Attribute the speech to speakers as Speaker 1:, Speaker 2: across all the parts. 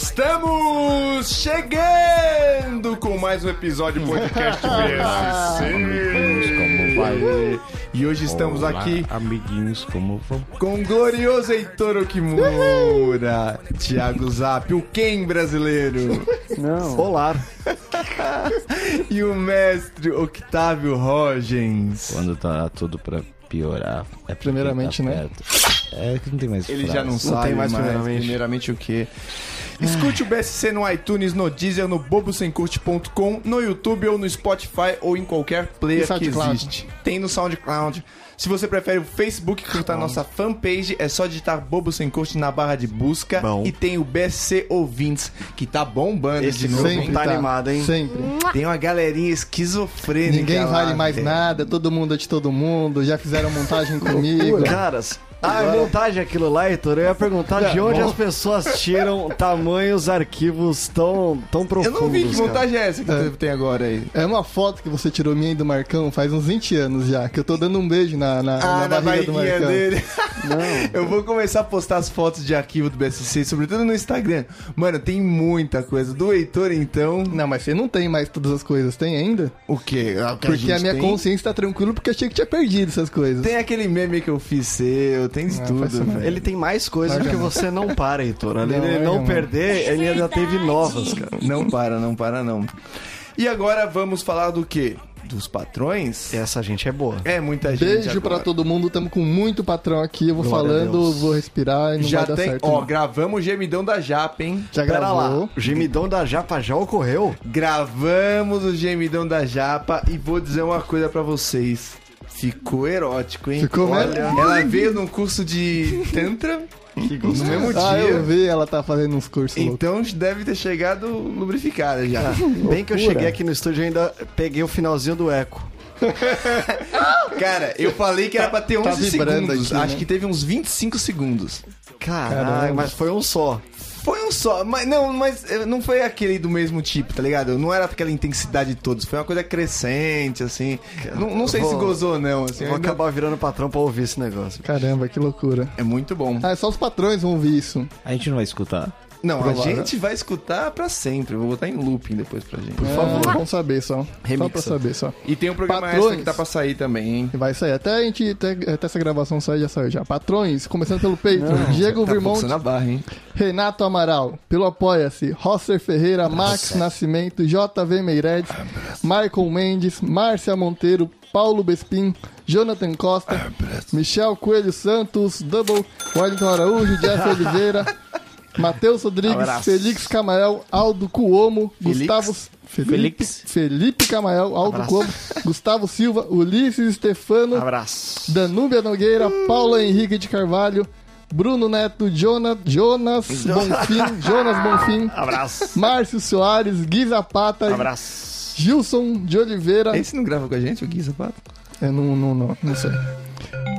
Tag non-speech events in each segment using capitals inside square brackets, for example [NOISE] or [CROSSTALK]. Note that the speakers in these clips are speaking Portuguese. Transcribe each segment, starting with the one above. Speaker 1: Estamos chegando com mais um episódio do
Speaker 2: [LAUGHS]
Speaker 1: podcast
Speaker 2: Amiguinhos, como
Speaker 1: VSC.
Speaker 2: vai?
Speaker 1: E hoje estamos
Speaker 2: Olá,
Speaker 1: aqui
Speaker 2: Amiguinhos, como vão?
Speaker 1: com o glorioso Heitor Okimura, Thiago Zap, o quem
Speaker 2: [LAUGHS]
Speaker 1: brasileiro,
Speaker 3: Olá.
Speaker 1: e o mestre Octávio Rogens.
Speaker 2: Quando tá tudo pra piorar. É porque
Speaker 3: Primeiramente,
Speaker 2: tá
Speaker 3: né?
Speaker 2: perto. É que não tem mais
Speaker 1: Ele
Speaker 2: frase.
Speaker 1: já não
Speaker 3: Não
Speaker 1: sabe
Speaker 3: tem mais
Speaker 1: mais
Speaker 3: primeiramente.
Speaker 1: primeiramente o que. Escute o BSC no iTunes, no Deezer, no bobosemcurte.com, no YouTube ou no Spotify ou em qualquer player
Speaker 3: E
Speaker 1: que
Speaker 3: SoundCloud?
Speaker 1: existe. Tem no SoundCloud. Se você prefere o Facebook curtar nossa fanpage, é só digitar Bobo Sem Curte na barra de busca.
Speaker 4: Bom.
Speaker 1: E tem o BSC Ouvintes, que tá bombando
Speaker 4: Esse
Speaker 1: de novo.
Speaker 4: grupo
Speaker 1: hein?
Speaker 4: tá animado, hein?
Speaker 3: Sempre.
Speaker 1: Tem uma galerinha esquizofrênica
Speaker 3: Ninguém
Speaker 1: lá,
Speaker 3: vale mais
Speaker 1: velho.
Speaker 3: nada, todo mundo é de todo mundo, já fizeram
Speaker 1: [LAUGHS]
Speaker 3: montagem comigo.
Speaker 4: Caras, a montagem Ah, tá aquilo lá, Heitor, eu ia perguntar de onde as pessoas tiram tamanhos arquivos tão, tão
Speaker 1: Eu
Speaker 4: profundos.
Speaker 1: não vi que
Speaker 4: cara.
Speaker 1: montagem é essa que você tem agora aí.
Speaker 3: É uma foto que você tirou minha e do Marcão faz uns 20 anos já, que eu tô dando um beijo na, na,
Speaker 1: Ah,
Speaker 3: na
Speaker 1: na
Speaker 3: barriga do
Speaker 1: barriguinha
Speaker 3: Marcão.
Speaker 1: dele. Eu vou começar a postar as fotos de arquivo do BSC, sobretudo no Instagram. Mano, tem muita coisa. Do Heitor, então.
Speaker 3: Não, mas você não tem mais todas as coisas, tem ainda?
Speaker 1: O quê? O que
Speaker 3: Porque É a,
Speaker 1: gente
Speaker 3: minha
Speaker 1: tem?
Speaker 3: consciência tá tranquila porque eu achei que tinha perdido essas coisas.
Speaker 1: Tem aquele meme que eu fiz seu, tem de
Speaker 3: Ah, faz
Speaker 1: tudo,
Speaker 3: isso não.
Speaker 1: velho.
Speaker 4: Ele tem mais coisas
Speaker 3: Larga
Speaker 4: que
Speaker 3: a mão.
Speaker 4: você não é para, Heitor. Além
Speaker 3: Não,
Speaker 4: de
Speaker 3: larga a
Speaker 4: não
Speaker 3: mão.
Speaker 4: perder, ele ainda teve novas, cara.
Speaker 1: Não para, não para, não. E agora vamos falar do quê? Dos patrões?
Speaker 4: Essa gente é boa.
Speaker 1: É muita gente.
Speaker 3: Beijo
Speaker 1: agora.
Speaker 3: pra todo mundo, tamo com muito patrão aqui, eu vou
Speaker 4: Glória a
Speaker 3: falando,
Speaker 4: Deus.
Speaker 3: vou respirar e não
Speaker 1: Já
Speaker 3: vai dar
Speaker 1: tem.
Speaker 3: certo.
Speaker 1: Ó,
Speaker 3: não.
Speaker 1: gravamos o gemidão da Japa, hein?
Speaker 3: já
Speaker 4: Pera lá,
Speaker 3: gravou.
Speaker 4: o gemidão da japa já ocorreu?
Speaker 1: Gravamos o gemidão da Japa e vou dizer uma coisa pra vocês. Ficou erótico, hein?
Speaker 3: Ficou mesmo?
Speaker 1: Ela veio num curso de Tantra no mesmo dia.
Speaker 3: Ah, eu vi, ela tá fazendo uns cursos loucos.
Speaker 1: Então deve ter chegado lubrificada já.
Speaker 4: Bem que eu cheguei aqui no estúdio e ainda peguei o finalzinho do eco.
Speaker 1: Cara, eu falei que era pra ter 11
Speaker 3: Tá vibrando
Speaker 1: segundos.
Speaker 3: aqui,
Speaker 1: Acho
Speaker 3: né?
Speaker 1: que teve uns 25 segundos.
Speaker 4: Caralho,
Speaker 3: Caramba.
Speaker 4: mas foi um só.
Speaker 1: Foi um só, mas não, mas eh, não foi aquele do mesmo tipo, tá ligado? Não era aquela intensidade de todos, foi uma coisa crescente, assim. Não, não sei se
Speaker 4: Vou-
Speaker 1: gozou ou não, assim.
Speaker 4: Vou
Speaker 1: ainda-
Speaker 4: acabar virando patrão pra ouvir esse negócio.
Speaker 3: Caramba, que loucura.
Speaker 1: É muito bom.
Speaker 3: Ah, só os patrões vão ouvir isso.
Speaker 2: A gente não vai escutar.
Speaker 1: Não, a
Speaker 3: Provável.
Speaker 1: gente vai escutar pra sempre. Vou botar em looping depois pra gente.
Speaker 3: Por favor. Vamos saber só. Só
Speaker 1: Remixa.
Speaker 3: pra saber só.
Speaker 1: E tem um programa
Speaker 3: Patrões.
Speaker 1: extra que tá pra sair também, hein?
Speaker 3: E vai sair. Até a gente, até, até essa gravação sair, já saiu já. Patrões, começando pelo Patreon. Diego
Speaker 1: tá
Speaker 3: Virmonte,
Speaker 1: forçando a barra, hein?
Speaker 3: Renato Amaral, pelo Apoia-se, Rosser
Speaker 4: Tá
Speaker 3: Ferreira, Max Nascimento, JV
Speaker 4: É,
Speaker 3: Meireles, Michael Mendes, Márcia Monteiro, Paulo Bespin, Jonathan Costa,
Speaker 4: É,
Speaker 3: Michel Coelho Santos, Double, Wellington Araújo,
Speaker 4: [LAUGHS]
Speaker 3: Jeff Oliveira, Matheus Rodrigues,
Speaker 4: Abraço.
Speaker 3: Felix Camael, Aldo Cuomo, Gustavo... Felipe,
Speaker 2: Felix.
Speaker 3: Felipe Camael, Aldo
Speaker 4: Abraço.
Speaker 3: Cuomo, Gustavo Silva, Ulisses Stefano,
Speaker 4: Abraço.
Speaker 3: Danúbia Nogueira, Paula Henrique de Carvalho, Bruno Neto, Jona- Jonas Bonfim, Jonas Bonfim,
Speaker 4: [LAUGHS] Abraço.
Speaker 3: Márcio Soares, Gui Zapata,
Speaker 4: Um Abraço.
Speaker 3: Gilson de Oliveira.
Speaker 1: Esse não grava com a gente, o Gui Sapato?
Speaker 3: É, não, não, não, não sei.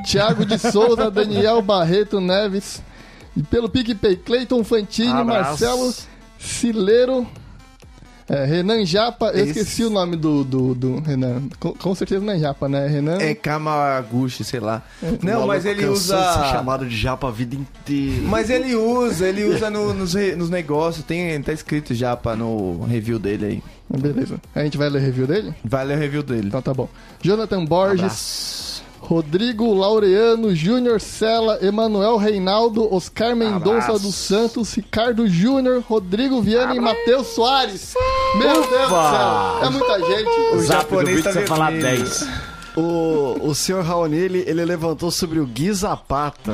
Speaker 3: Tiago de Souza, Daniel Barreto Neves, e pelo PicPay, Cleiton Fantini,
Speaker 4: Um Abraço.
Speaker 3: Marcelo Cileiro. é, Renan Japa, eu
Speaker 1: Esse-
Speaker 3: esqueci o nome do, do, do Renan. Com, com certeza não é Japa, né? Renan.
Speaker 1: É Kamaguchi, sei lá.
Speaker 4: O
Speaker 1: Não, mas
Speaker 4: maluco
Speaker 1: ele
Speaker 4: cansou de ser
Speaker 1: usa...
Speaker 4: chamado de japa a vida inteira.
Speaker 1: Mas ele usa, ele usa no- nos, re- nos negócios, tem, tá escrito já pra, no review dele aí.
Speaker 3: Beleza. A gente vai ler review dele?
Speaker 1: Valeu o review dele.
Speaker 3: Então tá bom. Jonathan Borges,
Speaker 4: Abraço.
Speaker 3: Rodrigo Laureano, Júnior Sela, Emanuel Reinaldo, Oscar Mendonça
Speaker 4: Abraço.
Speaker 3: dos Santos, Ricardo Júnior, Rodrigo Viana e Matheus Soares. Meu Deus do céu, é muita gente.
Speaker 2: Zap do
Speaker 1: japonês
Speaker 2: vídeo
Speaker 1: tá
Speaker 2: precisa falar
Speaker 1: vermelho.
Speaker 2: 10.
Speaker 4: O, o senhor Raoni, ele, ele levantou sobre o Gui
Speaker 3: [LAUGHS]
Speaker 4: Zapata.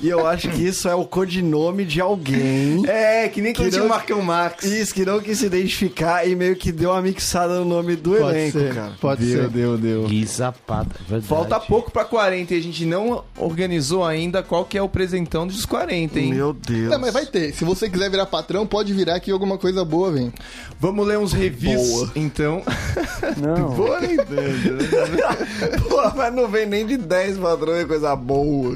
Speaker 4: e eu acho que isso é o codinome de alguém.
Speaker 1: É, que nem que
Speaker 4: Que
Speaker 1: tinha
Speaker 4: não-
Speaker 1: o Marcão Max.
Speaker 4: Isso, que não quis se identificar e meio que deu uma mixada no nome do
Speaker 3: Pode
Speaker 4: elenco,
Speaker 3: ser,
Speaker 4: cara.
Speaker 3: pode ser.
Speaker 1: deu, deu.
Speaker 2: Gui Zapata, verdade.
Speaker 1: Falta pouco pra 40 e a gente não organizou ainda qual que é o presentão dos 40, hein?
Speaker 4: Meu Deus.
Speaker 3: Não, mas vai ter. Se você quiser virar patrão, pode virar aqui alguma coisa boa, vem.
Speaker 1: Vamos ler uns reviews, então.
Speaker 4: Não.
Speaker 1: [LAUGHS] Boa nem
Speaker 4: é Pô, mas não vem nem de 10 padrões, coisa boa.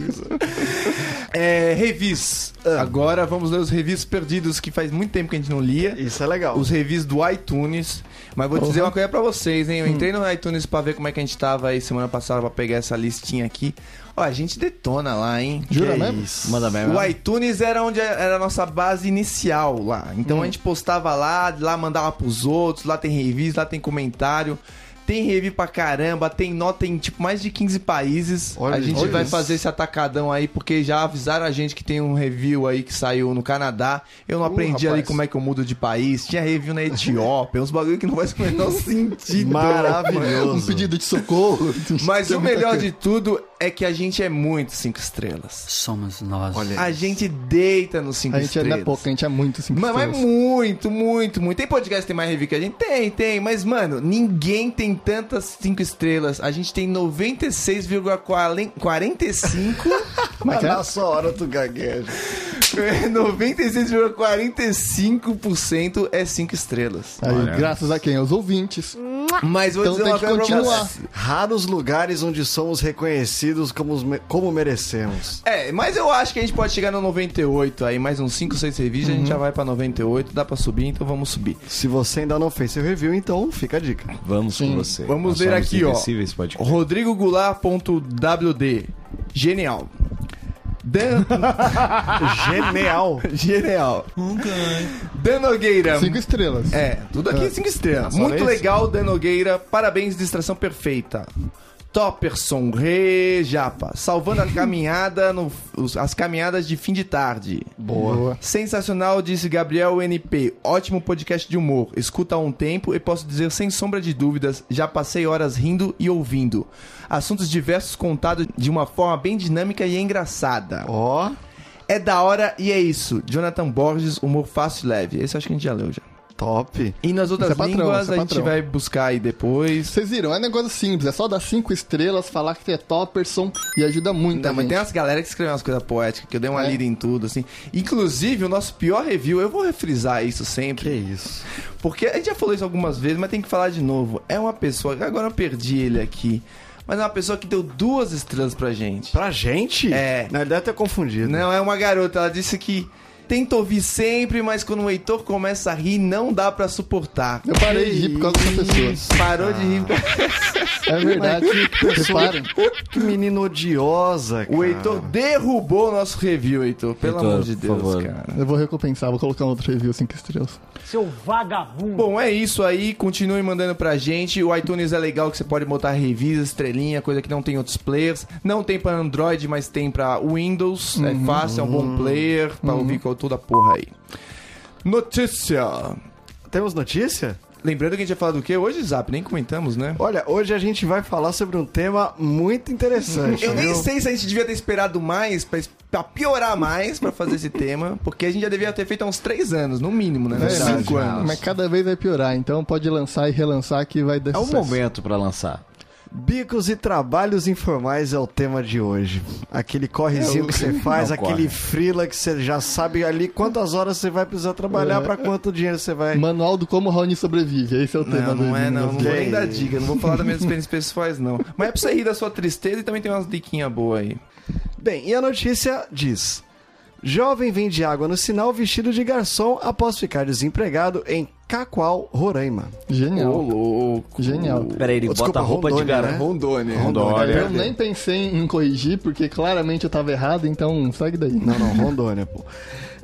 Speaker 1: É, revis. Ah. Agora vamos ler os revis perdidos, que faz muito tempo que a gente não lia.
Speaker 4: Isso é legal.
Speaker 1: Os revis do iTunes. Mas vou dizer uma coisa pra vocês, hein? Eu entrei no iTunes pra ver como é que a gente tava aí semana passada pra pegar essa listinha aqui. Ó, a gente detona lá, hein?
Speaker 3: Jura
Speaker 4: Que
Speaker 3: mesmo?
Speaker 4: isso.
Speaker 2: Manda
Speaker 3: Né?
Speaker 2: bem,
Speaker 1: O iTunes era onde era a nossa base inicial lá.
Speaker 3: Hum.
Speaker 1: Então a gente postava lá, de lá mandava pros outros, lá tem reviews, lá tem comentário. Tem review pra caramba, tem nota em tipo mais de 15 países.
Speaker 4: Olha
Speaker 1: a gente
Speaker 4: isso.
Speaker 1: vai fazer esse atacadão aí, porque já avisaram a gente que tem um review aí que saiu no Canadá. Eu não aprendi ali
Speaker 3: rapaz.
Speaker 1: como é que eu mudo de país. Tinha review na Etiópia, uns bagulho que não faz o
Speaker 3: [LAUGHS]
Speaker 1: menor sentido.
Speaker 4: Maravilhoso.
Speaker 3: Um pedido de socorro.
Speaker 1: [LAUGHS] Mas
Speaker 3: Tem
Speaker 1: o
Speaker 3: muita
Speaker 1: melhor
Speaker 3: coisa.
Speaker 1: de tudo é que a gente é muito cinco estrelas.
Speaker 5: Somos nós.
Speaker 4: Olha
Speaker 1: A gente deita nos cinco
Speaker 3: A gente é
Speaker 1: estrelas.
Speaker 3: na pouco, a gente é muito simples.
Speaker 1: Mano, mas muito, muito, muito. Tem podcast que tem mais review que a gente? Tem, tem. Mas, mano, ninguém tem tantas 5 estrelas. A gente tem 96,45.
Speaker 3: é
Speaker 4: Mas na sua hora tu gagueja.
Speaker 1: 96,45% é 5 estrelas.
Speaker 3: Aí, graças a quem? Aos ouvintes.
Speaker 1: Hum. Mas vou
Speaker 3: Então
Speaker 1: dizer
Speaker 3: tem
Speaker 1: uma
Speaker 3: que
Speaker 1: coisa pra
Speaker 3: continuar.
Speaker 1: você.
Speaker 4: Raros lugares onde somos reconhecidos como, os me- como merecemos.
Speaker 1: É, mas eu acho que a gente pode chegar no 98 aí, mais uns 5, 6 reviews,
Speaker 3: Uhum.
Speaker 1: a gente já vai pra 98, dá pra subir, então vamos subir.
Speaker 4: Se você ainda não fez seu review, então fica a dica.
Speaker 2: Vamos com você.
Speaker 1: Vamos
Speaker 2: Nós
Speaker 1: ver
Speaker 2: somos
Speaker 1: aqui, ó.
Speaker 2: invencíveis, pode crer.
Speaker 1: Rodrigo Goulart.wd. Genial. Dan...
Speaker 4: Genial.
Speaker 1: Genial. Dan Nogueira.
Speaker 3: Cinco estrelas.
Speaker 1: É, tudo aqui é
Speaker 2: Ah,
Speaker 1: cinco estrelas.
Speaker 4: só
Speaker 1: Muito
Speaker 4: isso?
Speaker 1: legal, Dan Nogueira. Parabéns, distração perfeita. Topperson Re Japa. Salvando a caminhada no, os- as caminhadas de fim de tarde.
Speaker 3: Boa.
Speaker 1: Sensacional, disse Gabriel NP. Ótimo podcast de humor. Escuta há um tempo e posso dizer sem sombra de dúvidas, já passei horas rindo e ouvindo. Assuntos diversos contados de uma forma bem dinâmica e engraçada.
Speaker 4: Ó,
Speaker 1: É da hora e é isso. Jonathan Borges, humor fácil e leve. Esse eu acho que a gente já leu já.
Speaker 4: top.
Speaker 1: E nas outras
Speaker 3: Isso é patrão,
Speaker 1: línguas
Speaker 3: isso é
Speaker 1: a gente
Speaker 3: patrão.
Speaker 1: vai buscar aí depois.
Speaker 3: Vocês viram, é negócio simples, é só dar cinco estrelas, falar que é topperson e ajuda muito.
Speaker 1: Não, mas
Speaker 3: gente.
Speaker 1: tem umas galera que escreveu umas coisas poéticas, que eu dei uma
Speaker 3: É.
Speaker 1: lida em tudo, assim. Inclusive, o nosso pior review, eu vou refrisar isso sempre,
Speaker 4: Que isso.
Speaker 1: porque a gente já falou isso algumas vezes, mas tem que falar de novo. É uma pessoa, agora eu perdi ele aqui, mas é uma pessoa que deu duas estrelas pra gente.
Speaker 4: Pra gente?
Speaker 1: É.
Speaker 4: Na verdade, até confundido.
Speaker 1: Não, é uma garota. Ela disse que tenta ouvir sempre, mas quando o Heitor começa a rir, não dá pra suportar.
Speaker 3: Eu parei de rir por causa dessa pessoa.
Speaker 1: Parou de rir.
Speaker 2: Ah.
Speaker 3: É verdade, reparem.
Speaker 1: é?
Speaker 4: Que menina odiosa, cara.
Speaker 1: O Heitor derrubou o nosso review, Heitor. Pelo
Speaker 2: Heitor,
Speaker 1: amor de
Speaker 2: por
Speaker 1: Deus,
Speaker 2: favor.
Speaker 1: cara.
Speaker 3: Eu vou recompensar, vou colocar um outro review cinco estrelas.
Speaker 6: Seu vagabundo.
Speaker 1: Bom, é isso aí. Continue mandando pra gente. O iTunes é legal que você pode botar reviews, estrelinha, coisa que não tem em outros players. Não tem pra Android, mas tem pra Windows. É fácil, é um bom player pra ouvir com toda a porra aí. Notícia.
Speaker 4: Temos notícia?
Speaker 1: Lembrando que a gente ia falar do que hoje, Zap? Nem comentamos, né?
Speaker 4: Olha, hoje a gente vai falar sobre um tema muito interessante.
Speaker 1: Eu nem
Speaker 4: viu?
Speaker 1: sei se a gente devia ter esperado mais pra, es- pra piorar mais pra fazer esse [LAUGHS] tema, porque a gente já devia ter feito há uns três anos, no mínimo, né? Uns
Speaker 4: Verdade.
Speaker 1: cinco anos.
Speaker 3: Mas cada vez vai piorar, então pode lançar e relançar que vai dar
Speaker 2: É o
Speaker 3: sucesso.
Speaker 2: momento pra lançar.
Speaker 4: Bicos e trabalhos informais é o tema de hoje. Aquele correzinho que você faz,
Speaker 2: É [LAUGHS] Não corre.
Speaker 4: aquele frila que você já sabe ali quantas horas você vai precisar
Speaker 2: É.
Speaker 4: trabalhar, pra quanto dinheiro você vai.
Speaker 3: Manual do como o Raoni sobrevive, esse é o tema
Speaker 1: Não,
Speaker 3: do
Speaker 1: não é, não. Não
Speaker 3: Meninas
Speaker 1: vou
Speaker 4: Que
Speaker 1: nem dar
Speaker 4: isso.
Speaker 1: dica, não vou falar das minhas experiências pessoais, [LAUGHS] não. Mas é pra você rir da sua tristeza e também tem umas diquinhas boas aí.
Speaker 4: Bem, e a notícia diz: Jovem vende água no sinal vestido de garçom após ficar desempregado em Cacoal, Roraima.
Speaker 3: Genial,
Speaker 1: louco.
Speaker 3: genial.
Speaker 2: Peraí, ele
Speaker 4: Oh, desculpa,
Speaker 2: bota roupa de
Speaker 4: Rondônia,
Speaker 2: garoto.
Speaker 4: né?
Speaker 1: Rondônia.
Speaker 2: Rondônia.
Speaker 1: é.
Speaker 3: Eu nem pensei em corrigir, porque claramente eu tava errado, então segue daí.
Speaker 4: Não, não, Rondônia, pô.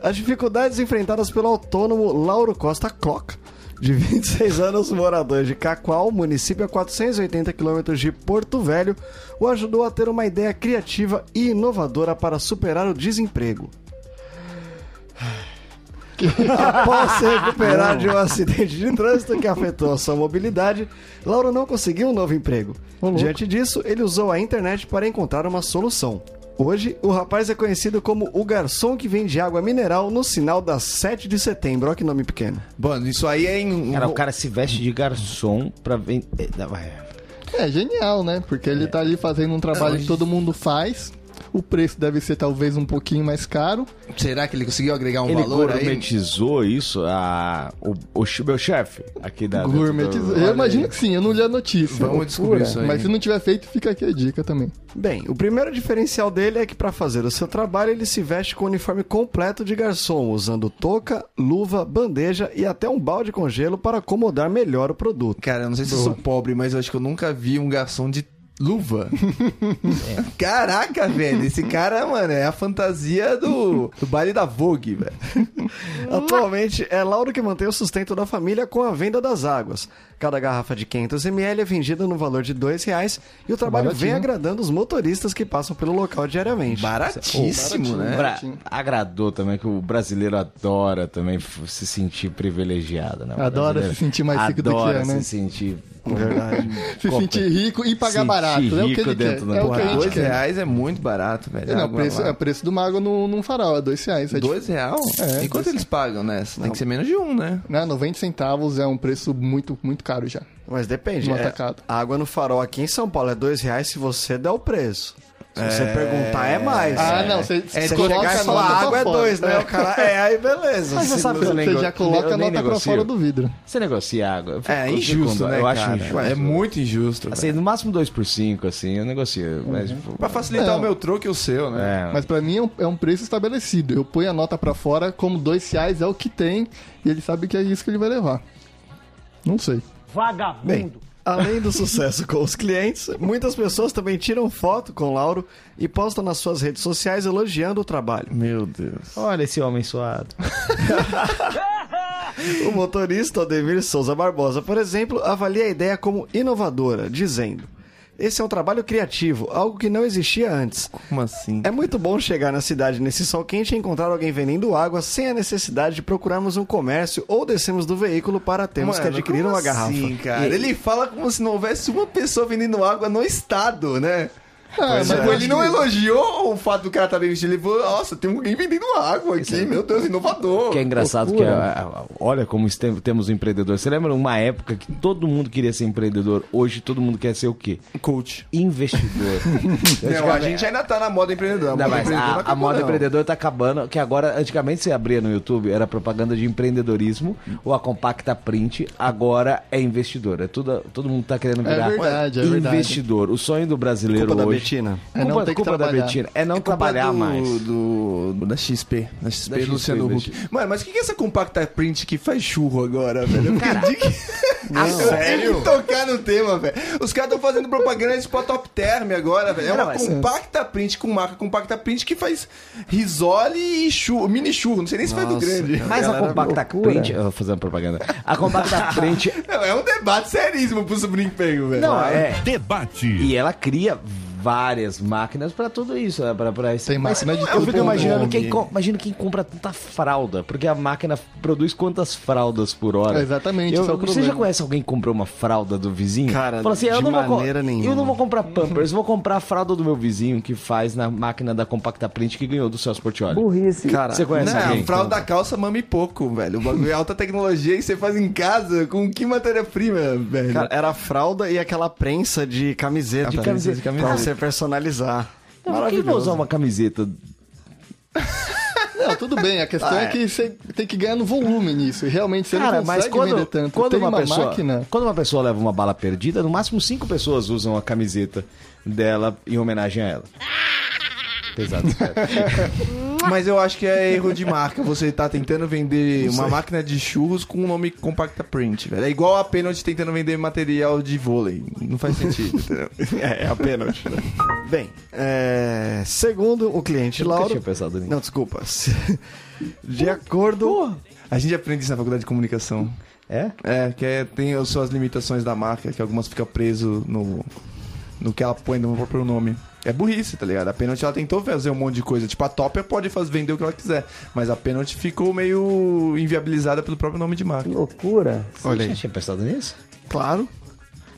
Speaker 4: As dificuldades enfrentadas pelo autônomo Lauro Costa Clock, de 26 anos, morador de Cacoal, município a 480 quilômetros de Porto Velho, o ajudou a ter uma ideia criativa e inovadora para superar o desemprego. Após se recuperar de um acidente de trânsito que afetou a sua mobilidade, Lauro não conseguiu um novo emprego. Diante disso, ele usou a internet para encontrar uma solução. Hoje, o rapaz é conhecido como o garçom que vende água mineral no sinal da 7 de setembro. Olha que nome pequeno.
Speaker 1: Mano, isso aí é em.
Speaker 2: Cara, o cara se veste de garçom pra vender. É.
Speaker 3: É genial, né? Porque ele tá ali fazendo um trabalho que todo mundo faz. O preço deve ser talvez um pouquinho mais caro.
Speaker 5: Será que ele conseguiu agregar um
Speaker 2: Ele
Speaker 5: valor aí?
Speaker 2: gourmetizou isso, a, o, o che- meu chefe aqui da...
Speaker 3: Gourmetizou.
Speaker 2: Tá Olha
Speaker 3: Eu
Speaker 2: aí.
Speaker 3: imagino que sim, eu não li a notícia.
Speaker 1: Vamos descobrir isso aí.
Speaker 3: Mas se não tiver feito, fica aqui a dica também.
Speaker 4: Bem, o primeiro diferencial dele é que para fazer o seu trabalho ele se veste com o uniforme completo de garçom, usando touca, luva, bandeja e até um balde com gelo para acomodar melhor o produto.
Speaker 1: Cara, eu não sei se eu sou pobre, mas eu acho que eu nunca vi um garçom de
Speaker 3: [LAUGHS]
Speaker 1: luva.
Speaker 3: É.
Speaker 1: Caraca, velho. Esse cara, mano, é a fantasia
Speaker 3: [LAUGHS]
Speaker 1: do, do baile da Vogue, velho.
Speaker 4: Atualmente é Lauro que mantém o sustento da família com a venda das águas. Cada garrafa de 500ml é vendida no valor de R$ 2,00 e o trabalho vem agradando os motoristas que passam pelo local diariamente.
Speaker 1: Baratíssimo,
Speaker 3: É,
Speaker 1: né?
Speaker 2: Bra- agradou também, que o brasileiro adora também f- se sentir privilegiado, né? O
Speaker 3: Adora
Speaker 2: brasileiro
Speaker 3: se sentir mais rico do que
Speaker 2: adora
Speaker 3: é, né?
Speaker 2: se sentir...
Speaker 1: É
Speaker 4: Verdade.
Speaker 3: Se
Speaker 2: Compre.
Speaker 3: sentir rico e pagar
Speaker 2: Sentir
Speaker 3: barato. é o que
Speaker 2: rico
Speaker 3: ele quer.
Speaker 2: dentro da
Speaker 3: É o que
Speaker 2: porra.
Speaker 3: a gente
Speaker 1: Dois
Speaker 3: quer.
Speaker 1: reais é muito barato, velho.
Speaker 3: Não,
Speaker 1: Água
Speaker 3: preço,
Speaker 1: lá.
Speaker 3: é preço do mago num, num farol, é dois reais. É dif-
Speaker 1: Dois real?
Speaker 3: É,
Speaker 1: e quanto eles pagam nessa? Tem que ser menos de um, né?
Speaker 3: né, 90 centavos é um preço muito, muito caro já.
Speaker 4: Mas depende.
Speaker 3: No
Speaker 4: é,
Speaker 3: atacado.
Speaker 4: a água no farol aqui em São Paulo é R$ 2,00 se você der o preço. Se você perguntar, é mais.
Speaker 3: Ah,
Speaker 4: É.
Speaker 3: não, você
Speaker 4: É,
Speaker 3: você
Speaker 4: se chegar e
Speaker 3: a
Speaker 4: falar,
Speaker 3: nota pra
Speaker 4: água é
Speaker 3: fora.
Speaker 4: dois, né? O cara, é, aí beleza.
Speaker 2: Mas você
Speaker 4: Se
Speaker 2: sabe
Speaker 4: não-
Speaker 2: que eu
Speaker 3: Você
Speaker 2: nem
Speaker 3: já
Speaker 2: go-
Speaker 3: coloca
Speaker 2: eu
Speaker 3: a
Speaker 2: nem
Speaker 3: nota pra
Speaker 2: negocio.
Speaker 3: fora do vidro.
Speaker 2: Você negocia água. Eu fico
Speaker 1: É
Speaker 2: com
Speaker 1: injusto,
Speaker 2: segunda,
Speaker 1: né,
Speaker 2: Eu
Speaker 1: cara?
Speaker 2: acho injusto.
Speaker 1: É muito injusto,
Speaker 2: Assim,
Speaker 1: velho.
Speaker 2: no máximo 2 por 5, assim, eu negocio. Mas, tipo,
Speaker 1: Uhum. Pra facilitar
Speaker 3: Não.
Speaker 1: o meu troco e o seu, né?
Speaker 2: é,
Speaker 3: Mas pra mim é um, é um preço estabelecido. Eu ponho a nota pra fora, como dois reais é o que tem, e ele sabe que é isso que ele vai levar. Não sei.
Speaker 4: Bem, além do sucesso com os clientes, muitas pessoas também tiram foto com o Lauro e postam nas suas redes sociais elogiando o
Speaker 3: É.
Speaker 4: trabalho.
Speaker 1: Meu Deus.
Speaker 2: Olha esse homem suado.
Speaker 4: O motorista Ademir Souza Barbosa, por exemplo, avalia a ideia como inovadora, dizendo: Esse é um trabalho criativo, algo que não existia antes.
Speaker 1: Como assim?
Speaker 4: É muito bom chegar na cidade nesse sol quente e encontrar alguém vendendo água sem a necessidade de procurarmos um comércio ou descermos do veículo para termos que
Speaker 1: Mano,
Speaker 4: adquirir
Speaker 1: como
Speaker 4: uma garrafa.
Speaker 1: Assim, cara? Ele fala como se não houvesse uma pessoa vendendo água no estado, né?
Speaker 3: Ah, mas
Speaker 1: Tipo,
Speaker 3: eu
Speaker 1: ele
Speaker 3: acho
Speaker 1: não
Speaker 3: que-
Speaker 1: elogiou o fato do cara estar tá bem vestido. Ele falou, nossa, tem alguém vendendo água aqui. Meu Deus, inovador.
Speaker 2: Que é engraçado
Speaker 3: Loucura.
Speaker 2: que a- a- a- olha como este- temos um empreendedor. Você lembra uma época que todo mundo queria ser empreendedor? Hoje todo mundo quer ser o quê?
Speaker 1: Coach.
Speaker 3: [LAUGHS]
Speaker 2: Investidor.
Speaker 1: Não, a gente ainda tá na moda empreendedora. A
Speaker 2: Não,
Speaker 1: moda
Speaker 2: mas
Speaker 1: empreendedora
Speaker 2: a,
Speaker 1: não
Speaker 2: a
Speaker 1: acabou,
Speaker 2: moda
Speaker 1: não.
Speaker 2: empreendedor tá acabando, que agora, antigamente você abria no YouTube, era propaganda de empreendedorismo, ou a compacta print, agora é investidor. É tudo, todo mundo tá querendo virar
Speaker 3: verdade, é verdade.
Speaker 2: investidor. O sonho do brasileiro
Speaker 4: Culpa da
Speaker 2: hoje...
Speaker 4: Betina.
Speaker 2: É
Speaker 3: É não
Speaker 2: culpa,
Speaker 3: ter que
Speaker 2: culpa da
Speaker 3: trabalhar.
Speaker 2: Betina. É não
Speaker 1: culpa
Speaker 2: trabalhar
Speaker 1: do-
Speaker 2: mais.
Speaker 1: Do, da XP. Da XP
Speaker 2: Da
Speaker 1: do
Speaker 2: XP,
Speaker 1: Luciano
Speaker 2: da
Speaker 1: Huck.
Speaker 2: XP.
Speaker 1: Mano, mas o que, que é essa compacta print que faz churro agora, velho? Eu perdi
Speaker 2: [LAUGHS]
Speaker 1: que...
Speaker 2: Não.
Speaker 1: Eu tenho que tocar no tema, velho. Os caras estão fazendo propaganda de pra Top Term agora, velho. É
Speaker 2: Não,
Speaker 1: uma
Speaker 2: mas-
Speaker 1: compacta print com marca compacta print que faz risole e churro, mini churro. Não sei nem se faz do grande.
Speaker 2: Mas a compacta print... Eu vou fazer uma propaganda. A compacta print...
Speaker 1: [LAUGHS] Não, é um debate seríssimo pro sobrinho, velho.
Speaker 2: Não, é...
Speaker 6: Debate.
Speaker 2: E ela cria várias máquinas pra tudo isso, né? Pra, pra esse...
Speaker 3: Tem
Speaker 2: Mas
Speaker 3: máquina de
Speaker 2: Eu
Speaker 3: tudo
Speaker 2: fico
Speaker 3: com
Speaker 2: imaginando
Speaker 3: nome.
Speaker 2: quem, co- imagino quem compra tanta fralda, porque a máquina produz quantas fraldas por hora.
Speaker 3: É, exatamente,
Speaker 2: Eu,
Speaker 3: esse é o
Speaker 2: você
Speaker 3: problema.
Speaker 2: já conhece alguém que comprou uma fralda do vizinho? assim, "Ah,
Speaker 4: Cara,
Speaker 2: eu
Speaker 4: de
Speaker 2: não vou co-
Speaker 4: maneira nenhuma.
Speaker 2: Eu não vou comprar Pampers, vou comprar a fralda do meu vizinho que faz na máquina da Compacta Print que ganhou do Celso Portioli.
Speaker 4: Cara,
Speaker 2: Você conhece
Speaker 1: Não,
Speaker 2: alguém?
Speaker 1: a fralda da calça mame pouco, velho. O bagulho é alta tecnologia e você faz em casa com que matéria-prima, velho?
Speaker 4: cara, era fralda e aquela prensa de camiseta.
Speaker 1: De camiseta, de camiseta.
Speaker 4: Pra você personalizar.
Speaker 2: Não, Então, por que eu vou usar
Speaker 4: Maravilhoso.
Speaker 2: uma camiseta?
Speaker 3: Não, tudo bem. A questão é. que você tem que ganhar no volume nisso. E realmente você
Speaker 2: Ah, Cara,
Speaker 3: não
Speaker 2: mas
Speaker 3: consegue
Speaker 2: quando,
Speaker 3: vender tanto.
Speaker 2: quando
Speaker 3: tem
Speaker 2: uma,
Speaker 3: uma,
Speaker 2: pessoa,
Speaker 3: máquina.
Speaker 2: quando uma pessoa leva uma bala perdida, no máximo cinco pessoas usam a camiseta dela em homenagem a ela. Pesado,
Speaker 3: [LAUGHS]
Speaker 2: cara.
Speaker 1: Mas eu acho que é erro de marca. Você tá tentando vender uma máquina de churros com o nome Compacta Print, velho. É igual a Penalty tentando vender material de vôlei. Não faz sentido. entendeu?
Speaker 4: É, é a pênalti. né? Bem, é, segundo o cliente
Speaker 2: Eu nunca
Speaker 4: Lauro.
Speaker 2: tinha pensado nisso.
Speaker 4: Não, desculpa. [LAUGHS] [LAUGHS] De acordo.
Speaker 1: a gente aprende isso na faculdade de comunicação.
Speaker 2: É?
Speaker 1: É, que é- tem as suas limitações da marca, que algumas ficam preso no, no que ela põe no próprio nome. É burrice, tá ligado? A Penalty ela tentou fazer um monte de coisa. Tipo, a Topper pode fazer, vender o que ela quiser. Mas a Penalty ficou meio inviabilizada pelo próprio nome de marca.
Speaker 2: Olha aí. tinha pensado nisso?
Speaker 4: Claro.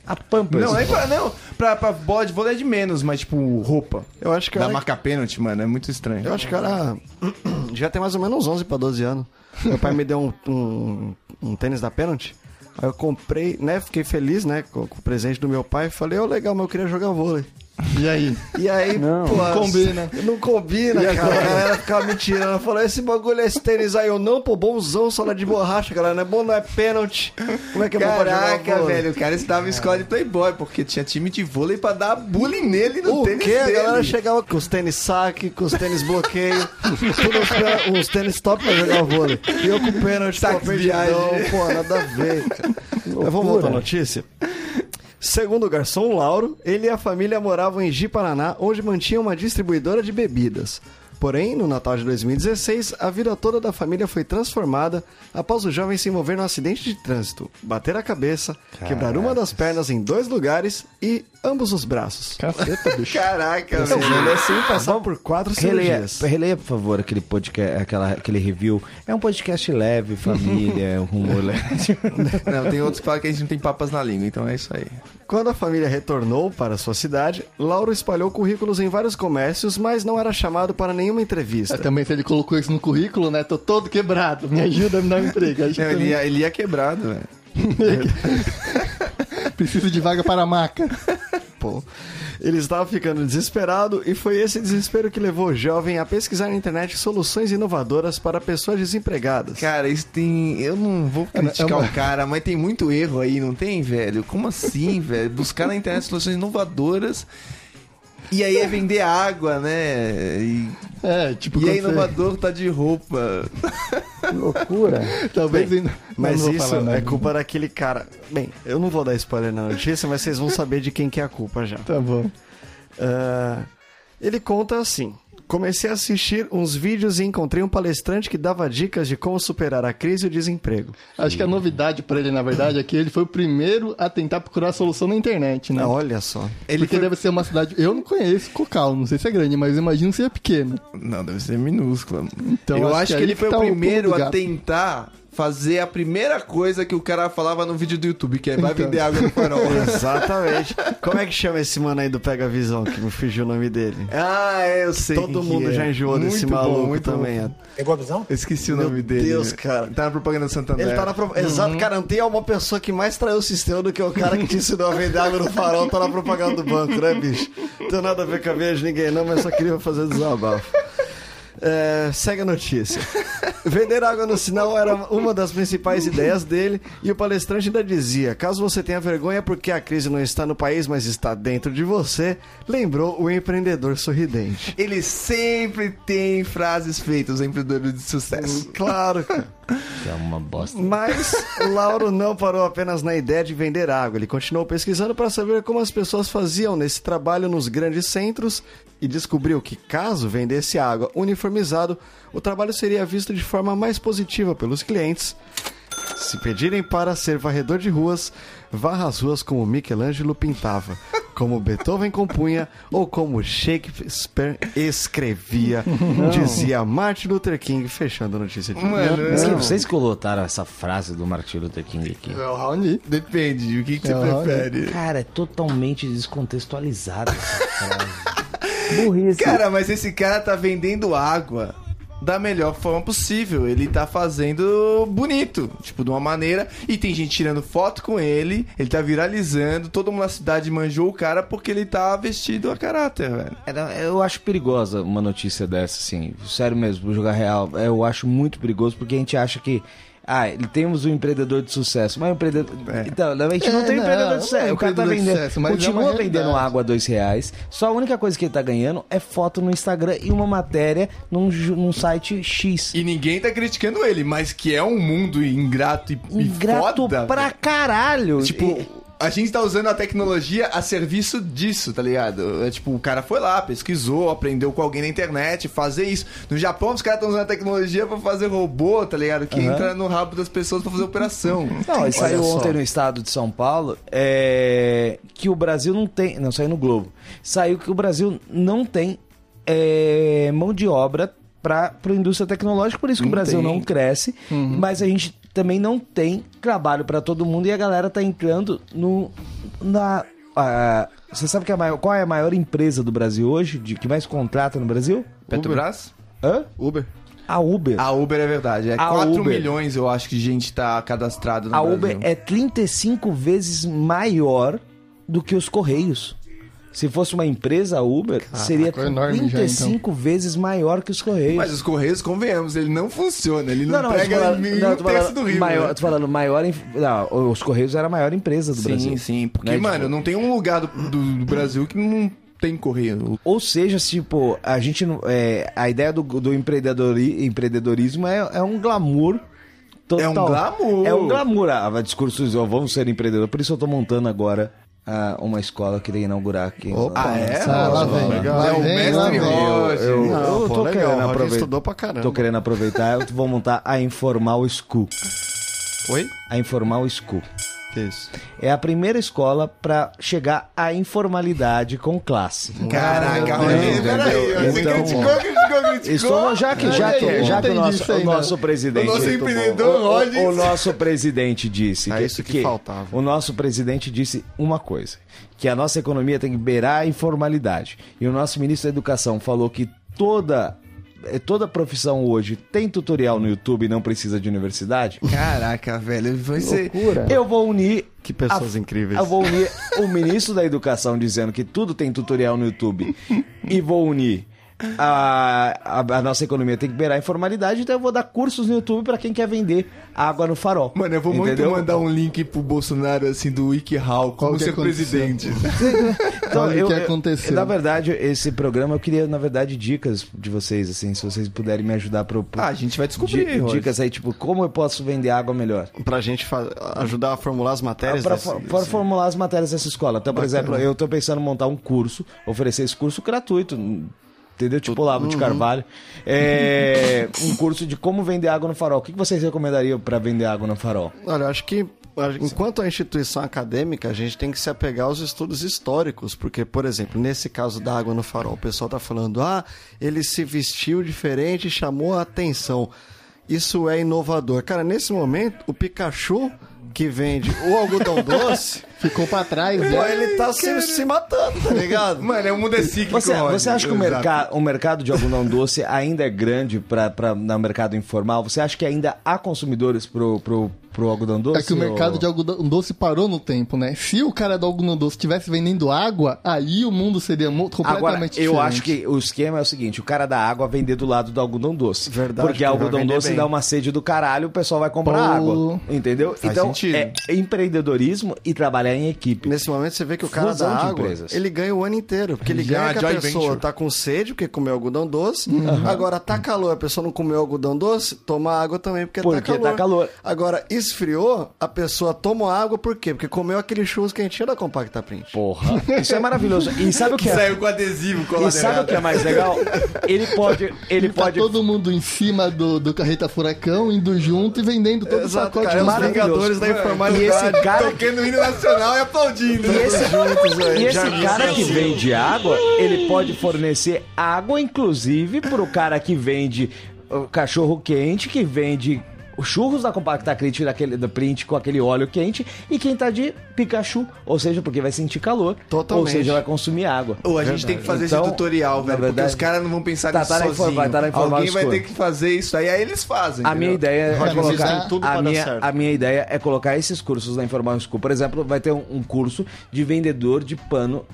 Speaker 2: A Pampers.
Speaker 1: Não, nem pra, não, pra, pra bode, vôlei é de menos, mas tipo, roupa.
Speaker 4: Eu acho que
Speaker 1: Da
Speaker 4: era-
Speaker 1: marca pênalti, mano, é muito estranho.
Speaker 4: Eu acho que era. [CLEARS THROAT] Já tem mais ou menos uns 11 pra 12 anos. Meu pai me deu um, um, um tênis da pênalti. Aí eu comprei, né? Fiquei feliz, né? Com, com o presente do meu pai. Falei, ô legal, mas eu queria jogar vôlei.
Speaker 3: E aí?
Speaker 4: E aí,
Speaker 5: Não.
Speaker 4: pô,
Speaker 3: Não combina.
Speaker 4: Não combina, cara. A galera ficava me tirando. Falou, esse bagulho é esse tênis aí ou não, pô, bonzão, sola de borracha, galera. Não é bom, não é pênalti. Como é que é bom pra jogar
Speaker 1: Caraca,
Speaker 4: vôlei?
Speaker 1: velho, o cara estava em escola de playboy, porque tinha time de vôlei pra dar bullying nele no
Speaker 4: O
Speaker 1: tênis
Speaker 4: que? A
Speaker 1: dele.
Speaker 4: galera chegava com os tênis saque, com os tênis
Speaker 1: [LAUGHS]
Speaker 4: bloqueio, tudo pra- os tênis top pra jogar vôlei. E eu com o pênalti, pô,
Speaker 1: Saques
Speaker 4: perdidão,
Speaker 1: viagem.
Speaker 4: pô, nada a ver. cara. Mas vamos voltar à notícia? Segundo o garçom Lauro, ele e a família moravam em Jiparaná, onde mantinham uma distribuidora de bebidas. Porém, no Natal de 2016, a vida toda da família foi transformada após o jovem se envolver num acidente de trânsito, bater a cabeça, quebrar uma das pernas em dois lugares e ambos os braços. [LAUGHS]
Speaker 3: Caceta, bicho.
Speaker 1: Caraca,
Speaker 4: Ou
Speaker 1: velho.
Speaker 4: seja, ele é sem passar por quatro
Speaker 2: Releia,
Speaker 4: cirurgias.
Speaker 2: releia, por favor, aquele podcast, aquela, aquele review. É um podcast leve, família, é um rumor leve.
Speaker 1: Não, tem outros que falam que a gente não tem papas na língua, então é isso aí.
Speaker 4: Quando a família retornou para sua cidade, Lauro espalhou currículos em vários comércios, mas não era chamado para nenhuma
Speaker 3: É,
Speaker 4: entrevista.
Speaker 3: também se ele colocou isso no currículo, né? Tô todo quebrado. Me ajuda a me dar um emprego. Acho que
Speaker 1: Não, ele, ia, ele ia quebrado, velho.
Speaker 3: também Preciso de vaga para a maca.
Speaker 4: Pô, Ele estava ficando desesperado e foi esse desespero que levou o jovem a pesquisar na internet soluções inovadoras para pessoas desempregadas.
Speaker 1: Cara, isso tem. Eu não vou criticar
Speaker 3: é uma-
Speaker 1: o cara, mas tem muito erro aí, não tem, velho? Como assim, [LAUGHS] velho? Buscar na internet soluções inovadoras. E aí é vender água, né? E,
Speaker 3: É, tipo,
Speaker 1: e é
Speaker 3: quando você-
Speaker 1: inovador, tá de roupa.
Speaker 5: Que loucura.
Speaker 3: Talvez
Speaker 4: Bem,
Speaker 3: ainda.
Speaker 4: [LAUGHS] Mas
Speaker 3: não vou
Speaker 4: isso
Speaker 3: falar nada.
Speaker 4: é culpa daquele cara. Bem, eu não vou dar spoiler na notícia, mas vocês vão saber de quem que é a culpa já.
Speaker 3: Tá bom.
Speaker 4: Ah, ele conta assim: comecei a assistir uns vídeos e encontrei um palestrante que dava dicas de como superar a crise e o desemprego.
Speaker 3: Acho que a novidade pra ele, na verdade, é que ele foi o primeiro a tentar procurar a solução na internet, né?
Speaker 4: Ah, olha só.
Speaker 1: Ele
Speaker 3: Porque
Speaker 1: foi-
Speaker 3: deve ser uma cidade. Eu não conheço Cocal, não sei se é grande, mas eu imagino que seja pequena.
Speaker 1: Não, deve ser minúscula.
Speaker 3: Então,
Speaker 1: eu
Speaker 3: acho
Speaker 1: acho,
Speaker 3: que
Speaker 1: que,
Speaker 3: aí
Speaker 1: ele
Speaker 3: que
Speaker 1: foi
Speaker 3: tá
Speaker 1: o
Speaker 3: o pulo
Speaker 1: primeiro
Speaker 3: do
Speaker 1: a
Speaker 3: gato.
Speaker 1: tentar fazer a primeira coisa que o cara falava no vídeo do YouTube, que é vai
Speaker 3: Então.
Speaker 1: vender água no farol.
Speaker 4: [LAUGHS] Exatamente. Como é que chama esse mano aí do Pega Visão que me fugiu o nome dele?
Speaker 1: ah, eu sei.
Speaker 4: Todo
Speaker 1: quem
Speaker 4: mundo
Speaker 1: que é.
Speaker 4: já enjoou desse
Speaker 1: Muito bom,
Speaker 4: maluco
Speaker 1: muito bom.
Speaker 4: também.
Speaker 6: Pegou a visão?
Speaker 1: Eu esqueci o
Speaker 4: Meu
Speaker 1: nome dele.
Speaker 4: Deus, cara.
Speaker 1: Tá na propaganda do Santander.
Speaker 4: Ele tá na propaganda. Exato, cara, não tem uma pessoa que mais traiu o sistema do que o cara que te ensinou a vender água no farol, tá na propaganda do banco, né, bicho? Não tem nada a ver com a vida de ninguém, não, mas só queria fazer um desabafo. É, segue a notícia. Vender água no sinal era uma das principais ideias dele e o palestrante ainda dizia: caso você tenha vergonha porque a crise não está no país, mas está dentro de você, lembrou o empreendedor sorridente.
Speaker 1: Ele sempre tem frases feitas em empreendedores de
Speaker 4: Hum.
Speaker 1: sucesso.
Speaker 4: Claro, cara.
Speaker 2: [LAUGHS] Que é uma bosta.
Speaker 4: Mas o Lauro não parou apenas na ideia de vender água. Ele continuou pesquisando para saber como as pessoas faziam nesse trabalho nos grandes centros e descobriu que, caso vendesse água uniformizado, o trabalho seria visto de forma mais positiva pelos clientes. Se pedirem para ser varredor de ruas, varra as ruas como Michelangelo pintava, como Beethoven compunha ou como Shakespeare escrevia, dizia Martin Luther King, fechando a notícia de hoje.
Speaker 2: Mas que vocês colocaram essa frase do Martin Luther King aqui.
Speaker 3: É o Round.
Speaker 1: Depende, o que, que você
Speaker 3: Aham.
Speaker 1: prefere?
Speaker 2: Cara, é totalmente descontextualizada essa frase.
Speaker 5: Burrice.
Speaker 1: Cara, mas esse cara tá vendendo água da melhor forma possível. Ele tá fazendo bonito, tipo, de uma maneira. E tem gente tirando foto com ele, ele tá viralizando. Todo mundo na cidade manjou o cara porque ele tá vestido a caráter, velho.
Speaker 2: Era- Eu acho perigosa uma notícia dessa, assim. Sério mesmo, vou jogar real. É, Eu acho muito perigoso porque a gente acha que. Ah, ele- temos um empreendedor de sucesso, mas o empreendedor. Então, a gente não
Speaker 3: É,
Speaker 2: tem um
Speaker 3: não,
Speaker 2: empreendedor
Speaker 3: não é
Speaker 2: de sucesso.
Speaker 3: um
Speaker 2: o cara tá
Speaker 3: empreendedor de
Speaker 2: vendendo.
Speaker 3: sucesso, mas é
Speaker 2: continua
Speaker 3: uma
Speaker 2: vendendo
Speaker 3: realidade.
Speaker 2: água a dois reais. Só a única coisa que ele tá ganhando é foto no Instagram e uma matéria num, ju- num site X.
Speaker 1: E ninguém tá criticando ele, mas que é um mundo ingrato e, e
Speaker 2: Ingrato
Speaker 1: foda.
Speaker 2: pra
Speaker 1: velho.
Speaker 2: caralho.
Speaker 1: Tipo, a gente tá usando a tecnologia a serviço disso, tá ligado? É tipo, o cara foi lá, pesquisou, aprendeu com alguém na internet, fazer isso. No Japão, os caras estão usando a tecnologia pra fazer robô, tá ligado? Que entra no rabo das pessoas pra fazer [LAUGHS] operação.
Speaker 2: Não, e
Speaker 1: é
Speaker 2: saiu
Speaker 4: só.
Speaker 2: ontem no estado de São Paulo é, que o Brasil não tem. Não, saiu no Globo. Saiu que o Brasil não tem é, mão de obra para a indústria tecnológica, por isso que o Brasil
Speaker 1: tem.
Speaker 2: não Uhum. cresce, mas a gente também não tem trabalho para todo mundo e a galera tá entrando no. na. ah, você sabe que a maior- qual é a maior empresa do Brasil hoje, de, que mais contrata no Brasil?
Speaker 1: Petrobras?
Speaker 2: Hã?
Speaker 1: Uber?
Speaker 2: A Uber.
Speaker 1: A Uber é verdade. É
Speaker 2: A
Speaker 1: 4
Speaker 2: Uber.
Speaker 1: milhões, eu acho, que gente tá cadastrado no
Speaker 2: A é
Speaker 1: Brasil.
Speaker 2: Uber é 35 vezes maior do que os Correios. Se fosse uma empresa Uber, seria
Speaker 3: é enorme já, então.
Speaker 2: 35 vezes maior que os Correios.
Speaker 1: Mas os Correios, convenhamos, ele não funciona. Ele não,
Speaker 2: mas
Speaker 1: pega
Speaker 2: tô falando-
Speaker 1: nem
Speaker 2: não,
Speaker 1: um
Speaker 2: tô
Speaker 1: terço
Speaker 2: falando
Speaker 1: do Rio.
Speaker 2: Maior,
Speaker 1: né?
Speaker 2: Tô falando, maior. em- não, os Correios era a maior empresa do Brasil.
Speaker 1: Sim, sim. Porque,
Speaker 2: Né,
Speaker 1: mano, não tem um lugar do, do- do Brasil que não tem correio.
Speaker 2: Ou seja, tipo, a gente não- é, a ideia do, do empreendedori- empreendedorismo é, é um glamour total.
Speaker 1: É um glamour.
Speaker 2: É um glamour. Ah, discursos, ó, vamos ser empreendedor. Por isso eu tô montando agora ah, uma escola que irei inaugurar aqui.
Speaker 4: Opa,
Speaker 1: Ah, é?
Speaker 3: Ah, lá vem. Lá
Speaker 1: É o
Speaker 3: vem, lá
Speaker 1: mestre
Speaker 3: vem.
Speaker 1: Roger.
Speaker 2: Eu,
Speaker 4: Não,
Speaker 2: eu
Speaker 4: pô,
Speaker 2: tô
Speaker 4: legal, o
Speaker 2: querendo
Speaker 4: Roger
Speaker 2: aproveitar.
Speaker 4: estudou pra caramba.
Speaker 2: Tô querendo aproveitar. Eu vou montar a Informal School.
Speaker 4: Oi?
Speaker 2: A Informal School.
Speaker 4: Que isso?
Speaker 2: É a primeira escola pra chegar à informalidade com classe.
Speaker 1: Caraca, Roger, peraí. Você
Speaker 2: Então,
Speaker 1: criticou, criticou, criticou.
Speaker 2: Estou, já que, já que, já que o nosso, o
Speaker 4: né?
Speaker 2: nosso presidente.
Speaker 1: O nosso
Speaker 2: Muito bom.
Speaker 1: empreendedor,
Speaker 2: O- o-
Speaker 1: Roger.
Speaker 2: O, nosso presidente disse.
Speaker 4: É isso que faltava.
Speaker 2: O nosso presidente disse uma coisa: que a nossa economia tem que beirar a informalidade. E o nosso ministro da Educação falou que toda. eh, Toda profissão hoje tem tutorial no YouTube e não precisa de universidade.
Speaker 1: Caraca, velho. Você...
Speaker 5: Loucura.
Speaker 2: Eu vou unir.
Speaker 4: Que pessoas incríveis.
Speaker 2: Eu vou unir o ministro da Educação dizendo que tudo tem tutorial no YouTube e vou unir. A, a, a nossa economia tem que beirar a informalidade, então eu vou dar cursos no YouTube pra quem quer vender água no farol.
Speaker 1: Mano, eu vou
Speaker 2: Entendeu? é
Speaker 1: muito mandar um link pro Bolsonaro, assim, do WikiHow, como
Speaker 3: que
Speaker 1: ser
Speaker 3: aconteceu?
Speaker 1: presidente. um
Speaker 3: Olha o que aconteceu.
Speaker 2: Então, Na verdade, esse programa eu queria, na verdade, dicas de vocês, assim, se vocês puderem me ajudar pro. pro
Speaker 1: Ah, a gente vai descobrir,
Speaker 2: di-
Speaker 1: Roger.
Speaker 2: Dicas aí, tipo, como eu posso vender água melhor?
Speaker 4: Pra gente fa- ajudar a formular as matérias.
Speaker 2: Para
Speaker 4: desse- desse-
Speaker 2: formular as matérias dessa escola. Então, por exemplo, eu tô pensando em montar um curso, oferecer esse curso gratuito. Entendeu? Tipo Olavo
Speaker 3: Uhum.
Speaker 2: de Carvalho.
Speaker 3: [LAUGHS]
Speaker 2: É, um curso de como vender água no farol. O que que vocês recomendariam para vender água no farol?
Speaker 4: Olha, eu acho que a- enquanto a instituição acadêmica, a gente tem que se apegar aos estudos históricos, porque, por exemplo, nesse caso da água no farol, o pessoal está falando, ah, ele se vestiu diferente e chamou a atenção. Isso é inovador. Cara, nesse momento, o Pikachu que vende o
Speaker 2: [LAUGHS]
Speaker 4: algodão doce,
Speaker 3: Ficou pra trás,
Speaker 4: pô,
Speaker 3: né?
Speaker 4: ele tá se, se matando, tá ligado?
Speaker 1: Mano, é o mundo é cíclico,
Speaker 2: Você,
Speaker 1: Roger.
Speaker 2: você acha que o,
Speaker 1: Exato.
Speaker 2: merca, o mercado de algodão doce ainda é grande para no mercado informal? Você acha que ainda há consumidores pro, pro, pro algodão doce?
Speaker 3: É que o mercado
Speaker 2: ou-
Speaker 3: de algodão um doce parou no tempo, né? Se o cara do algodão doce estivesse vendendo água, aí o mundo seria mu- completamente
Speaker 2: Agora, eu
Speaker 3: diferente.
Speaker 2: acho que o esquema é o seguinte: o cara da água vender do lado do algodão doce.
Speaker 4: Verdade,
Speaker 2: Porque
Speaker 4: porque vai
Speaker 2: algodão
Speaker 4: vender
Speaker 2: doce
Speaker 4: bem.
Speaker 2: dá uma sede do caralho, o pessoal vai comprar
Speaker 3: Pô.
Speaker 2: água. Entendeu? então,
Speaker 1: sentido.
Speaker 2: é empreendedorismo e trabalhar em equipe.
Speaker 4: Nesse momento você vê que o cara
Speaker 2: Fusão
Speaker 4: da
Speaker 2: de
Speaker 4: água,
Speaker 2: empresas.
Speaker 4: ele ganha o ano inteiro, porque ele
Speaker 1: Já
Speaker 4: ganha que a
Speaker 1: joint
Speaker 4: pessoa
Speaker 1: venture.
Speaker 4: tá com sede, porque comeu algodão doce.
Speaker 2: Uhum.
Speaker 4: Agora tá calor, a pessoa não comeu algodão doce, toma água também, porque,
Speaker 2: Porque
Speaker 4: tá,
Speaker 2: tá
Speaker 4: calor.
Speaker 2: calor.
Speaker 4: Agora esfriou, a pessoa toma água, por quê? Porque comeu aquele churros quentinho da Compacta Print.
Speaker 2: Porra. Isso é maravilhoso. E sabe o
Speaker 1: [LAUGHS]
Speaker 2: que
Speaker 1: Que
Speaker 2: é?
Speaker 1: saiu com adesivo,
Speaker 2: E sabe
Speaker 1: colateral.
Speaker 2: o que é mais legal? Ele pode. Ele
Speaker 3: Tá
Speaker 2: pode.
Speaker 3: todo mundo em cima do, do carreta furacão, indo junto e vendendo todo
Speaker 4: Exato,
Speaker 3: o
Speaker 4: cara, é
Speaker 3: pacote.
Speaker 4: os
Speaker 3: Maravilhoso.
Speaker 4: Vingadores da
Speaker 2: tipo E
Speaker 4: Informalidade.
Speaker 2: esse cara
Speaker 1: Tocando o hino nacional e aplaudindo.
Speaker 2: E esse,
Speaker 4: juntos aí,
Speaker 2: e esse
Speaker 4: já
Speaker 2: cara que
Speaker 4: viu?
Speaker 2: vende água, ele pode fornecer água, inclusive, pro cara que vende uh, cachorro quente, que vende churros da compacta crítica daquele da print com aquele óleo quente e quem tá de Pikachu, ou seja, porque vai sentir calor, ou
Speaker 4: Totalmente.
Speaker 2: seja, vai consumir água.
Speaker 1: Ou a gente tem que fazer
Speaker 2: Então,
Speaker 1: esse tutorial,
Speaker 2: na
Speaker 1: velho,
Speaker 2: verdade-
Speaker 1: porque os caras não vão pensar
Speaker 2: Tá,
Speaker 1: nisso
Speaker 2: tá na informa-
Speaker 1: sozinho.
Speaker 2: tá na informa-
Speaker 1: Alguém vai
Speaker 2: escura.
Speaker 1: ter que fazer isso aí, aí eles fazem.
Speaker 2: A minha
Speaker 1: entendeu?
Speaker 2: ideia é
Speaker 3: Roger, vocês
Speaker 2: colocar
Speaker 3: têm
Speaker 4: tudo pra
Speaker 2: a
Speaker 4: dar
Speaker 2: minha,
Speaker 4: certo.
Speaker 2: a minha ideia é colocar esses cursos na Informal School. Por exemplo, vai ter um, um curso de vendedor de pano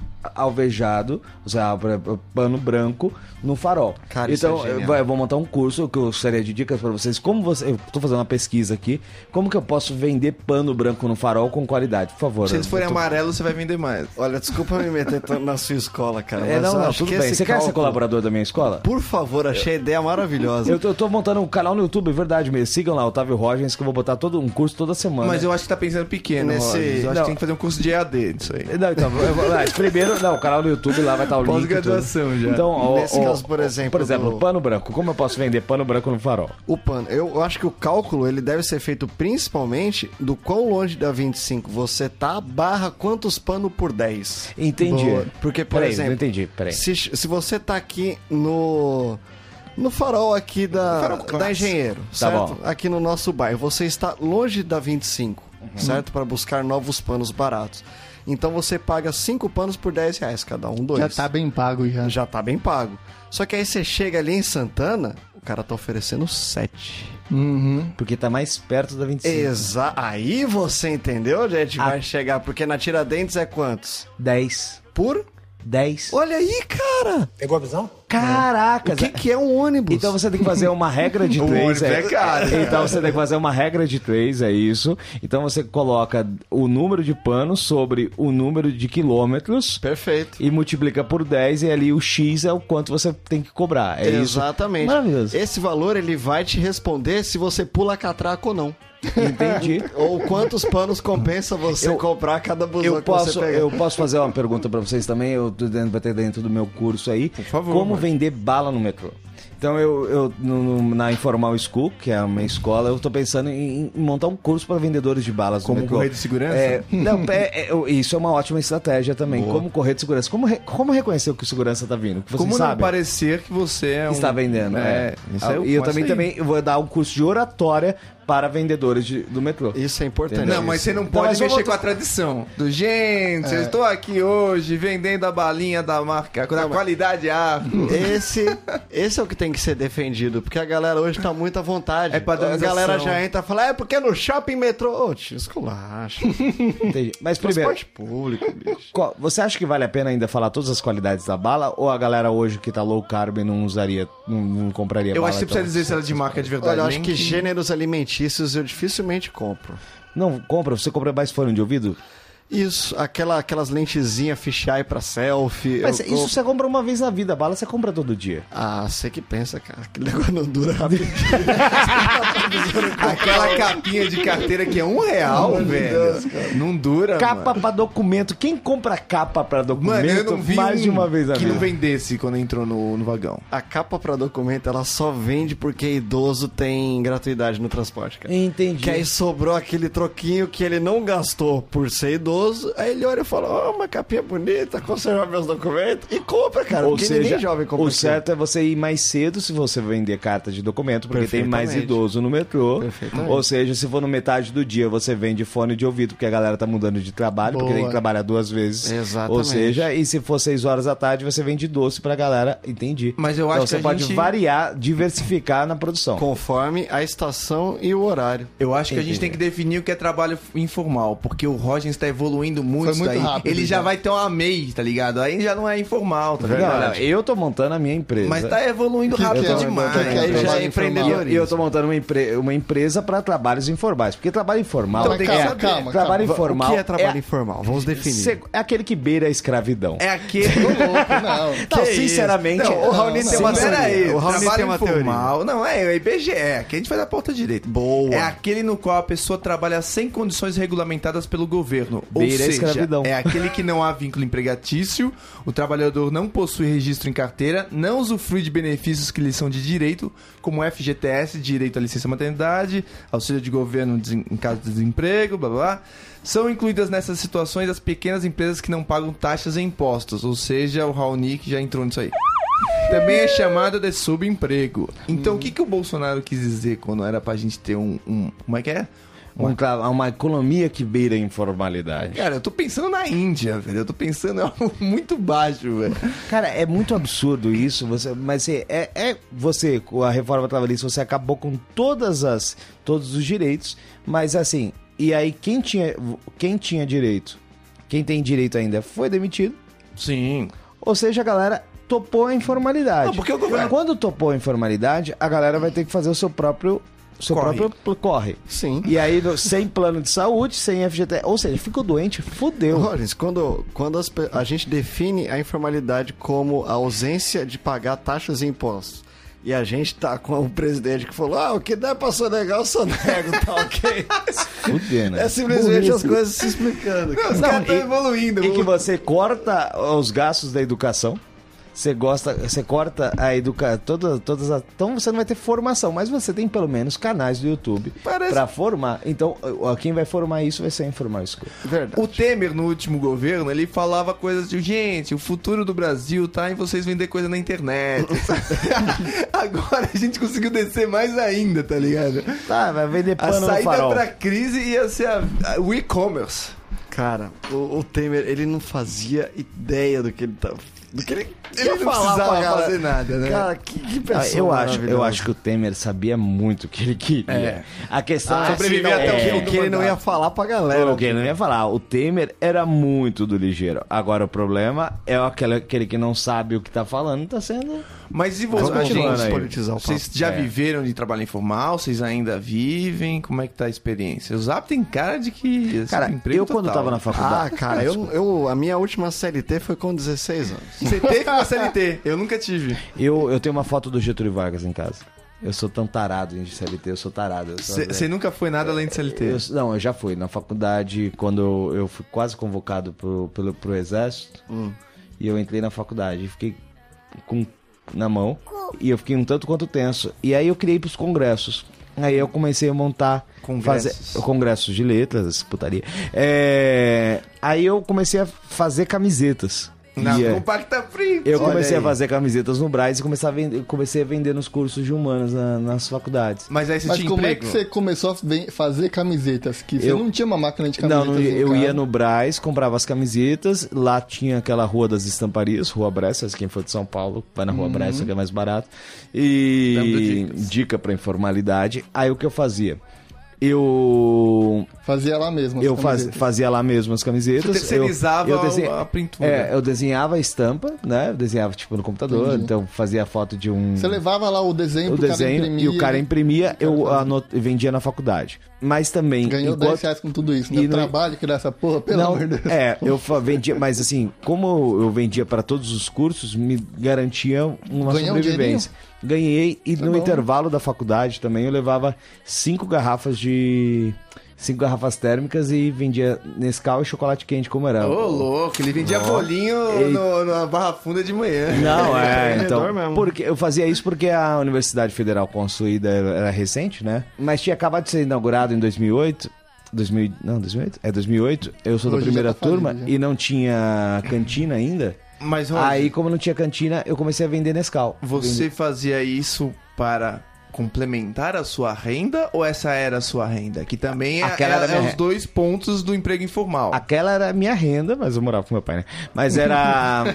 Speaker 2: alvejado, ou seja, pra- pano branco no farol.
Speaker 4: Cara, isso
Speaker 2: então,
Speaker 4: é genial.
Speaker 2: eu, vai- eu vou montar um curso que eu gostaria de dicas pra vocês. Como você, eu tô fazendo uma pesquisa aqui, como que eu posso vender pano branco no farol com qualidade? Por favor.
Speaker 1: Se eles forem
Speaker 2: Eu tô-
Speaker 1: amarelo, você vai vender mais.
Speaker 4: Olha, desculpa me meter tanto na sua escola, cara.
Speaker 2: É,
Speaker 4: mas
Speaker 2: não,
Speaker 4: eu
Speaker 2: não,
Speaker 4: acho
Speaker 2: tudo
Speaker 4: que
Speaker 2: bem.
Speaker 4: esse
Speaker 2: Você quer ser
Speaker 4: cálculo-
Speaker 2: colaborador da minha escola?
Speaker 4: Por favor, achei a ideia maravilhosa.
Speaker 2: Eu tô, eu tô montando um canal no YouTube, verdade mesmo. Sigam lá, Otávio Rogens, que eu vou botar todo um curso toda semana.
Speaker 1: Mas eu acho que tá pensando pequeno,
Speaker 4: Nesse-
Speaker 1: Rogers. Eu acho
Speaker 2: Não.
Speaker 1: que tem que fazer um curso de EAD disso aí.
Speaker 2: Não, então, eu vou- vai, primeiro, não, o canal do YouTube lá vai estar o link. e tudo.
Speaker 1: Pós-graduação já.
Speaker 2: Então, ó,
Speaker 4: Nesse
Speaker 2: ó,
Speaker 4: caso, por
Speaker 2: ó,
Speaker 4: exemplo,
Speaker 2: Por exemplo,
Speaker 4: do-
Speaker 2: pano branco. Como eu posso vender pano branco no farol?
Speaker 4: O pano. Eu acho que o cálculo ele deve ser feito principalmente do quão longe da 25 você tá, barra quantos pano por 10.
Speaker 2: Entendi.
Speaker 4: Boa. Porque, por
Speaker 2: Peraí,
Speaker 4: exemplo,
Speaker 2: Não entendi, peraí.
Speaker 4: Se, se você tá aqui no. No farol aqui da, da Engenheiro, certo?
Speaker 2: Tá bom.
Speaker 4: Aqui no nosso bairro. Você está longe da 25,
Speaker 2: Uhum.
Speaker 4: certo? Para buscar novos panos baratos. Então você paga 5 panos por 10 reais cada um, dois
Speaker 3: Já tá bem pago já.
Speaker 4: já tá bem pago. Só que aí você chega ali em Santana, o cara tá oferecendo 7.
Speaker 2: Porque tá mais perto da 25.
Speaker 4: Exa aí você entendeu onde a gente
Speaker 2: Ah.
Speaker 4: vai chegar, porque na Tiradentes é quantos?
Speaker 2: 10.
Speaker 4: Por?
Speaker 2: 10.
Speaker 4: Olha aí, cara!
Speaker 6: Pegou a visão?
Speaker 2: Caraca!
Speaker 4: O que, que é um ônibus?
Speaker 2: Então você tem que fazer uma regra [LAUGHS] de
Speaker 1: O
Speaker 2: três.
Speaker 1: ônibus
Speaker 2: é-
Speaker 1: é caro.
Speaker 2: Então você tem que fazer uma regra de três, é isso. Então você coloca o número de panos sobre o número de quilômetros
Speaker 1: Perfeito.
Speaker 2: e multiplica por 10 e ali o X é o quanto você tem que cobrar. É isso.
Speaker 4: Exatamente.
Speaker 2: Maravilhoso.
Speaker 4: Esse valor ele vai te responder se você pula catraco ou não. [LAUGHS]
Speaker 2: Entendi.
Speaker 4: Ou quantos panos compensa você comprar cada busão
Speaker 2: Eu
Speaker 4: que
Speaker 2: posso,
Speaker 4: você pegar.
Speaker 2: eu posso fazer uma pergunta pra vocês também, eu tô dentro, vai ter dentro do meu curso aí. Por
Speaker 1: favor,
Speaker 2: Como
Speaker 1: mano.
Speaker 2: vender bala no metrô? Então eu, eu no- no- na Informal School, que é a minha escola, eu tô pensando em, em montar um curso para vendedores de balas
Speaker 1: Como
Speaker 2: no metrô.
Speaker 1: correr de segurança?
Speaker 2: É, não, é- é- eu- isso é uma ótima estratégia também. Como correr de segurança? Como, re- como reconhecer que o segurança tá vindo? Que Vocês
Speaker 1: Como
Speaker 2: sabem?
Speaker 1: não parecer que você é um...
Speaker 2: Está vendendo, é.
Speaker 1: Isso é o-
Speaker 2: e eu
Speaker 1: é
Speaker 2: também,
Speaker 1: isso aí.
Speaker 2: também vou dar um curso de oratória para vendedores de- do metrô.
Speaker 4: Isso é importante.
Speaker 1: Não, mas você não
Speaker 2: Então,
Speaker 1: pode
Speaker 2: mas
Speaker 1: mexer
Speaker 2: vamos-
Speaker 1: com a tradição. Do gente, eu estou aqui hoje vendendo a balinha da marca, da qualidade A.
Speaker 4: Esse, esse é o que tem que ser defendido, porque a galera hoje tá muito à vontade.
Speaker 1: É padronização.
Speaker 4: A galera já entra e fala, é porque no shopping metrô. Ô, tio, [LAUGHS] esculacha.
Speaker 2: Entendi. Mas primeiro,
Speaker 4: Transporte [LAUGHS] público, bicho.
Speaker 2: qual- você acha que vale a pena ainda falar todas as qualidades da bala? Ou a galera hoje que tá low carb não usaria, não, não compraria
Speaker 1: Eu
Speaker 2: bala?
Speaker 1: acho que você precisa
Speaker 2: então?
Speaker 1: dizer se ela é de marca de verdade.
Speaker 4: Olha, eu acho
Speaker 1: nem
Speaker 4: que gêneros alimentícios eu dificilmente compro.
Speaker 2: Não, compra. Você compra mais fone de ouvido?
Speaker 4: Isso, aquela, aquelas lentezinhas fisheye pra selfie.
Speaker 2: Mas
Speaker 4: eu
Speaker 2: isso
Speaker 4: compro.
Speaker 2: você compra uma vez na vida. A bala você compra todo dia.
Speaker 4: Ah, você que pensa, cara. Que [LAUGHS] negócio não dura rapidinho.
Speaker 1: Aquela capinha de carteira que é um real, velho. não dura,
Speaker 2: Capa
Speaker 1: Ah, mano.
Speaker 2: pra documento. Quem compra capa pra documento
Speaker 1: Mano, eu não vi
Speaker 2: mais
Speaker 1: um
Speaker 2: de uma vez na
Speaker 1: que
Speaker 2: vida?
Speaker 1: não vendesse quando entrou no, no vagão.
Speaker 4: A capa pra documento, ela só vende porque idoso tem gratuidade no transporte, cara.
Speaker 2: Entendi.
Speaker 4: Que aí sobrou aquele troquinho que ele não gastou por ser idoso. Aí ele olha e fala: Ó, uma capinha bonita, conservar meus documentos. E compra, cara.
Speaker 2: Ou
Speaker 4: porque
Speaker 2: seja,
Speaker 4: ninguém jovem compra.
Speaker 2: o
Speaker 4: aquilo.
Speaker 2: certo é você ir mais cedo se você vender carta de documento, porque tem mais
Speaker 4: Perfeitamente.
Speaker 2: idoso no metrô. Ou seja, se for no metade do dia, você vende fone de ouvido, porque a galera tá mudando de trabalho, porque tem que trabalhar duas vezes.
Speaker 4: Exatamente.
Speaker 2: Ou seja, e se for seis horas da tarde, você vende doce pra galera. Entendi.
Speaker 1: Mas eu acho
Speaker 2: então
Speaker 1: que
Speaker 2: você
Speaker 1: a
Speaker 2: pode
Speaker 1: gente-
Speaker 2: variar, diversificar na produção.
Speaker 4: Conforme a estação e o horário.
Speaker 1: Eu acho que a gente tem que definir o que é trabalho informal, porque o Rogens tá evoluindo muito,
Speaker 3: Foi
Speaker 1: isso
Speaker 3: muito
Speaker 1: daí.
Speaker 3: rápido,
Speaker 1: Ele já,
Speaker 3: já.
Speaker 1: vai ter uma MEI, tá ligado? Aí já não é informal, tá ligado?
Speaker 2: Não, é, não, eu tô montando a minha empresa.
Speaker 1: Mas tá evoluindo rápido
Speaker 3: que é-
Speaker 1: demais.
Speaker 3: que é
Speaker 1: velho.
Speaker 3: isso?
Speaker 1: Já
Speaker 3: Trabalho
Speaker 1: é
Speaker 3: informal.
Speaker 1: empreendedorismo.
Speaker 2: E eu tô montando uma, empre- uma empresa para trabalhos informais. Porque trabalho informal.
Speaker 3: Então tem que
Speaker 2: é-
Speaker 3: saber. Calma,
Speaker 2: trabalho
Speaker 3: calma.
Speaker 2: informal.
Speaker 4: o que é trabalho informal? Vamos definir.
Speaker 2: Seg- É aquele que beira a escravidão.
Speaker 1: É aquele.
Speaker 3: Não,
Speaker 2: [LAUGHS] Não, sinceramente.
Speaker 1: Não, o Raoni tem uma
Speaker 4: Pera aí,
Speaker 1: teoria.
Speaker 4: o Raoni
Speaker 1: trabalho
Speaker 4: tem uma teoria.
Speaker 1: informal. Não, é, é IBGE, que a gente faz a porta direita.
Speaker 4: Boa.
Speaker 1: É aquele no qual a pessoa trabalha sem condições regulamentadas pelo governo. Ou
Speaker 2: Beira a
Speaker 1: seja,
Speaker 2: escravidão.
Speaker 1: é aquele que não há vínculo empregatício, o trabalhador não possui registro em carteira, não usufrui de benefícios que lhe são de direito, como FGTS, direito à licença maternidade, auxílio de governo desen- em caso de desemprego, blá blá. blá. São incluídas nessas situações as pequenas empresas que não pagam taxas e impostos, ou seja, o Raoni que já entrou nisso aí. Também é chamada de subemprego. Então, o
Speaker 2: Uhum.
Speaker 1: que, que o Bolsonaro quis dizer quando era pra gente ter um. um- como é que é?
Speaker 2: Um tra- uma economia que beira a informalidade.
Speaker 1: Cara, eu tô pensando na Índia, velho. Eu tô pensando em algo [LAUGHS] muito baixo, velho.
Speaker 2: Cara, é muito absurdo isso. Você, mas é, é, é- você, com a reforma trabalhista, você acabou com todas as, todos os direitos. Mas assim, e aí quem tinha, quem tinha direito, quem tem direito ainda, foi demitido.
Speaker 1: Sim.
Speaker 2: Ou seja, a galera topou a informalidade.
Speaker 1: Não, porque o governo-
Speaker 2: Quando topou a informalidade, a galera vai ter que fazer o seu próprio. Seu
Speaker 1: Corre.
Speaker 2: próprio pl- corre.
Speaker 4: Sim.
Speaker 2: E aí, no- sem plano de saúde, sem FGTS. Ou seja, ficou doente, fudeu.
Speaker 4: Lorenz, quando, quando as pe- a gente define a informalidade como a ausência de pagar taxas e impostos, e a gente tá com o presidente que falou: ah, o que der pra sonegar, eu sonego, tá ok?
Speaker 2: Fudeu, né?
Speaker 4: É simplesmente
Speaker 5: Burrice.
Speaker 4: as coisas se explicando. cara.
Speaker 1: Os
Speaker 2: Não,
Speaker 1: caras tão
Speaker 2: e-
Speaker 1: evoluindo.
Speaker 2: E que você corta os gastos da educação. Você gosta, você corta a educação, toda, todas as. Então você não vai ter formação, mas você tem pelo menos canais do YouTube
Speaker 1: Parece-
Speaker 2: pra formar. Então, ó, quem vai formar isso vai ser a informal school.
Speaker 4: Verdade.
Speaker 1: O Temer, no último governo, ele falava coisas de gente, o futuro do Brasil tá em vocês vender coisa na internet. [LAUGHS] Agora a gente conseguiu descer mais ainda, tá ligado?
Speaker 2: Tá, vai vender
Speaker 1: A
Speaker 2: pano no
Speaker 1: saída
Speaker 2: farol.
Speaker 1: pra crise ia ser a- a- o e-commerce.
Speaker 4: Cara, o, o Temer, ele não fazia ideia do que ele tava. Do que ele,
Speaker 1: Ele não precisava fazer nada, né?
Speaker 4: Cara, que, que
Speaker 2: Ah,
Speaker 4: pessoa
Speaker 2: eu acho, eu
Speaker 4: maravilhosa.
Speaker 2: acho que o Temer sabia muito o que ele queria.
Speaker 1: É.
Speaker 2: A questão
Speaker 1: Ah,
Speaker 2: é se
Speaker 1: sobreviver
Speaker 2: não-
Speaker 1: até o
Speaker 2: é,
Speaker 1: fim
Speaker 4: O que ele não ia falar pra galera.
Speaker 2: Era o que ele não ia falar. O Temer era muito do ligeiro. Agora o problema é aquele, aquele que não sabe o que tá falando, tá sendo.
Speaker 1: Mas e
Speaker 4: Vamos
Speaker 1: vocês,
Speaker 4: continuar
Speaker 1: gente?
Speaker 4: aí. politizar o papo.
Speaker 1: Vocês já
Speaker 2: É.
Speaker 1: viveram de trabalho informal? Vocês ainda vivem? Como é que tá a experiência? O Zap tem cara de que... assim,
Speaker 2: Cara,
Speaker 1: emprego
Speaker 2: eu quando
Speaker 1: total.
Speaker 2: tava na faculdade.
Speaker 4: Ah, cara, eu, eu, a minha última CLT foi com 16 anos.
Speaker 1: Você teve uma CLT? Eu nunca tive.
Speaker 2: Eu, eu tenho uma foto do Getúlio Vargas em casa. Eu sou tão tarado em CLT, eu sou tarado. eu sou-
Speaker 1: Você nunca foi nada além de CLT.
Speaker 2: Eu- não, eu já fui. Na faculdade, quando eu fui quase convocado pro, pelo, pro exército,
Speaker 1: Hum.
Speaker 2: e eu entrei na faculdade, e fiquei com na mão, e eu fiquei um tanto quanto tenso. E aí eu criei pros congressos. Aí eu comecei a montar
Speaker 1: Congressos.
Speaker 2: fazer- congressos de letras, putaria. É, aí eu comecei a fazer camisetas.
Speaker 1: Na tá
Speaker 2: E, é,
Speaker 1: Compacta Free.
Speaker 2: eu comecei
Speaker 4: aí.
Speaker 2: a fazer camisetas no Braz e comecei a vender, comecei a vender nos cursos de humanas na- nas faculdades.
Speaker 1: Mas aí você
Speaker 3: Mas
Speaker 1: tinha
Speaker 3: como é
Speaker 1: emprego?
Speaker 3: que você começou a ven- fazer camisetas? Que você
Speaker 2: Eu-
Speaker 3: não tinha uma máquina de
Speaker 2: Não,
Speaker 3: camisetas
Speaker 2: não,
Speaker 3: em
Speaker 2: eu
Speaker 3: casa.
Speaker 2: ia no Brás, comprava as camisetas, lá tinha aquela Rua das Estamparias, Rua Bressas, quem for de São Paulo, vai na Rua Bressa que é mais barato. E
Speaker 1: Dando dicas.
Speaker 2: dica pra informalidade. Aí o que eu fazia? Eu
Speaker 3: Fazia lá mesmo as
Speaker 2: eu faz-
Speaker 3: camisetas.
Speaker 2: fazia lá mesmo as camisetas.
Speaker 1: Você terceirizava
Speaker 2: eu, eu
Speaker 1: a pintura.
Speaker 2: É, eu desenhava a estampa, né? Eu desenhava tipo no computador,
Speaker 3: Entendi.
Speaker 2: então fazia a foto de um
Speaker 3: Você levava lá o desenho
Speaker 2: o
Speaker 3: pro
Speaker 2: desenho
Speaker 3: cara né? imprimir.
Speaker 2: e o cara imprimia, eu anot... vendia na faculdade. Mas também
Speaker 3: Ganhou
Speaker 2: enquanto-
Speaker 3: 10 reais com tudo isso. Né?
Speaker 2: E
Speaker 3: O
Speaker 2: não-
Speaker 3: trabalho que dá essa porra, pelo
Speaker 2: não,
Speaker 3: amor de Deus.
Speaker 2: É, eu fa- vendia, mas assim, como eu vendia para todos os cursos, me garantia uma
Speaker 3: Ganhou um
Speaker 2: sobrevivência. Ganhei e no
Speaker 3: bom.
Speaker 2: intervalo da faculdade também eu levava cinco garrafas de cinco garrafas térmicas e vendia Nescau e chocolate quente como era.
Speaker 1: Ô, louco, ele vendia bolinho
Speaker 2: Ei.
Speaker 1: no- na barra funda de manhã.
Speaker 2: Não, é,
Speaker 4: empreendedor
Speaker 2: então.
Speaker 4: mesmo.
Speaker 2: Porque eu fazia isso porque a Universidade Federal construída era recente, né? Mas tinha acabado de ser inaugurada em 2008. 2000, não, 2008? É 2008. Eu sou da
Speaker 3: Hoje já
Speaker 2: primeira
Speaker 3: tá falido,
Speaker 2: turma
Speaker 3: já.
Speaker 2: e não tinha cantina ainda.
Speaker 1: Mas, Roger,
Speaker 2: Aí, como não tinha cantina, eu comecei a vender Nescau.
Speaker 1: você fazia isso para complementar a sua renda ou essa era a sua renda? Que também é,
Speaker 2: Aquela era
Speaker 1: é- é
Speaker 2: minha
Speaker 1: os
Speaker 2: renda.
Speaker 1: dois pontos do emprego informal.
Speaker 2: Aquela era a minha renda, mas eu morava com meu pai, né? Mas era.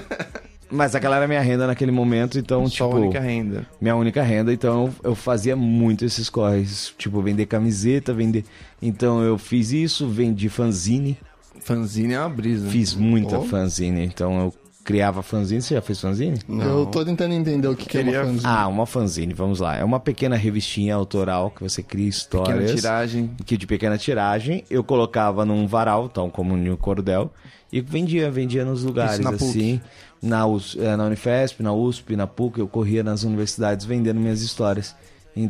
Speaker 2: mas aquela era a minha renda naquele momento, então,
Speaker 1: Só a
Speaker 2: tipo.
Speaker 1: única renda.
Speaker 2: Minha única renda, então eu fazia muito esses corres. Tipo, vender camiseta, vender. Então eu fiz isso, vendi fanzine.
Speaker 1: Fanzine é uma brisa.
Speaker 2: Fiz muita
Speaker 1: Oh.
Speaker 2: fanzine. Então eu criava fanzine. Você já fez fanzine?
Speaker 3: Eu tô tentando entender o que, que é
Speaker 1: Queria-
Speaker 3: uma fanzine.
Speaker 2: Ah, uma fanzine, vamos lá. É uma pequena revistinha autoral que você cria
Speaker 1: Pequena
Speaker 2: histórias.
Speaker 1: é tiragem.
Speaker 2: que de pequena tiragem eu colocava num varal, tal como no cordel, e vendia, vendia nos lugares
Speaker 1: Isso na PUC.
Speaker 2: assim, na, US, eh, na Unifesp, na USP, na PUC, eu corria nas universidades vendendo minhas histórias.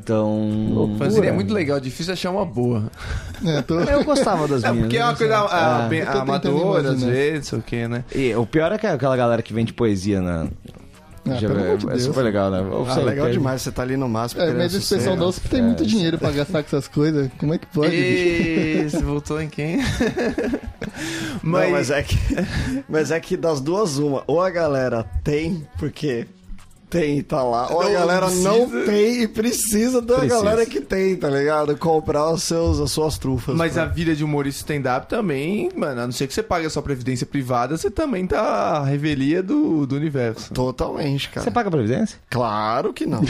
Speaker 2: Então,
Speaker 1: Fanzine é muito legal, difícil achar uma boa.
Speaker 3: É,
Speaker 2: [LAUGHS]
Speaker 3: tô-
Speaker 2: eu gostava das
Speaker 1: É,
Speaker 2: minhas.
Speaker 1: porque é
Speaker 2: eu
Speaker 1: uma
Speaker 2: não
Speaker 1: coisa
Speaker 2: sei.
Speaker 1: ah,
Speaker 2: Ah.
Speaker 1: bem-
Speaker 3: eu tô tentando
Speaker 1: amadora, às
Speaker 3: imaginar.
Speaker 1: vezes, o que, né?
Speaker 2: E o pior é que aquela galera que vende poesia na
Speaker 3: Ah, pelo amor de
Speaker 2: é
Speaker 3: Deus.
Speaker 2: super legal, né? Ou
Speaker 4: Ah,
Speaker 2: sei,
Speaker 4: legal
Speaker 2: que-
Speaker 4: demais, você tá ali no máximo.
Speaker 3: É,
Speaker 4: querendo
Speaker 3: mas esse pessoal
Speaker 4: sossego.
Speaker 3: da USP tem muito dinheiro pra gastar com essas coisas. Como é que pode? bicho?
Speaker 1: E você voltou em quem?
Speaker 4: Não, mas é que. [LAUGHS] Mas é que das duas, uma. Ou a galera tem, porque tem e tá lá. Ou a
Speaker 1: Não
Speaker 4: galera
Speaker 1: precisa.
Speaker 4: não tem e precisa da
Speaker 2: Precisa.
Speaker 4: galera que tem, tá ligado? Comprar os seus, as suas trufas.
Speaker 1: Mas
Speaker 4: pra-
Speaker 1: a vida de humorista stand-up também, mano, a não ser que você pague a sua previdência privada, você também tá à revelia do, do universo.
Speaker 4: Totalmente, cara.
Speaker 2: Você paga previdência?
Speaker 4: Claro que não.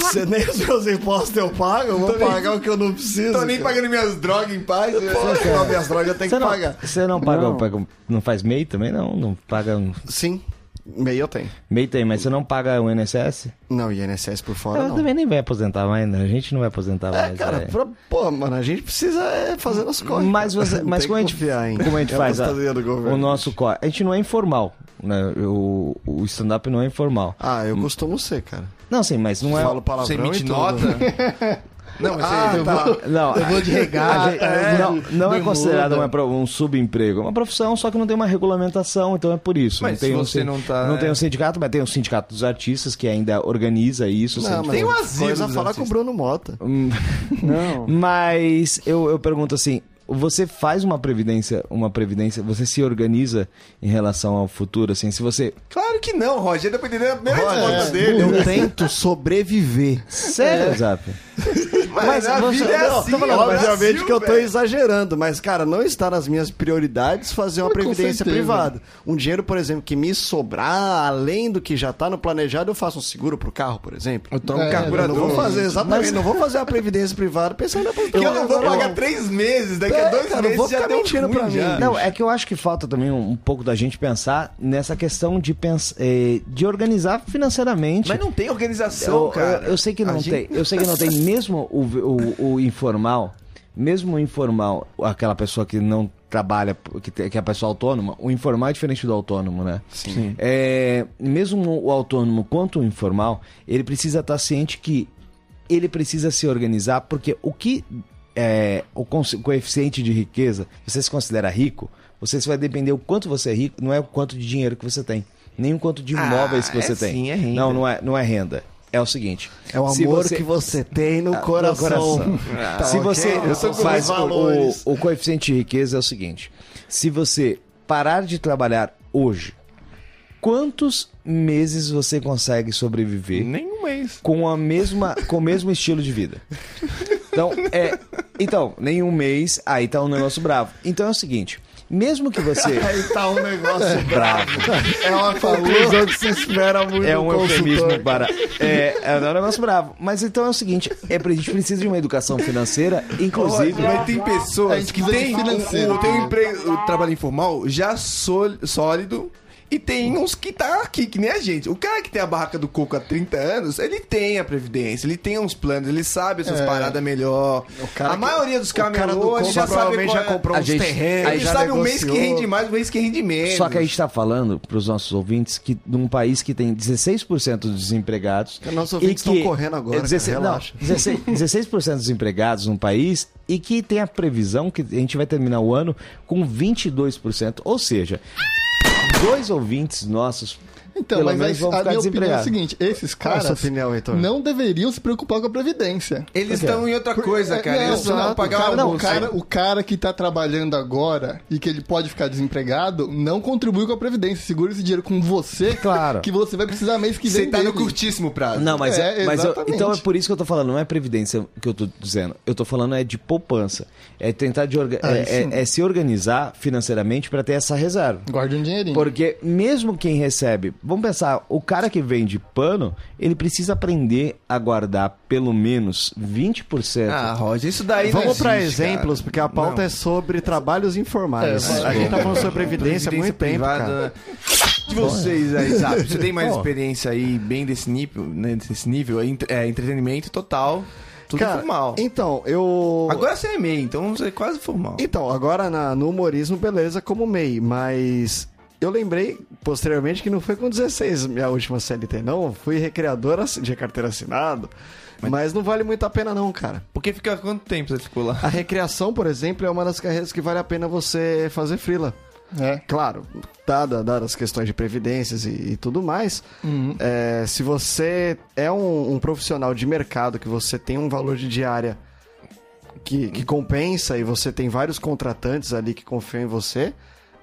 Speaker 4: Você nem os meus impostos eu pago, eu vou pagar o que eu não preciso. cara.
Speaker 1: minhas drogas em paz.
Speaker 4: Pô, cara, minhas drogas eu tenho
Speaker 2: Você
Speaker 4: que
Speaker 2: não,
Speaker 4: pagar.
Speaker 2: você não paga,
Speaker 5: Não.
Speaker 2: paga- não faz MEI também não, não paga um-
Speaker 4: Sim, meio eu tenho.
Speaker 2: MEI tem, mas você não paga o INSS?
Speaker 4: Não, INSS por fora
Speaker 2: Ela
Speaker 4: não.
Speaker 2: também nem vai aposentar mais, né? A gente não vai aposentar
Speaker 4: É,
Speaker 2: mais.
Speaker 4: cara,
Speaker 2: é.
Speaker 4: pra- pô, mano, a gente precisa é, fazer nosso corre.
Speaker 2: Mas, você-
Speaker 4: Não
Speaker 2: mas
Speaker 4: tem
Speaker 2: como, a
Speaker 4: que
Speaker 2: gente,
Speaker 4: confiar, hein?
Speaker 2: como a gente
Speaker 4: É
Speaker 2: faz a-
Speaker 4: apostadoria do governo.
Speaker 2: o nosso corte? A gente não é informal, né? O, o stand-up não é informal.
Speaker 4: Ah, eu costumo ser, cara.
Speaker 2: Não, sim, mas não é...
Speaker 4: Falo
Speaker 1: Você
Speaker 4: palavrão
Speaker 1: emite
Speaker 4: e tudo.
Speaker 1: nota?
Speaker 4: [LAUGHS]
Speaker 1: Ah, tá. Não, mas você
Speaker 3: Eu vou-
Speaker 2: Não,
Speaker 3: Eu vou de regata,
Speaker 2: a gente-
Speaker 3: eu
Speaker 2: não,
Speaker 3: vou de-
Speaker 2: não é
Speaker 3: bermuda.
Speaker 2: considerado uma pro- um subemprego. É uma profissão, só que não tem uma regulamentação, então é por isso.
Speaker 1: Mas
Speaker 2: não tem
Speaker 1: se
Speaker 2: um
Speaker 1: você
Speaker 2: sin-
Speaker 1: não tá, né?
Speaker 2: tem um sindicato, mas tem um sindicato dos artistas que ainda organiza isso.
Speaker 4: Não,
Speaker 2: sindicato-
Speaker 4: mas
Speaker 1: Tem um
Speaker 4: uma
Speaker 1: asilo
Speaker 4: coisa
Speaker 1: dos
Speaker 4: falar com
Speaker 1: artistas.
Speaker 4: o Bruno Mota.
Speaker 5: Não.
Speaker 1: um
Speaker 2: Mas eu, eu pergunto assim, você faz uma previdência, uma previdência, você se organiza em relação ao futuro, assim, se você...
Speaker 1: [LAUGHS] Claro que não, Roger.
Speaker 4: é.
Speaker 1: Dependendo da primeira
Speaker 4: Olha,
Speaker 1: resposta
Speaker 3: é,
Speaker 1: dele. É.
Speaker 4: Eu tento sobreviver.
Speaker 2: Sério, Zap?
Speaker 4: Mas,
Speaker 1: a
Speaker 4: você-
Speaker 1: vida é
Speaker 4: não,
Speaker 1: assim,
Speaker 4: tô falando,
Speaker 1: é o
Speaker 4: obviamente
Speaker 1: Brasil,
Speaker 4: que eu tô
Speaker 1: velho.
Speaker 4: exagerando, mas, cara, não está nas minhas prioridades fazer uma
Speaker 3: Mas com
Speaker 4: previdência
Speaker 3: certeza.
Speaker 4: privada. Um dinheiro, por exemplo, que me sobrar, além do que já tá no planejado, eu faço um seguro pro carro, por exemplo.
Speaker 1: Eu tomo
Speaker 3: É,
Speaker 4: Eu
Speaker 1: carburador.
Speaker 4: não vou fazer, exatamente, não vou fazer uma previdência privada pensando na
Speaker 1: Porque eu não vou pagar três meses, daqui a
Speaker 4: É,
Speaker 1: dois
Speaker 4: cara, não
Speaker 1: meses
Speaker 4: vou
Speaker 1: já
Speaker 4: ficar
Speaker 1: deu
Speaker 4: mentindo
Speaker 1: ruim
Speaker 4: pra mim.
Speaker 1: já.
Speaker 4: Não,
Speaker 2: Não, é que eu acho que falta também um, um pouco da gente pensar nessa questão de, pens eh, de organizar financeiramente.
Speaker 1: Mas não tem organização,
Speaker 2: eu,
Speaker 1: cara.
Speaker 2: eu- eu sei que
Speaker 1: A
Speaker 2: não
Speaker 1: gente-
Speaker 2: tem. Eu sei que não tem. Mesmo o, o- o informal, mesmo o informal, aquela pessoa que não trabalha, que, te- que é a pessoa autônoma, o informal é diferente do autônomo, né? Sim. mesmo o autônomo quanto o informal, ele precisa estar ciente que ele precisa se organizar, porque o que é o cons- coeficiente de riqueza, você se considera rico, você vai depender o quanto você é rico, não é o quanto de dinheiro que você tem, nem o quanto de
Speaker 1: Ah,
Speaker 2: imóveis que você
Speaker 1: é
Speaker 2: tem.
Speaker 1: sim, é renda.
Speaker 2: Não, não é, não é renda. É o seguinte.
Speaker 4: É o
Speaker 2: se
Speaker 4: amor que você tem
Speaker 1: Ah,
Speaker 4: no coração.
Speaker 2: [LAUGHS] coração.
Speaker 4: Tá,
Speaker 2: se
Speaker 4: ok?
Speaker 2: você
Speaker 4: Eu sou com
Speaker 2: faz
Speaker 4: mais
Speaker 2: o,
Speaker 4: valores.
Speaker 2: o- o coeficiente de riqueza é o seguinte: se você parar de trabalhar hoje, quantos meses você consegue sobreviver
Speaker 1: Nem um mês.
Speaker 2: com a mesma com o mesmo estilo de vida. Então, é, então, nenhum mês, aí tá um negócio bravo. Então é o seguinte, mesmo que você
Speaker 4: Aí tá um negócio
Speaker 2: bravo,
Speaker 4: É uma conclusão que se espera muito
Speaker 2: é
Speaker 4: do
Speaker 2: um
Speaker 4: consultor.
Speaker 2: eufemismo para é, é um negócio bravo, mas então é o seguinte, é pra- a gente precisa de uma educação financeira, inclusive.
Speaker 1: Mas tem
Speaker 3: A
Speaker 1: pessoas
Speaker 3: gente
Speaker 1: que
Speaker 3: precisa de
Speaker 1: têm o,
Speaker 3: financeiro.
Speaker 1: o, tem um emprego, o trabalho informal já sól- sólido e tem uns que tá aqui, que nem a gente. O cara que tem a barraca do coco há 30 anos, ele tem a previdência, ele tem uns planos, ele sabe essas paradas melhor.
Speaker 4: cara
Speaker 1: A
Speaker 4: que-
Speaker 1: maioria dos
Speaker 4: É. o cara
Speaker 1: camelôs
Speaker 4: do coco
Speaker 1: já sabe
Speaker 4: provavelmente
Speaker 1: qual
Speaker 4: já
Speaker 1: é.
Speaker 4: comprou
Speaker 2: A
Speaker 4: uns
Speaker 2: gente-
Speaker 4: terrenos,
Speaker 1: Ele
Speaker 4: já
Speaker 1: sabe o mês que
Speaker 4: negociou.
Speaker 1: rende mais, o mês que rende menos.
Speaker 2: Só que a gente tá falando pros nossos ouvintes que num país que tem 16% dos desempregados.
Speaker 4: Os nossos ouvintes
Speaker 2: e
Speaker 4: estão correndo agora, cara,
Speaker 2: 16, não,
Speaker 4: relaxa. [LAUGHS]
Speaker 2: 16, 16% dos empregados num país e que tem a previsão que a gente vai terminar o ano com 22%. Ou seja, dois ouvintes nossos.
Speaker 3: Então,
Speaker 2: pelo
Speaker 3: mas
Speaker 2: menos
Speaker 3: aí,
Speaker 2: vão
Speaker 3: a
Speaker 2: ficar
Speaker 3: minha opinião é o
Speaker 2: desempregados.
Speaker 3: seguinte: esses
Speaker 4: Qual é a sua
Speaker 3: caras
Speaker 4: opinião, Heitor?
Speaker 3: não deveriam se preocupar com a Previdência.
Speaker 1: Eles estão em outra coisa,
Speaker 2: É,
Speaker 1: cara.
Speaker 3: Não,
Speaker 1: Eles precisam
Speaker 3: É, exato.
Speaker 1: pagar
Speaker 3: o, cara,
Speaker 1: o
Speaker 3: não, o,
Speaker 1: almoço.
Speaker 3: cara, o cara que tá trabalhando agora e que ele pode ficar desempregado, não contribui com a Previdência. Segura esse dinheiro com você,
Speaker 2: Claro.
Speaker 3: que você vai precisar mês que
Speaker 1: Você
Speaker 3: vem.
Speaker 1: tá no
Speaker 3: dele.
Speaker 1: curtíssimo prazo.
Speaker 2: Não, mas,
Speaker 3: É,
Speaker 2: mas eu,
Speaker 3: exatamente.
Speaker 2: então é por isso que eu tô falando, não é previdência que eu tô dizendo. Eu tô falando é de poupança. É tentar de orga-
Speaker 3: Ah,
Speaker 2: é- é-
Speaker 3: sim.
Speaker 2: é se organizar financeiramente para ter essa reserva.
Speaker 3: Guarda um dinheirinho.
Speaker 2: Porque mesmo quem recebe, vamos pensar, o cara que vende pano, ele precisa aprender a guardar pelo menos 20%.
Speaker 1: Ah, Roger, isso daí não
Speaker 4: Vamos pra
Speaker 1: existe, cara.
Speaker 4: exemplos, porque a pauta
Speaker 1: Não.
Speaker 4: é sobre trabalhos informais.
Speaker 3: É,
Speaker 4: a gente tá falando sobre previdência há muito tempo, cara.
Speaker 1: De vocês aí, sabe? Você tem mais experiência aí, bem desse nível, né? Desse nível, é, entre- é entretenimento total, tudo formal.
Speaker 4: então, eu...
Speaker 1: Agora você é MEI, então você é quase formal.
Speaker 4: Então, agora na- no humorismo, beleza, como MEI, mas eu lembrei posteriormente que não foi com 16 minha última CLT, não. Fui recreador assi- de carteira assinado, mas... não vale muito a pena, não, cara.
Speaker 1: Porque fica quanto tempo você ficou lá?
Speaker 4: A recreação, por exemplo, é uma das carreiras que vale a pena você fazer frila.
Speaker 3: É.
Speaker 4: Claro, dada, dadas as questões de previdências e, e tudo mais,
Speaker 3: Uhum.
Speaker 4: é, se você é um, um profissional de mercado que você tem um valor de diária que, que compensa e você tem vários contratantes ali que confiam em você,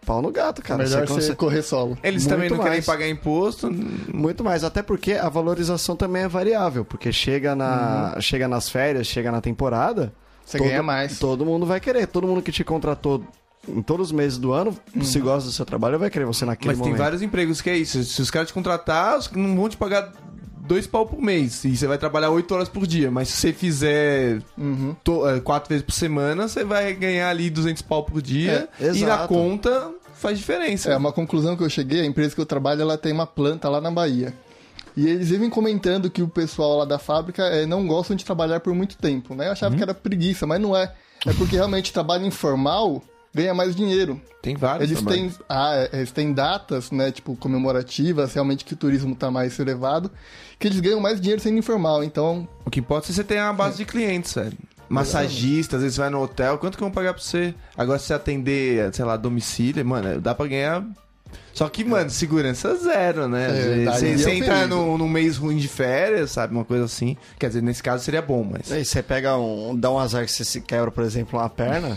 Speaker 4: pau no gato, cara.
Speaker 3: É Melhor
Speaker 1: é
Speaker 3: você,
Speaker 4: consegue-
Speaker 3: correr solo.
Speaker 1: Eles
Speaker 4: muito
Speaker 1: também não querem
Speaker 4: mais.
Speaker 1: pagar imposto.
Speaker 4: muito mais, até porque a valorização também é variável, porque chega, na, chega nas férias, chega na temporada.
Speaker 3: Uhum. Você ganha mais.
Speaker 4: Todo mundo vai querer, todo mundo que te contratou em todos os meses do ano,
Speaker 3: Uhum.
Speaker 4: se gosta do seu trabalho, vai querer você naquele
Speaker 1: Mas
Speaker 4: momento.
Speaker 1: tem vários empregos que é isso. Se os caras te contratar, os- não vão te pagar dois pau por mês. E você vai trabalhar oito horas por dia. Mas se você fizer
Speaker 3: Uhum.
Speaker 1: to- eh, quatro vezes por semana, você vai ganhar ali 200 pau por dia.
Speaker 4: É,
Speaker 1: e na
Speaker 4: exato.
Speaker 1: conta faz diferença.
Speaker 3: É, uma conclusão que eu cheguei, a empresa que eu trabalho, ela tem uma planta lá na Bahia. E eles vivem comentando que o pessoal lá da fábrica eh, não gostam de trabalhar por muito tempo, né? Eu achava que era preguiça, mas não é. É porque realmente trabalho informal ganha mais dinheiro.
Speaker 1: Tem vários.
Speaker 3: Eles
Speaker 1: trabalhos.
Speaker 3: têm, ah, é, eles têm datas, né, tipo, comemorativas, realmente que o turismo tá mais elevado, que eles ganham mais dinheiro sendo informal. Então,
Speaker 1: O que importa é você ter uma base de clientes, velho. Massagista, às vezes vai no hotel, quanto que vão pagar pra você? Agora, se você atender, sei lá, domicílio, mano, dá pra ganhar. Só que, mano, segurança zero, né? Às
Speaker 3: É,
Speaker 1: vezes,
Speaker 3: daí
Speaker 1: Você,
Speaker 3: é
Speaker 1: você
Speaker 3: o
Speaker 1: entrar
Speaker 3: perigo.
Speaker 1: num, num mês ruim de férias, sabe? Uma coisa assim. Quer dizer, nesse caso seria bom, mas.
Speaker 4: Aí você pega um. dá um azar que você se quebra, por exemplo, uma
Speaker 3: [LAUGHS]
Speaker 4: perna.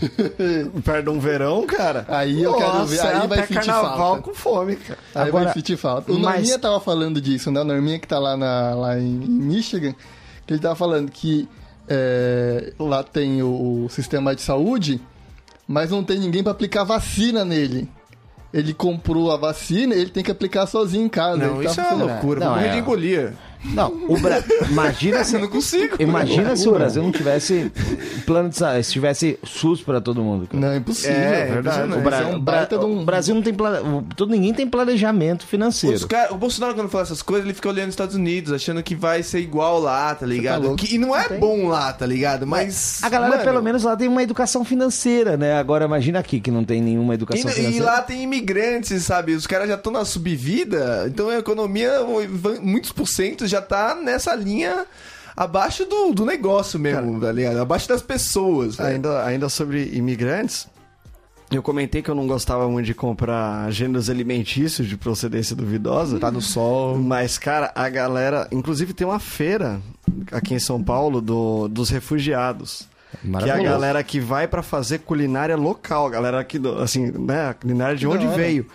Speaker 4: perde um verão, cara.
Speaker 3: Aí eu quero ver, aí
Speaker 4: até
Speaker 3: vai sentir
Speaker 4: carnaval
Speaker 3: falta.
Speaker 4: com fome, cara.
Speaker 3: Aí
Speaker 2: Agora-
Speaker 3: vai sentir falta. O
Speaker 2: mas-
Speaker 3: Norminha tava falando disso, né? O Norminha que tá lá, na, lá em, em Michigan, que ele tava falando que é, lá tem o, o sistema de saúde, mas não tem ninguém pra aplicar vacina nele. Ele comprou a vacina, ele tem que aplicar sozinho em casa.
Speaker 1: Não,
Speaker 3: ele tá
Speaker 1: isso é uma
Speaker 3: funcionando.
Speaker 1: loucura.
Speaker 2: Não,
Speaker 1: Não,
Speaker 2: é-
Speaker 1: de engolir.
Speaker 2: Não, o Bra... imagina se
Speaker 1: [LAUGHS] Eu não consigo.
Speaker 2: Imagina se o Brasil não tivesse plano de saúde, se tivesse SUS pra todo mundo. cara.
Speaker 3: Não, é impossível.
Speaker 1: É,
Speaker 3: velho.
Speaker 1: tá,
Speaker 3: Isso
Speaker 1: não,
Speaker 3: é um
Speaker 1: Bra-
Speaker 2: O Bra-
Speaker 3: baita de um-
Speaker 2: o Brasil não tem plane... o- todo ninguém tem planejamento
Speaker 1: Os
Speaker 2: financeiro.
Speaker 1: cara- o Bolsonaro, quando fala essas coisas, ele fica olhando os Estados Unidos, achando que vai ser igual lá, tá ligado?
Speaker 3: louco.
Speaker 1: Que- e não é bom lá, tá ligado? Mas.
Speaker 2: A galera
Speaker 1: mano,
Speaker 2: pelo menos lá tem uma educação financeira, né? Agora imagina aqui que não tem nenhuma
Speaker 1: E,
Speaker 2: educação
Speaker 1: e
Speaker 2: financeira.
Speaker 1: lá tem imigrantes, sabe? Os caras já estão na subvida, então a economia, muitos por cento, já tá nessa linha abaixo do, do negócio mesmo, tá ligado? Abaixo das pessoas. velho.
Speaker 4: Ainda, ainda sobre imigrantes, eu comentei que eu não gostava muito de comprar gêneros alimentícios de procedência duvidosa. Tá no sol. Mas, cara, a galera. Inclusive, tem uma feira aqui em São Paulo do, dos refugiados. Que é a
Speaker 2: Maravilhoso.
Speaker 4: galera que vai pra fazer culinária local, galera que, do- assim, né, a culinária de onde
Speaker 3: hora.
Speaker 4: veio,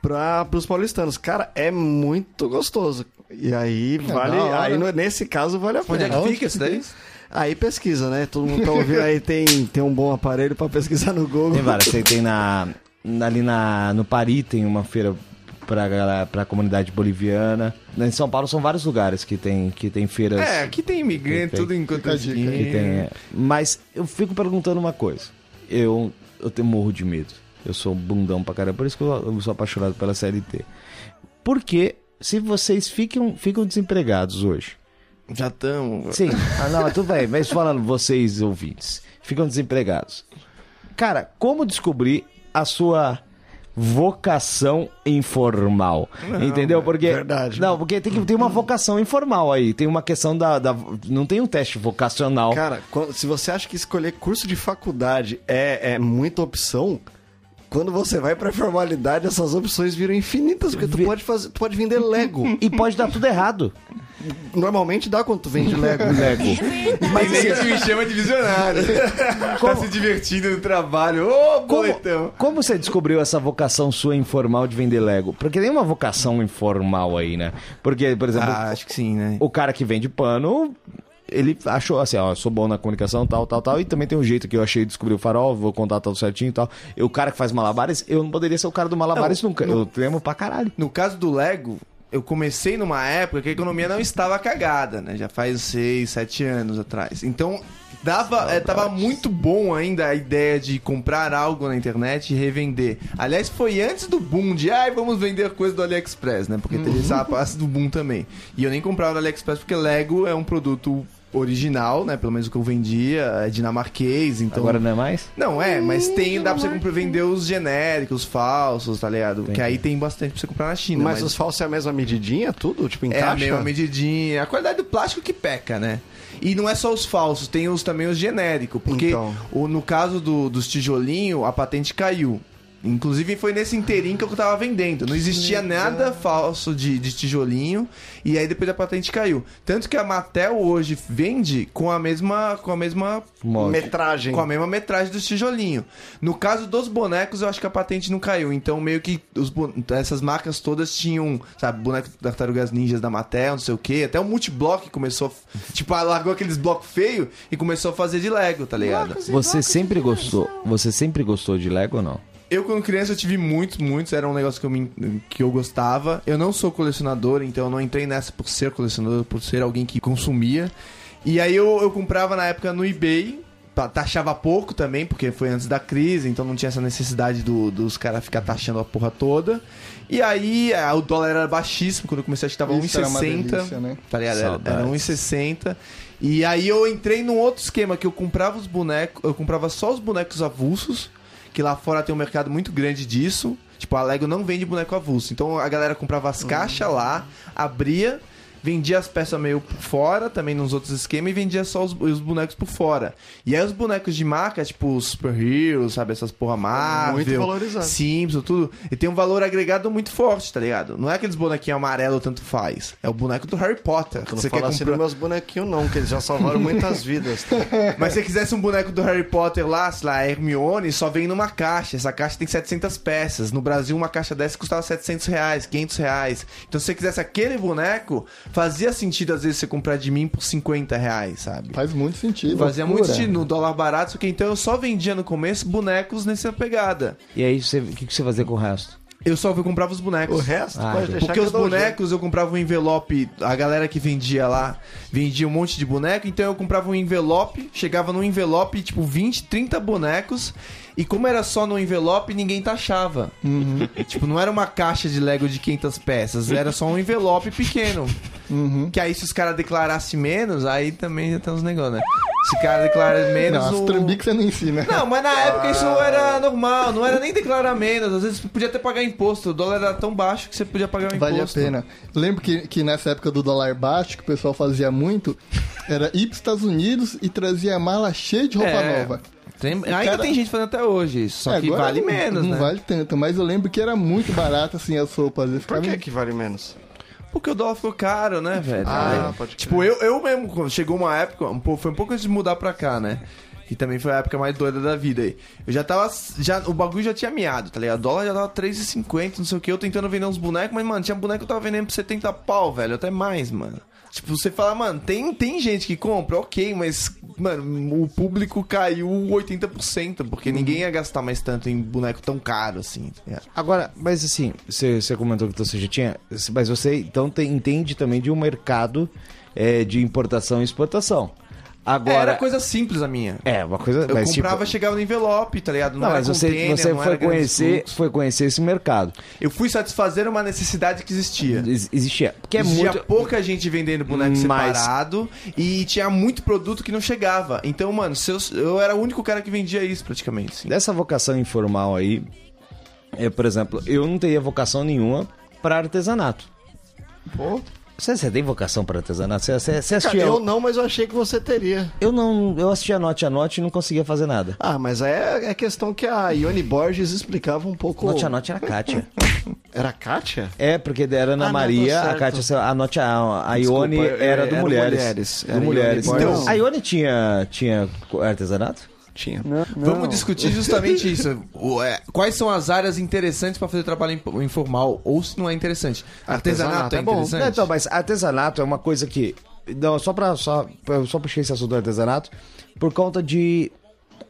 Speaker 4: para os paulistanos. Cara, é muito gostoso. E aí vale,
Speaker 3: da hora.
Speaker 4: aí no- nesse caso vale a pena.
Speaker 1: Onde é que
Speaker 3: Onde
Speaker 1: fica isso daí?
Speaker 4: Aí pesquisa, né? Todo mundo tá ouvindo aí, tem, tem um bom aparelho pra pesquisar no Google.
Speaker 1: É,
Speaker 2: Tem várias, tem, tem na, na- ali na, no Paris tem uma feira pra, galera- pra comunidade boliviana. Né, Em São Paulo são vários lugares que tem, que tem feiras.
Speaker 1: É, aqui tem imigrante,
Speaker 2: Tem-
Speaker 1: tudo enquanto
Speaker 3: Fica a dica
Speaker 2: que tem, é. Mas eu fico perguntando uma coisa. Eu, eu te- morro de medo. Eu sou um bundão pra caramba, por isso que eu, eu sou apaixonado pela CLT. Porque se vocês ficam, ficam desempregados hoje.
Speaker 1: Já estamos.
Speaker 2: Sim, ah, não, tudo bem, mas falando, vocês ouvintes, ficam desempregados. Cara, como descobrir a sua vocação informal? entendeu? Porque.
Speaker 4: é verdade.
Speaker 2: Não, porque tem que ter uma vocação informal aí. Tem uma questão da. da- não tem um teste vocacional.
Speaker 4: Cara, quando- se você acha que escolher curso de faculdade é, é muita opção, quando você vai pra formalidade, essas opções viram infinitas, porque tu
Speaker 2: Vi-
Speaker 4: pode, fazer, tu pode
Speaker 1: [LAUGHS]
Speaker 4: vender Lego.
Speaker 2: E pode dar tudo errado.
Speaker 4: Normalmente dá quando tu vende Lego. [LAUGHS]
Speaker 1: Mas isso me chama de [LAUGHS] visionário. Tá se divertindo no trabalho. Ô, boletão!
Speaker 4: então.
Speaker 2: Como, como você descobriu essa vocação sua informal de vender Lego? Porque tem uma vocação informal aí, né? Porque, por
Speaker 1: [LAUGHS]
Speaker 2: exemplo,
Speaker 1: Ah, acho que sim, né?
Speaker 2: o cara que vende pano, ele achou assim, ó, eu sou bom na comunicação, tal, tal, tal, e também tem um jeito que eu achei, descobri o farol, vou contar tudo certinho e tal. E o cara que faz malabares, eu não poderia ser o cara do malabares
Speaker 1: É,
Speaker 2: nunca. Eu tremo pra caralho.
Speaker 1: No caso do Lego, eu comecei numa época que a economia não estava cagada, né? Já faz seis, sete anos atrás. Então, dava, eh, tava muito bom ainda a ideia de comprar algo na internet e revender. Aliás, foi antes do boom de, ai, vamos vender coisa do AliExpress, né? Porque teve essa parte do boom também. E eu nem comprava no AliExpress porque Lego é um produto original, né? Pelo menos o que eu vendia, é dinamarquês, então...
Speaker 2: Agora não é mais?
Speaker 1: Não, é, mas tem, dá pra você comprar, vender os genéricos, os falsos, tá ligado? Que aí tem bastante pra você comprar na China.
Speaker 4: Mas os falsos é a mesma medidinha, tudo? Tipo,
Speaker 1: é a
Speaker 4: encaixa?
Speaker 1: mesma medidinha. A qualidade do plástico que peca, né? E não é só os falsos, tem os também os genéricos. Porque
Speaker 4: Então.
Speaker 1: o- no caso do- dos tijolinhos, a patente caiu. Inclusive foi nesse inteirinho que eu tava vendendo. Não existia nada falso de, de tijolinho. E aí depois a patente caiu. Tanto que a Mattel hoje vende com a mesma, com a mesma
Speaker 2: Molde.
Speaker 4: Metragem.
Speaker 1: com a mesma metragem dos tijolinhos. No caso dos bonecos, eu acho que a patente não caiu. Então, meio que os bon- essas marcas todas tinham, sabe, boneco das tartarugas ninjas da Mattel, não sei o quê. Até o multiblock começou. a- Tipo, ah, largou aqueles blocos feios e começou a fazer de Lego, tá ligado?
Speaker 2: Você sempre gostou, você sempre gostou de Lego ou não?
Speaker 1: Eu, quando criança, eu tive muitos, muitos. Era um negócio que eu, me- que eu gostava. Eu não sou colecionador, então eu não entrei nessa por ser colecionador, por ser alguém que consumia. E aí eu, eu comprava na época no eBay. ta- Taxava pouco também, porque foi antes da crise, então não tinha essa necessidade do- dos caras ficar taxando a porra toda. E aí ah, o dólar era baixíssimo, quando eu comecei acho que tava
Speaker 3: Isso era uma
Speaker 1: 1,60.
Speaker 3: delícia, né?
Speaker 1: Tá ligado? Era, era
Speaker 2: Saudades.
Speaker 1: 1,60. E aí eu entrei num outro esquema que eu comprava os bonecos, eu comprava só os bonecos avulsos, que lá fora tem um mercado muito grande disso. Tipo, a Lego não vende boneco avulso. Então a galera comprava as caixas lá, abria, vendia as peças meio por fora, também nos outros esquemas, e vendia só os, os bonecos por fora. E aí os bonecos de marca, tipo os Super Heroes, sabe? Essas porra Marvel.
Speaker 4: valorizado.
Speaker 1: Simpson, tudo. E tem um valor agregado muito forte, tá ligado? Não é aqueles bonequinhos amarelo tanto faz. É o boneco do Harry Potter.
Speaker 4: Tu não
Speaker 1: Você quer
Speaker 4: fala assim
Speaker 1: comprar...
Speaker 4: dos meus bonequinhos, não, que eles já salvaram muitas vidas. tá?
Speaker 1: [LAUGHS] Mas se você quisesse um boneco do Harry Potter lá, sei lá, Hermione, só vem numa caixa. Essa caixa tem 700 peças. No Brasil, uma caixa dessa custava 700 reais, 500 reais. Então, se você quisesse aquele boneco, fazia sentido às vezes você comprar de mim por 50 reais, sabe?
Speaker 3: Faz muito sentido. é
Speaker 1: Fazia
Speaker 2: é
Speaker 1: muito sentido no dólar barato, só que então eu só vendia no começo bonecos nessa pegada.
Speaker 2: E aí, você- o que, que você fazia com o resto?
Speaker 1: Eu só comprava os bonecos.
Speaker 4: O resto
Speaker 2: Ah,
Speaker 4: pode
Speaker 2: gente.
Speaker 4: deixar
Speaker 1: Porque
Speaker 4: que
Speaker 1: os
Speaker 4: eu dou um
Speaker 1: bonecos eu comprava um envelope, a galera que vendia lá vendia um monte de boneco, então eu comprava um envelope, chegava num envelope, tipo 20, 30 bonecos, e como era só no envelope, ninguém taxava.
Speaker 3: Uhum.
Speaker 1: [LAUGHS] Tipo, não era uma caixa de Lego de 500 peças, era só um envelope pequeno.
Speaker 3: Uhum.
Speaker 1: Que aí se os caras declarassem menos, aí também já tem uns negócios, né? Se o cara declara menos.
Speaker 3: Não, as
Speaker 1: o-
Speaker 3: trambiques você não ensina.
Speaker 1: não, mas na época isso era normal, não era nem declarar menos. Às vezes podia até pagar imposto. O dólar era tão baixo que você podia pagar o imposto.
Speaker 3: [LAUGHS] Vale a pena. Lembro que, que nessa época do dólar baixo, que o pessoal fazia muito, era ir para os Estados Unidos e trazia a mala cheia de roupa
Speaker 1: É.
Speaker 3: nova.
Speaker 1: Tem- ainda
Speaker 3: cara-
Speaker 1: tem gente fazendo até hoje isso, só
Speaker 3: É,
Speaker 1: que
Speaker 3: agora
Speaker 1: vale
Speaker 3: não-
Speaker 1: menos,
Speaker 3: Não
Speaker 1: né?
Speaker 3: vale tanto, mas eu lembro que era muito barato, assim, as roupas. Eu
Speaker 4: Por
Speaker 3: ficava...
Speaker 4: que que vale menos?
Speaker 1: Porque o dólar ficou caro, né, velho?
Speaker 4: Ah,
Speaker 1: Aí,
Speaker 4: pode crer.
Speaker 1: tipo, eu, eu mesmo, quando chegou uma época, um pouco, foi um pouco antes de mudar pra cá, né? Que também foi a época mais doida da vida aí. Eu já tava. Já, o bagulho já tinha miado, tá ligado? O dólar já tava 3,50, não sei o que. Eu tentando vender uns bonecos, mas, mano, tinha boneco que eu tava vendendo por 70 pau, velho. Até mais, mano. Tipo, você fala, mano, tem, tem gente que compra, ok, mas, mano, o público caiu 80%, porque ninguém ia gastar mais tanto em boneco tão caro assim, tá ligado?
Speaker 2: Agora, mas assim, você, você comentou que você já tinha. Mas você então tem- entende também de um mercado eh, de importação e exportação. Agora.
Speaker 1: Era coisa simples a minha.
Speaker 2: É, uma coisa.
Speaker 1: Eu
Speaker 2: mas,
Speaker 1: comprava,
Speaker 2: tipo,
Speaker 1: chegava no envelope, tá ligado?
Speaker 2: Não,
Speaker 1: era
Speaker 2: mas você,
Speaker 1: container,
Speaker 2: você
Speaker 1: não
Speaker 2: foi,
Speaker 1: era grandes
Speaker 2: conhecer,
Speaker 1: fluxos.
Speaker 2: foi conhecer esse mercado.
Speaker 1: Eu fui satisfazer uma necessidade que existia.
Speaker 2: Ex- Existia. Porque é
Speaker 1: Existia
Speaker 2: muito.
Speaker 1: pouca gente vendendo boneco
Speaker 2: Mas-
Speaker 1: separado e tinha muito produto que não chegava. Então, mano, se eu, eu era o único cara que vendia isso praticamente. assim.
Speaker 2: Dessa vocação informal aí, é, por exemplo, eu não teria vocação nenhuma para artesanato.
Speaker 3: Pô,
Speaker 2: Você, você tem vocação para artesanato? Você, você, você
Speaker 4: Cara,
Speaker 2: assistia.
Speaker 1: é
Speaker 4: eu
Speaker 2: eu...
Speaker 4: não, mas eu achei que você teria.
Speaker 2: não. Eu assistia note a note e não conseguia fazer nada.
Speaker 4: Ah, mas aí é, é questão que a Ione Borges explicava um pouco.
Speaker 2: Note a note era a Kátia.
Speaker 4: Era a Kátia?
Speaker 2: É, porque era Ana
Speaker 4: Ah, não,
Speaker 2: Maria,
Speaker 4: tá
Speaker 2: a
Speaker 4: certo.
Speaker 2: Kátia, a Note, a, a
Speaker 4: Desculpa,
Speaker 2: Ione
Speaker 4: eu-
Speaker 2: era
Speaker 4: eu-
Speaker 2: do
Speaker 4: era
Speaker 2: Mulheres.
Speaker 4: Mulheres,
Speaker 2: Do
Speaker 4: era
Speaker 2: Mulheres.
Speaker 4: Ione
Speaker 2: Então,
Speaker 4: Borges.
Speaker 2: a Ione tinha, tinha artesanato?
Speaker 4: Tinha.
Speaker 5: Não, não.
Speaker 1: Vamos discutir
Speaker 2: [LAUGHS]
Speaker 1: justamente isso. O, é, quais são as áreas interessantes pra fazer trabalho imp- informal? Ou se não é interessante. Artesanato,
Speaker 4: Artesanato
Speaker 1: é,
Speaker 4: é bom.
Speaker 1: interessante?
Speaker 2: Não, então, mas artesanato é uma coisa que. Não, só pra. Só, eu só puxei esse assunto do artesanato por conta de.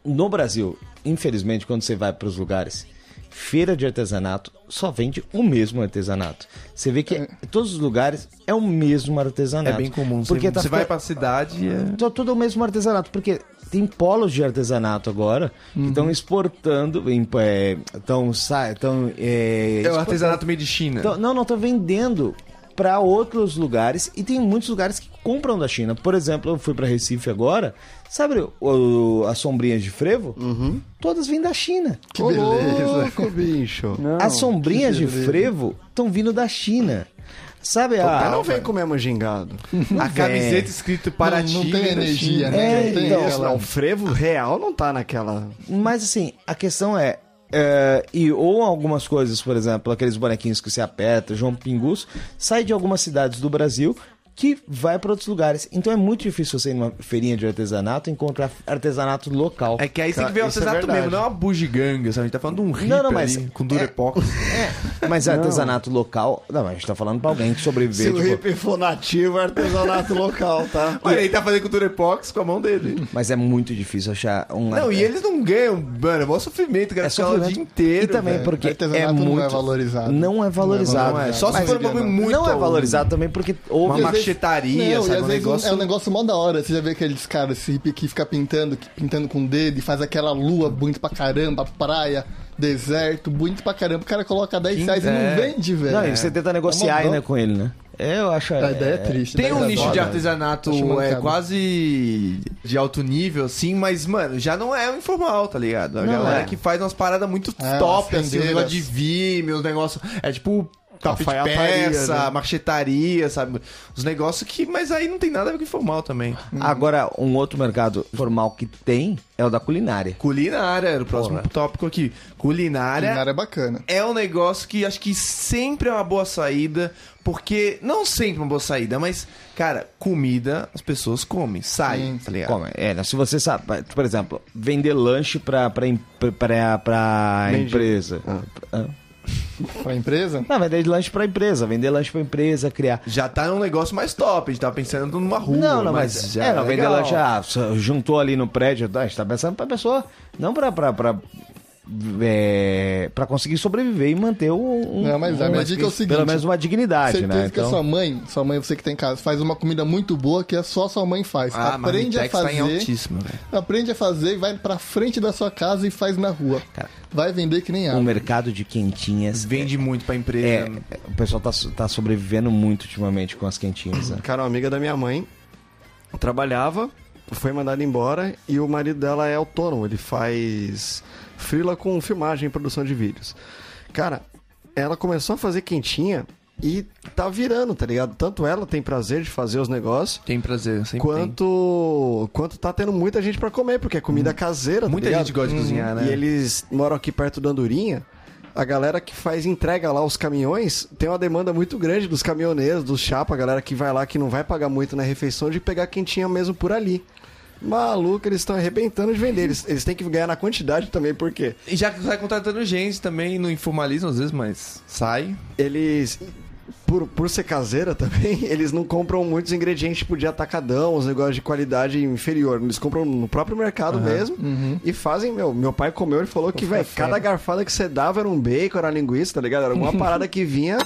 Speaker 2: No Brasil, infelizmente, quando você vai pros lugares, feira de artesanato só vende o mesmo artesanato. Você vê que todos os lugares é o mesmo
Speaker 1: é
Speaker 2: artesanato.
Speaker 1: bem comum.
Speaker 2: Porque
Speaker 1: você
Speaker 2: tá
Speaker 1: você vai
Speaker 2: ficando-
Speaker 1: pra cidade... É...
Speaker 2: Então, tudo o mesmo artesanato, porque tem polos de artesanato agora
Speaker 1: Uhum.
Speaker 2: que estão exportando, estão. É, tão sa- tão, é,
Speaker 1: É o
Speaker 2: exportando.
Speaker 1: artesanato meio de China.
Speaker 2: Tão- Então, não, não, estão vendendo para outros lugares e tem muitos lugares que compram da China. Por exemplo, eu fui para Recife agora, sabe o- as sombrinhas de frevo?
Speaker 4: Uhum.
Speaker 2: Todas vêm da China.
Speaker 3: que
Speaker 4: Ô,
Speaker 3: beleza.
Speaker 4: louco, bicho.
Speaker 5: Não.
Speaker 2: as sombrinhas de frevo estão vindo da China. Sabe
Speaker 4: O cara
Speaker 2: a.
Speaker 4: não vem com o mesmo gingado.
Speaker 1: A camiseta escrito para
Speaker 3: não,
Speaker 1: ti.
Speaker 3: não tem
Speaker 1: vem da
Speaker 3: energia,
Speaker 1: China.
Speaker 3: né?
Speaker 2: É,
Speaker 3: não tem
Speaker 2: então.
Speaker 4: Isso,
Speaker 3: aquela-
Speaker 4: não, o frevo real não tá naquela.
Speaker 2: Mas assim, a questão é, é, e ou algumas coisas, por exemplo, aqueles bonequinhos que você aperta, João Pingus, sai de algumas cidades do Brasil que vai para outros lugares. Então é muito difícil você ir numa feirinha de artesanato e encontrar artesanato local.
Speaker 1: É que aí tem que ver o
Speaker 4: Isso é
Speaker 1: artesanato
Speaker 4: verdade.
Speaker 1: mesmo, não é uma É. bugiganga, sabe? A gente tá falando de um rip
Speaker 2: não, mas-
Speaker 1: ali, com durepox.
Speaker 2: Mas é artesanato local, não, mas a gente tá falando pra alguém que
Speaker 4: Se
Speaker 2: sobreviver.
Speaker 4: o
Speaker 2: tipo,
Speaker 4: hippie for nativo, é artesanato local,
Speaker 1: [LAUGHS]
Speaker 4: tá?
Speaker 1: Olha, ele tá fazendo com durepox com a mão dele.
Speaker 2: Mas é muito difícil achar um
Speaker 1: Não, e eles não ganham, mano, é mó sofrimento, cara,
Speaker 2: é
Speaker 1: ficar lá o
Speaker 2: sofrimento.
Speaker 1: dia inteiro.
Speaker 2: E também
Speaker 1: velho.
Speaker 2: porque é
Speaker 3: Artesanato não é
Speaker 2: muito
Speaker 3: valorizado.
Speaker 2: Não é valorizado.
Speaker 1: Não é, só se
Speaker 2: Mas-
Speaker 1: for um bagulho muito...
Speaker 2: não é valorizado também porque houve
Speaker 1: Uma
Speaker 3: E às vezes-
Speaker 1: machetaria,
Speaker 3: não,
Speaker 1: sabe?
Speaker 3: E às
Speaker 1: Um
Speaker 3: vezes
Speaker 1: negócio-
Speaker 3: é um negócio mó da hora. Você já vê aqueles caras esse hippie que fica pintando, que- pintando com o dedo e faz aquela lua bonita pra caramba, praia, deserto, bonito pra caramba. O cara coloca 10 reais e
Speaker 1: é.
Speaker 3: não vende, velho.
Speaker 2: Não, e você tenta negociar
Speaker 3: É uma
Speaker 2: ainda
Speaker 3: dó.
Speaker 2: com ele, né? É, eu acho.
Speaker 3: A ideia é triste.
Speaker 1: Tem
Speaker 3: né?
Speaker 1: um
Speaker 3: É
Speaker 1: nicho de
Speaker 3: foda. Acho
Speaker 1: artesanato é,
Speaker 3: mancada.
Speaker 1: quase de alto nível, assim, mas, mano, já não é o informal, tá ligado? A galera
Speaker 2: é.
Speaker 1: que faz umas paradas muito
Speaker 3: É,
Speaker 1: top,
Speaker 3: umas
Speaker 1: assim, um negócio
Speaker 3: rendeiras.
Speaker 1: de vime, uns negócios. É tipo. Tapete de
Speaker 4: Alfaiataria,
Speaker 1: peça,
Speaker 4: né?
Speaker 1: marchetaria, sabe? Os negócios que. Mas aí não tem nada a ver com informal também.
Speaker 2: Agora, um outro mercado formal que tem é o da culinária.
Speaker 1: Culinária, era o próximo
Speaker 2: Porra.
Speaker 1: tópico aqui. Culinária,
Speaker 3: Culinária é bacana.
Speaker 1: é um negócio que acho que sempre é uma boa saída, porque não sempre uma boa saída, mas, cara, comida as pessoas comem, saem, tá ligado?
Speaker 2: Como? É, né? se você sabe, por exemplo, vender lanche pra, pra, em- pra, pra
Speaker 4: Mendigo.
Speaker 2: empresa.
Speaker 4: Ah.
Speaker 2: Hã?
Speaker 3: Pra empresa?
Speaker 2: Não, vender lanche pra empresa, vender lanche pra empresa, criar.
Speaker 1: Já tá num negócio mais top, a gente tava pensando numa rua.
Speaker 2: não, não, mas,
Speaker 1: já
Speaker 2: é, não, vender
Speaker 1: legal.
Speaker 2: lanche, ah, só juntou ali no prédio, tá, a gente tá pensando pra pessoa, não pra, pra, pra, é, pra conseguir sobreviver e manter um... um-
Speaker 3: Não, mas a
Speaker 2: um-
Speaker 3: minha dica é o seguinte,
Speaker 2: Pelo menos uma dignidade,
Speaker 3: Certeza
Speaker 2: né?
Speaker 3: que
Speaker 1: Então-
Speaker 3: a sua mãe, sua mãe, você que tem em casa, faz uma comida muito boa que é só sua mãe faz.
Speaker 1: Ah, mas
Speaker 3: aprende a
Speaker 1: Marmitex tá em
Speaker 3: fazer.
Speaker 1: altíssimo, velho.
Speaker 3: aprende a fazer e vai pra frente da sua casa e faz na rua.
Speaker 2: Cara.
Speaker 3: Vai vender que
Speaker 1: um
Speaker 3: nem
Speaker 2: o
Speaker 3: água.
Speaker 2: um mercado de quentinhas...
Speaker 1: Vende muito pra empresa.
Speaker 2: É, é, o pessoal tá, so- tá sobrevivendo muito ultimamente com as quentinhas, né?
Speaker 4: Cara, uma amiga da minha mãe trabalhava, foi mandada embora e o marido dela é autônomo, ele faz frila com filmagem e produção de vídeos. Cara, ela começou a fazer quentinha e tá virando, tá ligado? Tanto ela tem prazer de fazer os negócios,
Speaker 1: Tem prazer, sempre tem.
Speaker 4: quanto quanto tá tendo muita gente pra comer, porque é comida caseira, tá
Speaker 1: Hum. Muita
Speaker 4: ligado?
Speaker 1: gente gosta de cozinhar, né?
Speaker 4: E eles moram aqui perto do Andorinha. A galera que faz entrega lá os caminhões tem uma demanda muito grande dos caminhoneiros, dos chapa, a galera que vai lá que não vai pagar muito na refeição de pegar quentinha mesmo por ali. Maluco, eles estão arrebentando de vender. Eles, eles têm que ganhar na quantidade também, porque
Speaker 1: E já que sai contratando gente também, não informalismo às vezes, mas sai.
Speaker 4: eles. Por, por ser caseira também, [LAUGHS] eles não compram muitos ingredientes tipo de atacadão, os negócios de qualidade inferior. Eles compram no próprio mercado mesmo
Speaker 1: Uhum.
Speaker 4: e fazem, meu. Meu pai comeu e falou que, velho, cada garfada que você dava era um bacon, era linguiça, tá ligado? Era alguma
Speaker 1: [LAUGHS]
Speaker 4: parada que vinha,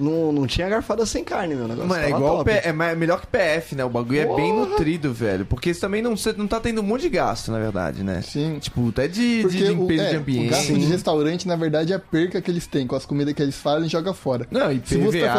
Speaker 4: não, não tinha garfada sem carne, meu negócio.
Speaker 1: Mano, é
Speaker 4: tava
Speaker 1: igual
Speaker 4: top.
Speaker 1: P- é ma- melhor que PF, né? O bagulho é bem nutrido, velho. Porque você também não, você não tá tendo um monte de gasto, na verdade, né?
Speaker 3: Sim.
Speaker 1: Tipo, até de, de
Speaker 3: Porque o,
Speaker 1: limpeza
Speaker 3: é,
Speaker 1: de
Speaker 3: o
Speaker 1: ambiente.
Speaker 3: gasto de restaurante, na verdade, é a perca que eles têm com as comidas que eles fazem e joga fora.
Speaker 1: Não, e
Speaker 3: Se você tá
Speaker 1: PVA,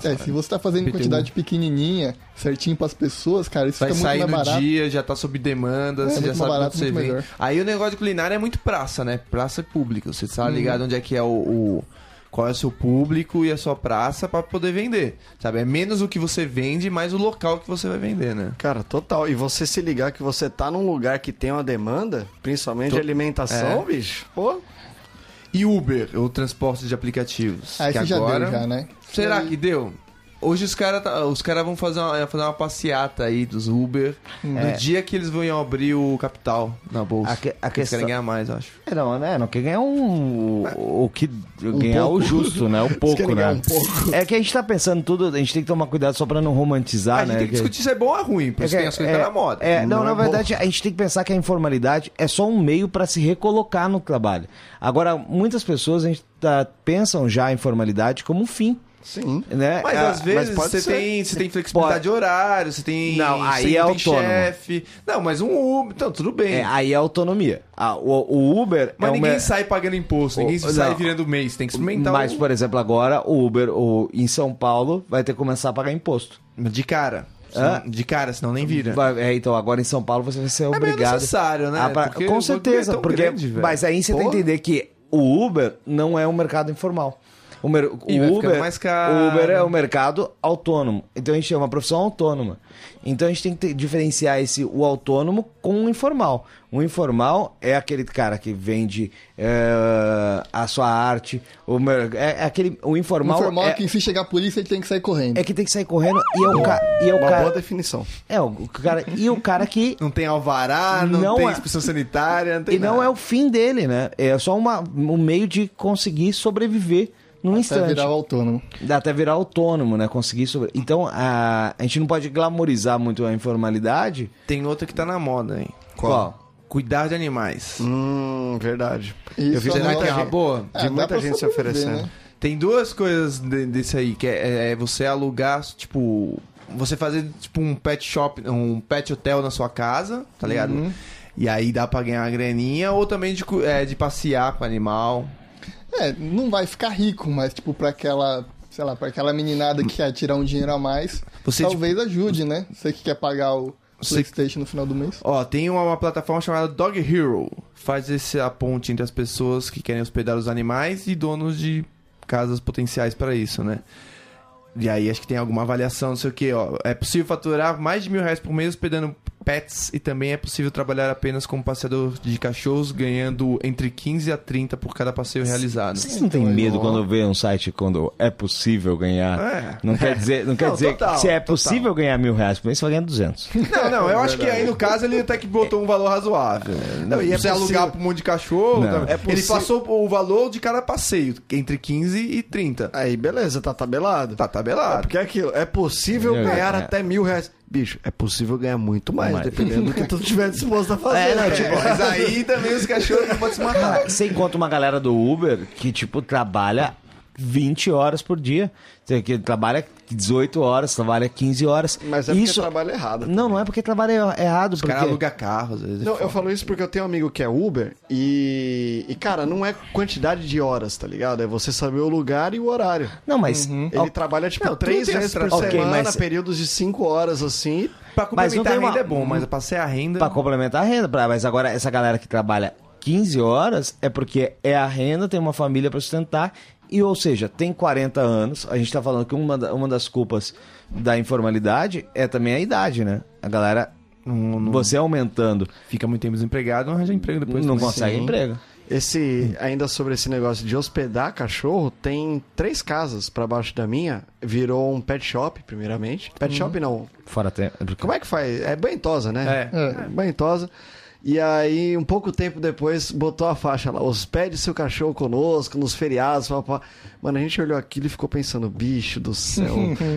Speaker 3: fazendo, é, se você tá fazendo em
Speaker 1: PTU.
Speaker 3: quantidade pequenininha, certinho pras pessoas, cara, isso
Speaker 1: Vai
Speaker 3: fica é muito
Speaker 1: sair
Speaker 3: mais
Speaker 1: no
Speaker 3: barato. É,
Speaker 1: dia, já tá sob demanda, você
Speaker 3: muito
Speaker 1: já
Speaker 3: mais
Speaker 1: sabe
Speaker 3: barato,
Speaker 1: quanto você
Speaker 3: muito
Speaker 1: vem.
Speaker 3: melhor.
Speaker 1: Aí o negócio de culinária é muito praça, né? Praça pública. Você
Speaker 3: Uhum.
Speaker 1: tá ligado onde é que é o, o- Qual é o seu público e a sua praça pra poder vender. Sabe? É menos o que você vende, mais o local que você vai vender, né?
Speaker 4: Cara, total. E você se ligar que você tá num lugar que tem uma demanda, principalmente de alimentação,
Speaker 1: É.
Speaker 4: bicho, pô.
Speaker 1: E Uber, o transporte de aplicativos.
Speaker 3: Aí
Speaker 1: que
Speaker 3: você Ah, já
Speaker 1: agora...
Speaker 3: deu, já, né?
Speaker 1: Será que deu? Hoje os caras os cara vão fazer uma, fazer uma passeata aí dos Uber
Speaker 2: Hum. É.
Speaker 1: no dia que eles vão abrir o capital na bolsa.
Speaker 2: A que- a
Speaker 1: Eles
Speaker 2: questão-
Speaker 1: querem ganhar mais, eu acho.
Speaker 2: É, não, né? Não quer ganhar um. O, o que. ganhar
Speaker 3: Um
Speaker 2: o
Speaker 3: pouco.
Speaker 2: justo,
Speaker 3: [LAUGHS]
Speaker 2: né? O pouco,
Speaker 3: ganhar
Speaker 2: né?
Speaker 3: um pouco.
Speaker 2: É que a gente tá pensando tudo, a gente tem que tomar cuidado só pra não romantizar,
Speaker 1: a gente
Speaker 2: né?
Speaker 1: tem que discutir se é bom ou ruim, porque tem as coisas que tá na moda.
Speaker 2: é, não,
Speaker 4: Não
Speaker 2: na
Speaker 4: é bom.
Speaker 2: verdade, a gente tem que pensar que a informalidade é só um meio pra se recolocar no trabalho. Agora, muitas pessoas a gente tá- pensam já a informalidade como um fim,
Speaker 4: Sim.
Speaker 2: né?
Speaker 1: Mas
Speaker 2: Ah,
Speaker 1: às vezes
Speaker 4: pode
Speaker 1: você
Speaker 4: ser.
Speaker 1: tem, você tem flexibilidade
Speaker 2: Pode.
Speaker 1: de horário, você tem.
Speaker 2: Não,
Speaker 1: você
Speaker 2: aí é
Speaker 1: tem
Speaker 2: autônomo.
Speaker 1: chefe. Não, mas um Uber. Então, tudo bem.
Speaker 2: é, aí é autonomia. Ah, o, o Uber
Speaker 1: mas
Speaker 2: é
Speaker 1: ninguém
Speaker 2: uma...
Speaker 1: sai pagando imposto, ninguém
Speaker 2: Oh,
Speaker 1: sai
Speaker 2: não.
Speaker 1: virando mês. Tem que experimentar
Speaker 2: Mas,
Speaker 1: um-
Speaker 2: por exemplo, agora o Uber o, em São Paulo vai ter que começar a pagar imposto.
Speaker 1: de cara.
Speaker 2: Hã?
Speaker 1: De cara, senão nem vira.
Speaker 2: Vai- é, então, agora em São Paulo você vai ser
Speaker 1: É meio
Speaker 2: obrigado.
Speaker 1: necessário, né?
Speaker 2: a pra-
Speaker 1: Porque o
Speaker 2: Com
Speaker 1: bagulho é
Speaker 2: certeza,
Speaker 1: tão
Speaker 2: porque.
Speaker 1: grande, velho.
Speaker 2: mas aí você tem
Speaker 1: Pô.
Speaker 2: que entender que o Uber não é um mercado informal. O, mer- o
Speaker 1: E vai ficando
Speaker 2: Uber,
Speaker 1: mais caro.
Speaker 2: o Uber é um mercado autônomo. Então a gente é uma profissão autônoma. Então a gente tem que ter- diferenciar esse o autônomo com o informal. O informal é aquele cara que vende eh, a sua arte. O, mer- é, é aquele, o informal,
Speaker 3: Informal
Speaker 2: é,
Speaker 3: que se chegar a polícia, ele tem que sair correndo.
Speaker 2: é que tem que sair correndo e é o, ca, e é o
Speaker 4: Uma boa
Speaker 2: cara.
Speaker 4: definição.
Speaker 2: É, o cara e o cara que
Speaker 1: Não tem alvará, não,
Speaker 2: Não
Speaker 1: tem
Speaker 2: é-
Speaker 1: inspeção sanitária, não tem
Speaker 2: E não
Speaker 1: nada.
Speaker 2: é o fim dele, né? É só uma, um meio de conseguir sobreviver num
Speaker 3: Até
Speaker 2: instante.
Speaker 3: virar o autônomo.
Speaker 2: Dá até virar autônomo, né? Conseguir sobre... Então, a... a gente não pode glamorizar muito a informalidade.
Speaker 1: Tem outra que tá na moda, hein? Cuidar de animais.
Speaker 4: Hum, verdade.
Speaker 3: Isso
Speaker 4: Eu vi
Speaker 3: é
Speaker 4: de
Speaker 1: Será
Speaker 3: uma
Speaker 1: que é
Speaker 3: gente-
Speaker 1: uma boa?
Speaker 3: Ah,
Speaker 4: de
Speaker 3: dá
Speaker 4: muita
Speaker 3: pra
Speaker 4: gente se
Speaker 3: sobreviver,
Speaker 4: oferecendo.
Speaker 3: né?
Speaker 1: Tem duas coisas de- desse aí, que é, é você alugar, tipo. Você fazer tipo um pet shop, um pet hotel na sua casa, tá ligado?
Speaker 4: Uhum.
Speaker 1: E aí dá pra ganhar uma graninha, ou também de, cu- é, de passear com o animal.
Speaker 3: É, não vai ficar rico, mas tipo, pra aquela, sei lá, pra aquela meninada que quer tirar um dinheiro a mais,
Speaker 1: Você,
Speaker 4: tipo,
Speaker 3: talvez ajude, né? Você que quer pagar o
Speaker 1: Você-
Speaker 3: Playstation no final do mês.
Speaker 1: Ó, tem uma, uma plataforma chamada Dog Hero. Faz esse, a ponte entre as pessoas que querem hospedar os animais e donos de casas potenciais para isso, né? E aí acho que tem alguma avaliação, não sei o que, ó. É possível faturar mais de mil reais por mês hospedando pets e também é possível trabalhar apenas como passeador de cachorros, ganhando entre 15 a 30 por cada passeio realizado.
Speaker 2: Vocês não têm medo quando vê um site quando é possível ganhar?
Speaker 1: É.
Speaker 2: Não quer dizer, não quer
Speaker 1: Não,
Speaker 2: dizer
Speaker 1: total,
Speaker 2: que se é
Speaker 1: total.
Speaker 2: possível ganhar mil reais por mês, você vai ganhar 200.
Speaker 1: Não, não, eu acho que aí no caso ele até que botou um valor razoável. Não, e é você
Speaker 4: possível-
Speaker 1: alugar pra um monte de cachorro.
Speaker 2: Não.
Speaker 1: tá-
Speaker 4: É
Speaker 1: Ele
Speaker 4: possi-
Speaker 1: passou o valor de cada passeio, entre 15 e 30.
Speaker 4: Aí, beleza, tá tabelado.
Speaker 1: Tá
Speaker 4: É
Speaker 1: tabelado.
Speaker 4: porque é aquilo, é possível
Speaker 2: É,
Speaker 4: ganhar
Speaker 2: é.
Speaker 4: até mil reais. Bicho, é possível ganhar muito mais,
Speaker 2: Mais.
Speaker 4: dependendo do que tu tiver disposto a [LAUGHS] fazer.
Speaker 2: É, não,
Speaker 4: né?
Speaker 1: [LAUGHS]
Speaker 2: tipo,
Speaker 1: Mas aí também os cachorros não podem se matar.
Speaker 2: Cara, [LAUGHS] você encontra uma galera do Uber que, tipo, trabalha 20 horas por dia. Tem que trabalha 18 horas, trabalha 15 horas.
Speaker 4: Mas é porque
Speaker 2: Isso...
Speaker 4: trabalha errado.
Speaker 2: Não, não é porque trabalha er- errado.
Speaker 1: Os caras
Speaker 2: porque...
Speaker 1: alugam carros. às vezes.
Speaker 4: Não, eu falo isso porque eu tenho um amigo que é Uber e, e, cara, não é quantidade de horas, tá ligado? É você saber o lugar e o horário.
Speaker 2: Não, mas...
Speaker 4: Ele trabalha, tipo,
Speaker 1: Não, tudo
Speaker 4: três
Speaker 1: tem
Speaker 4: vezes
Speaker 1: essa
Speaker 4: por
Speaker 1: tra-
Speaker 2: Ok,
Speaker 4: semana,
Speaker 2: mas-
Speaker 4: períodos de cinco horas, assim.
Speaker 1: Pra
Speaker 2: Mas não
Speaker 1: complementar
Speaker 2: tem
Speaker 1: a
Speaker 2: uma-
Speaker 1: renda é bom, mas pra ser a renda.
Speaker 2: Pra complementar a renda. pra- mas agora, essa galera que trabalha 15 horas é porque é a renda, tem uma família pra sustentar. E, ou seja, tem 40 anos. A gente tá falando que uma, da- uma das culpas da informalidade é também a idade, né? A galera. Você aumentando,
Speaker 1: Fica muito tempo desempregado, não arranja emprego depois.
Speaker 2: não
Speaker 1: também.
Speaker 2: consegue
Speaker 1: Sim.
Speaker 2: emprego.
Speaker 4: Esse, ainda sobre esse negócio de hospedar cachorro, tem três casas pra baixo da minha. Virou um pet shop, primeiramente. Pet
Speaker 2: Uhum.
Speaker 4: shop não.
Speaker 2: Fora tempo.
Speaker 4: Como é que faz? É banhosa, né?
Speaker 1: É.
Speaker 4: é. Banhosa. E aí, um pouco tempo depois, botou a faixa lá, hospede seu cachorro conosco, nos feriados, papá. Mano, a gente olhou aquilo e ficou pensando, bicho do céu,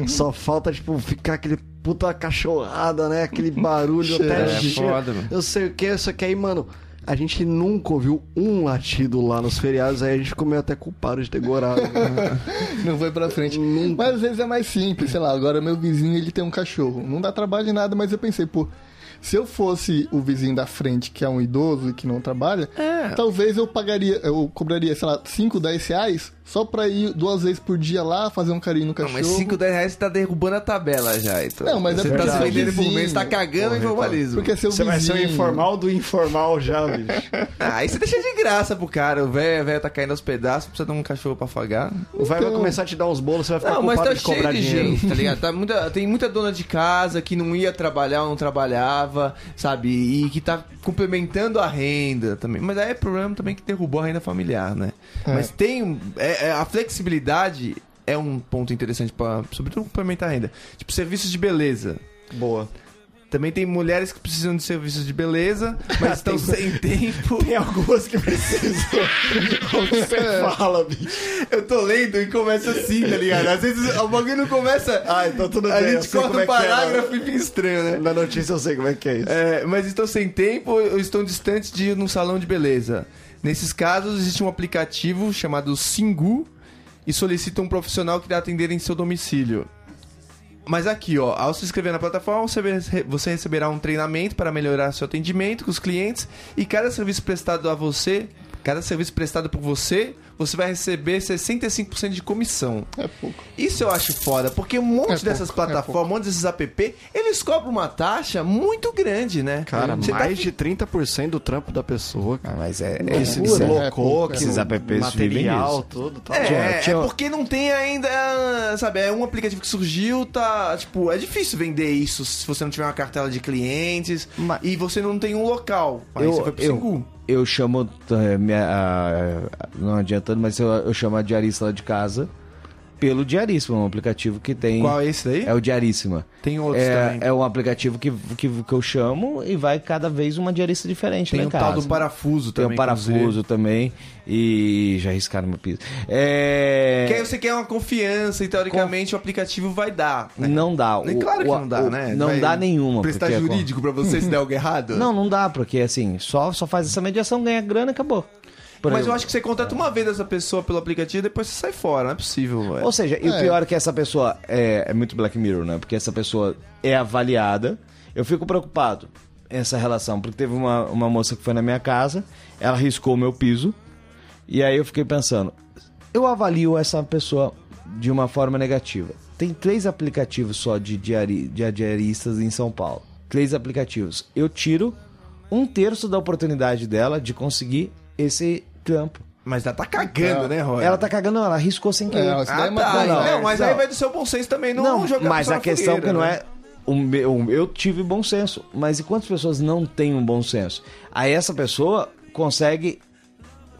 Speaker 4: só falta, tipo, ficar aquele puta cachorrada, né? Aquele barulho até
Speaker 1: É,
Speaker 4: cheiro.
Speaker 1: foda, mano.
Speaker 4: Eu sei o que, só que aí, mano, a gente nunca ouviu um latido lá nos feriados, aí a gente ficou meio até culpado de né? ter gorado.
Speaker 3: [LAUGHS] Não foi pra frente. Mas às vezes é mais simples, sei lá, agora meu vizinho ele tem um cachorro. Não dá trabalho de nada, mas eu pensei, pô, se eu fosse o vizinho da frente, que é um idoso e que não trabalha,
Speaker 4: É.
Speaker 3: talvez eu pagaria, eu cobraria, sei lá, 5, 10 reais só pra ir duas vezes por dia lá, fazer um carinho no
Speaker 1: Não,
Speaker 3: cachorro.
Speaker 1: mas 5, 10 reais você tá derrubando a tabela já, então.
Speaker 3: Não, mas é
Speaker 1: Você tá
Speaker 3: porque
Speaker 1: então, se
Speaker 3: é
Speaker 1: vendendo por
Speaker 3: vizinho.
Speaker 1: mês, tá cagando em formalismo.
Speaker 3: Porque é seu
Speaker 4: Você vai ser o
Speaker 3: vizinho.
Speaker 4: informal do informal já, bicho.
Speaker 1: Ah, aí você deixa de graça pro cara. O velho velho tá caindo aos pedaços, precisa de um cachorro pra afagar.
Speaker 4: O Vai vai começar a te dar uns bolos, você vai ficar
Speaker 1: Então- Não, mas
Speaker 4: culpado
Speaker 1: tá
Speaker 4: de cobrar
Speaker 1: cheio de
Speaker 4: dinheiro.
Speaker 1: gente, tá ligado? Tá muita- tem muita dona de casa que não ia trabalhar ou não trabalhava, sabe? E que tá complementando a renda também. Mas aí é problema também que derrubou a renda familiar, né? Mas tem. um- é- é- a flexibilidade é um ponto interessante para sobretudo complementar a renda. Tipo, serviços de beleza.
Speaker 4: Boa.
Speaker 1: Também tem mulheres que precisam de serviços de beleza, mas
Speaker 4: [LAUGHS]
Speaker 1: estão sem tempo.
Speaker 4: Tem algumas que precisam. um Como você fala, bicho?
Speaker 1: É. Eu tô lendo e começa assim, tá ligado? Às vezes o bagulho não começa.
Speaker 4: [LAUGHS] [LAUGHS] Ah, então tudo
Speaker 1: a
Speaker 4: bem, eu
Speaker 1: gente
Speaker 4: sei
Speaker 1: corta
Speaker 4: como
Speaker 1: um
Speaker 4: é que é,
Speaker 1: parágrafo e fica estranho, né?
Speaker 4: Na notícia eu sei como é que é isso.
Speaker 1: É, mas estão sem tempo ou estão distantes de ir num salão de beleza. Nesses casos, existe um aplicativo chamado Singu e solicita um profissional que irá atender em seu domicílio. Mas aqui, ó, ao se inscrever na plataforma, você ve- você receberá um treinamento para melhorar seu atendimento com os clientes e cada serviço prestado a você, cada serviço prestado por você, você vai receber 65% de comissão.
Speaker 3: É pouco.
Speaker 1: Isso eu acho foda, porque um monte
Speaker 3: É
Speaker 1: dessas
Speaker 3: pouco, é
Speaker 1: plataformas, um
Speaker 3: pouco.
Speaker 1: monte desses app, eles cobram uma taxa muito grande, né?
Speaker 4: Cara,
Speaker 1: Você tá
Speaker 4: mais
Speaker 1: fi-
Speaker 4: de 30% do trampo da pessoa, cara.
Speaker 2: mas é,
Speaker 4: Isso
Speaker 3: loucura.
Speaker 4: deslocou,
Speaker 3: É,
Speaker 4: que
Speaker 2: esses apps vivem
Speaker 4: material,
Speaker 2: disso.
Speaker 4: tudo. Tá
Speaker 1: É,
Speaker 4: bom.
Speaker 1: é,
Speaker 2: tinha-
Speaker 1: porque não tem ainda, sabe, é um aplicativo que surgiu, tá, tipo, é difícil vender isso se você não tiver uma cartela de clientes
Speaker 2: Mas-
Speaker 1: e você não tem um local. Aí você foi pro
Speaker 2: eu,
Speaker 1: Singu.
Speaker 2: eu chamo. eh, minha- ah, não adiantando, mas eu, eu chamo a diarista lá de casa pelo Diaríssima, um aplicativo que tem.
Speaker 1: Qual é esse daí?
Speaker 2: É o Diaríssima.
Speaker 1: Tem outros
Speaker 2: é,
Speaker 1: também.
Speaker 2: É um aplicativo que, que, que eu chamo e vai cada vez uma diarista diferente
Speaker 1: tem
Speaker 2: lá em
Speaker 1: um tal
Speaker 2: casa.
Speaker 1: do parafuso
Speaker 2: Tem
Speaker 1: também.
Speaker 2: um
Speaker 1: inclusive.
Speaker 2: parafuso também. E já riscaram meu piso. É...
Speaker 1: Que aí você quer uma confiança e teoricamente o aplicativo vai dar. Né?
Speaker 2: Não dá.
Speaker 1: É
Speaker 2: O-
Speaker 1: Claro que
Speaker 2: o-
Speaker 1: não dá,
Speaker 2: o-
Speaker 1: né?
Speaker 2: Não
Speaker 1: Vai
Speaker 2: dá nenhuma.
Speaker 1: Prestar
Speaker 2: porque é
Speaker 1: jurídico pra você se der algo errado?
Speaker 2: [LAUGHS]
Speaker 1: [LAUGHS]
Speaker 2: Não, não dá, porque assim, só, só faz essa mediação, ganha grana e acabou. Por
Speaker 1: Mas
Speaker 2: exemplo.
Speaker 1: eu acho que você contrata uma vez essa pessoa pelo aplicativo e depois você sai fora, não é possível. velho.
Speaker 2: Ou seja, e o
Speaker 3: É.
Speaker 2: pior é que essa pessoa é, é muito Black Mirror, né? Porque essa pessoa é avaliada. Eu fico preocupado essa relação, porque teve uma, uma moça que foi na minha casa, ela riscou o meu piso, e aí eu fiquei pensando, eu avalio essa pessoa de uma forma negativa. Tem três aplicativos só de, diari, de diaristas em São Paulo. Três aplicativos. Eu tiro um terço da oportunidade dela de conseguir esse trampo.
Speaker 1: Mas ela tá cagando, né, Roy?
Speaker 2: Ela tá cagando, ela riscou sem querer.
Speaker 3: É, ela-
Speaker 1: Ah,
Speaker 3: Daí é uma
Speaker 1: tá.
Speaker 3: coisa,
Speaker 1: Não,
Speaker 3: né?
Speaker 1: mas
Speaker 2: Não.
Speaker 1: aí vai do seu bom senso também não, jogar
Speaker 2: mas
Speaker 1: pessoa
Speaker 2: a
Speaker 1: na
Speaker 2: questão
Speaker 1: fogueira,
Speaker 2: que não
Speaker 1: né?
Speaker 2: é o meu- eu tive bom senso, mas e quantas pessoas não têm um bom senso? Aí essa pessoa consegue. é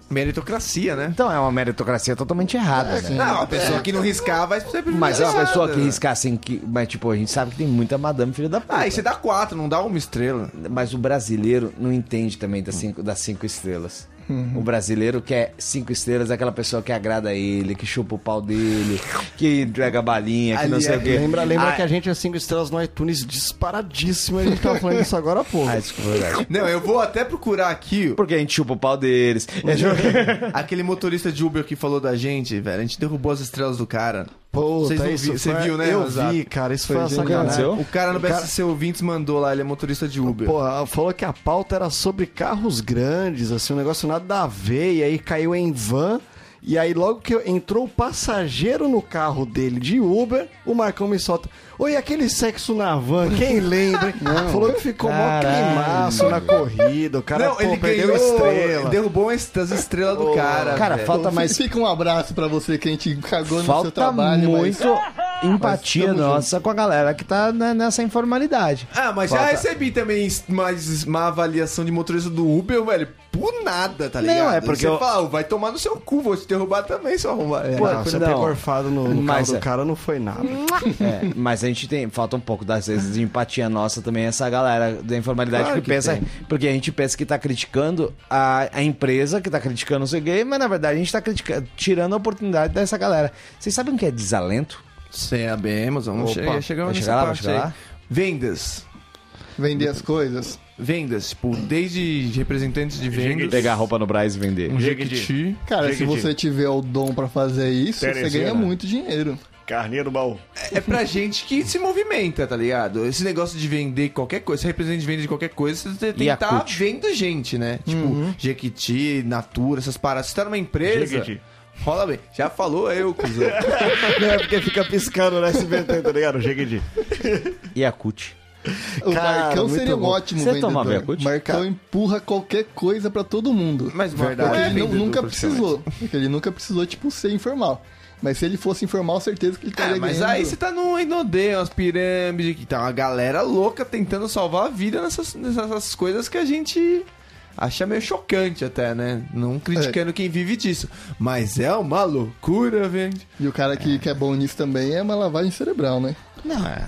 Speaker 1: Meritocracia, né?
Speaker 2: Então é uma meritocracia totalmente errada, né?
Speaker 1: Não, a pessoa É que não riscar vai ser
Speaker 2: Mas é uma
Speaker 1: privilegiada.
Speaker 2: pessoa que riscar sem que. Mas, tipo, a gente sabe que tem muita madame filha da puta.
Speaker 1: Ah, e você dá quatro, não dá uma estrela.
Speaker 2: Mas o brasileiro não entende também das cinco, das cinco estrelas.
Speaker 1: Uhum.
Speaker 2: O brasileiro quer cinco estrelas, é aquela pessoa que agrada ele, que chupa o pau dele, que entrega balinha, que
Speaker 1: é
Speaker 2: não sei o quê.
Speaker 4: Lembra, lembra
Speaker 2: Ah,
Speaker 4: que a gente é 5 estrelas no iTunes disparadíssimo. A gente tava falando isso agora há pouco.
Speaker 1: é
Speaker 2: ah, desculpa, verdade.
Speaker 1: Não, eu vou até procurar aqui
Speaker 2: Porque a gente chupa o pau deles. É,
Speaker 1: Uhum.
Speaker 2: tipo-
Speaker 1: aquele motorista de Uber que falou da gente, velho. A gente derrubou as estrelas do cara. Vocês não vi- você viu, né?
Speaker 4: Eu
Speaker 1: no zap?
Speaker 4: vi, cara. Isso foi uma
Speaker 3: genial.
Speaker 4: sacanagem.
Speaker 2: Aconteceu?
Speaker 1: O cara no
Speaker 4: O cara-
Speaker 1: BSC ouvintes mandou lá, ele é motorista
Speaker 2: Tá
Speaker 1: de Uber.
Speaker 4: Porra, falou que a pauta era sobre carros grandes, assim, um negócio nada a ver, e aí caiu em van. E aí, logo que entrou o passageiro no carro dele de Uber, o Marcão me solta. Oi, aquele sexo na van, quem lembra?
Speaker 1: [LAUGHS]
Speaker 4: hein?" Falou que ficou mó climaço na corrida, o cara
Speaker 1: não,
Speaker 4: pô,
Speaker 1: ele
Speaker 4: perdeu
Speaker 1: ganhou
Speaker 4: estrela.
Speaker 1: Derrubou as as estrelas do cara.
Speaker 2: Cara,
Speaker 1: velho.
Speaker 2: falta mais.
Speaker 3: Fica um abraço pra você que a gente cagou no seu
Speaker 2: Falta
Speaker 3: trabalho. mas-
Speaker 2: muito empatia
Speaker 3: mas tamo
Speaker 2: nossa com a galera que tá né, nessa informalidade.
Speaker 1: Ah, mas já recebi também es- mais uma avaliação de motorista do Uber, velho, por nada, tá
Speaker 2: Não,
Speaker 1: ligado?
Speaker 2: é porque
Speaker 1: Você
Speaker 2: eu-
Speaker 1: fala, "Ah, vai tomar no seu cu, vou te derrubar também, seu arrombado. É.
Speaker 4: Pô,
Speaker 2: Não,
Speaker 4: você
Speaker 2: não.
Speaker 4: pegou orfado no, no
Speaker 2: Mas
Speaker 4: carro
Speaker 2: é.
Speaker 4: do cara, não foi nada.
Speaker 2: [LAUGHS] É, mas a gente tem. Falta um pouco das vezes de empatia nossa também, essa galera da informalidade
Speaker 1: Claro
Speaker 2: que,
Speaker 1: que
Speaker 2: pensa.
Speaker 1: tem.
Speaker 2: Porque a gente pensa que tá criticando a, a empresa, que tá criticando não sei o quê, mas na verdade a gente tá criticando, tirando a oportunidade dessa galera. Vocês sabem o que é desalento?
Speaker 1: Sabemos, vamos
Speaker 2: Opa,
Speaker 1: chegar, chegamos
Speaker 2: vai
Speaker 1: nessa
Speaker 2: chegar lá, vai
Speaker 1: parte
Speaker 2: chegar
Speaker 1: aí.
Speaker 2: lá?
Speaker 1: Vendas.
Speaker 3: Vender as coisas.
Speaker 1: Vendas, tipo, desde representantes de vendas.
Speaker 2: Pegar roupa no Braz e vender.
Speaker 1: Jequiti.
Speaker 3: Cara, se
Speaker 6: Jequiti.
Speaker 3: você tiver o dom pra fazer isso, você
Speaker 6: Teresina.
Speaker 3: ganha
Speaker 1: né?
Speaker 3: muito dinheiro.
Speaker 6: Carneiro baú.
Speaker 1: É pra gente que se movimenta, tá ligado? Esse negócio de vender qualquer coisa, ser representante de venda de qualquer coisa, você tem que estar
Speaker 2: Yakult.
Speaker 1: vendo gente, né? Tipo, Jequiti, Natura, essas paradas. Se tá numa empresa.
Speaker 6: Jequiti.
Speaker 1: Rola bem. Já falou eu, cuzão.
Speaker 6: Não, é porque fica piscando no SBT, tá ligado? Jequiti.
Speaker 2: E a CUT.
Speaker 3: O
Speaker 4: Cara,
Speaker 3: Marcão
Speaker 4: muito
Speaker 3: seria um
Speaker 4: bom.
Speaker 3: ótimo
Speaker 2: Você
Speaker 3: vendedor.
Speaker 2: tomava Yakult?
Speaker 3: Marcão empurra qualquer coisa pra todo mundo.
Speaker 1: Mas
Speaker 3: Porque
Speaker 1: verdade.
Speaker 3: ele nu- nunca precisou. Porque ele nunca precisou, tipo, ser informal. Mas se ele fosse informal, certeza que ele estaria
Speaker 1: Ah, mas
Speaker 3: ganhando.
Speaker 1: aí você tá num Inodê, umas pirâmides, que tá uma galera louca tentando salvar a vida nessas, nessas coisas que a gente acha meio chocante até, né? Não criticando quem vive disso. Mas é uma loucura, velho.
Speaker 3: E o cara que, que é bom nisso também é uma lavagem cerebral, né?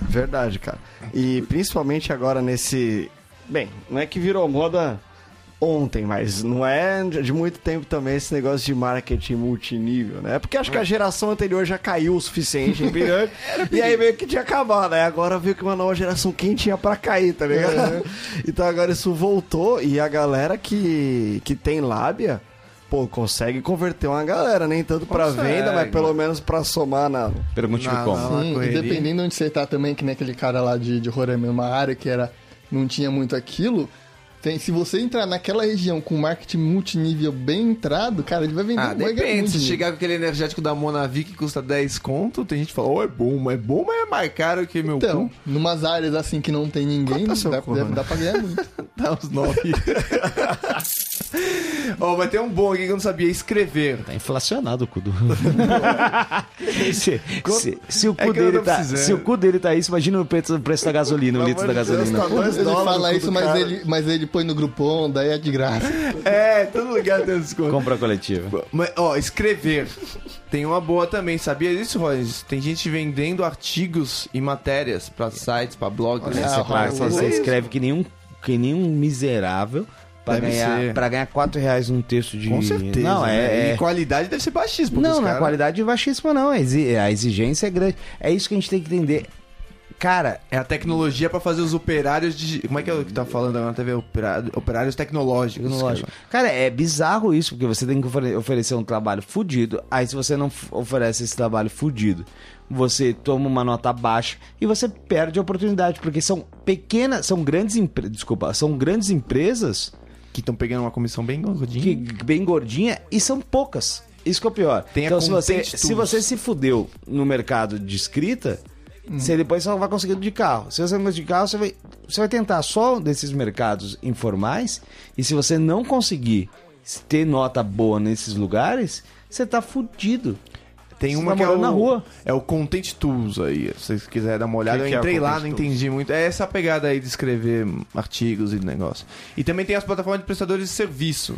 Speaker 4: Verdade, cara. E principalmente agora nesse. Bem, não é que virou moda ontem, mas não é de muito tempo também esse negócio de marketing multinível, né? Porque acho que a geração anterior já caiu o suficiente em pirâmide. e aí meio que tinha acabado, né? Agora veio que uma nova geração quem tinha pra cair, tá ligado? [LAUGHS] Então agora isso voltou e a galera que, que tem lábia. Pô, consegue converter uma galera, nem tanto pra
Speaker 1: Consegue,
Speaker 4: venda, mas pelo menos pra somar na.
Speaker 2: Pergunte-me
Speaker 1: Não,
Speaker 2: como.
Speaker 1: não. Uma
Speaker 3: Sim, e
Speaker 1: correria.
Speaker 3: dependendo de onde você tá também, que nem aquele cara lá de, de Roraima, uma área que era não tinha muito aquilo. Tem, se você entrar naquela região com um marketing multinível bem entrado, cara, ele vai vender
Speaker 1: Ah,
Speaker 3: vai ganhar
Speaker 1: depende.
Speaker 3: é muito
Speaker 1: Se
Speaker 3: dinheiro.
Speaker 1: chegar com aquele energético da Monavi que custa 10 conto, tem gente que fala, oh, é bom, mas é bom, mas é mais caro que meu
Speaker 3: Então,
Speaker 1: cu.
Speaker 3: numas áreas assim que não tem ninguém,
Speaker 4: Quanto é seu
Speaker 3: dá,
Speaker 4: cu,
Speaker 3: deve
Speaker 4: mano?
Speaker 3: dar pra ganhar muito.
Speaker 1: Dá uns 9. Ó, vai ter um bom aqui que eu não sabia escrever.
Speaker 2: Tá inflacionado o
Speaker 1: [LAUGHS]
Speaker 2: cu do. se, se- se o
Speaker 1: É
Speaker 2: cu
Speaker 1: que eu
Speaker 2: dele
Speaker 1: tô
Speaker 2: tá,
Speaker 1: precisando.
Speaker 2: se o cu dele tá isso, imagina o preço, o preço da gasolina, o litro da
Speaker 1: tá
Speaker 2: gasolina.
Speaker 3: Ele fala
Speaker 4: cu
Speaker 3: isso,
Speaker 4: do
Speaker 3: mas
Speaker 4: cara.
Speaker 3: ele, mas ele põe no grupom, daí é de graça.
Speaker 1: É, todo lugar tem uns contos.
Speaker 2: Compra coletiva.
Speaker 1: Mas, ó, escrever. Tem uma boa também, sabia disso, Rollins? Tem gente vendendo artigos e matérias pra sites, pra blogs. né?
Speaker 3: Olha,
Speaker 2: Você,
Speaker 3: Ah,
Speaker 2: paga,
Speaker 3: Raul,
Speaker 2: você
Speaker 3: é isso.
Speaker 2: escreve que nenhum, que nenhum miserável pra
Speaker 1: Deve ser.
Speaker 2: ganhar, pra ganhar 4 reais num texto de. Não,
Speaker 1: né?
Speaker 2: é. é...
Speaker 1: E qualidade deve ser baixíssima.
Speaker 2: Não,
Speaker 1: dos
Speaker 2: não é
Speaker 1: caras.
Speaker 2: qualidade baixíssima, não. A exi- a exigência é grande. É isso que a gente tem que entender. Cara,
Speaker 1: É a tecnologia pra fazer os operários de. Como é que é o que tá falando agora na TV? Operário- Operários tecnológicos.
Speaker 2: Lógico.
Speaker 1: cara.
Speaker 2: Cara, é bizarro isso, porque você tem que ofere- oferecer um trabalho fudido. Aí, se você não f- oferece esse trabalho fudido, você toma uma nota baixa e você perde a oportunidade, porque são pequenas, são grandes empresas. Desculpa, são grandes empresas
Speaker 1: Que estão pegando uma comissão bem gordinha.
Speaker 2: que, bem gordinha e são poucas. Isso que é o pior.
Speaker 1: Tem a
Speaker 2: então, se você,
Speaker 1: Content Tools.
Speaker 2: se você se fudeu no mercado de escrita, você depois só vai conseguindo de carro. Se você não conseguir de carro, você vai, você vai tentar só um desses mercados informais. E se você não conseguir ter nota boa nesses lugares, você tá fudido.
Speaker 1: Tem uma
Speaker 2: tá
Speaker 1: que é o,
Speaker 2: morando na rua.
Speaker 1: é o Content Tools aí. Se vocês quiserem dar uma olhada,
Speaker 6: Que que
Speaker 1: eu
Speaker 6: é o
Speaker 1: entrei lá,
Speaker 6: Content
Speaker 1: não entendi muito. É essa pegada aí de escrever artigos e negócio. E também tem as plataformas de prestadores de serviço.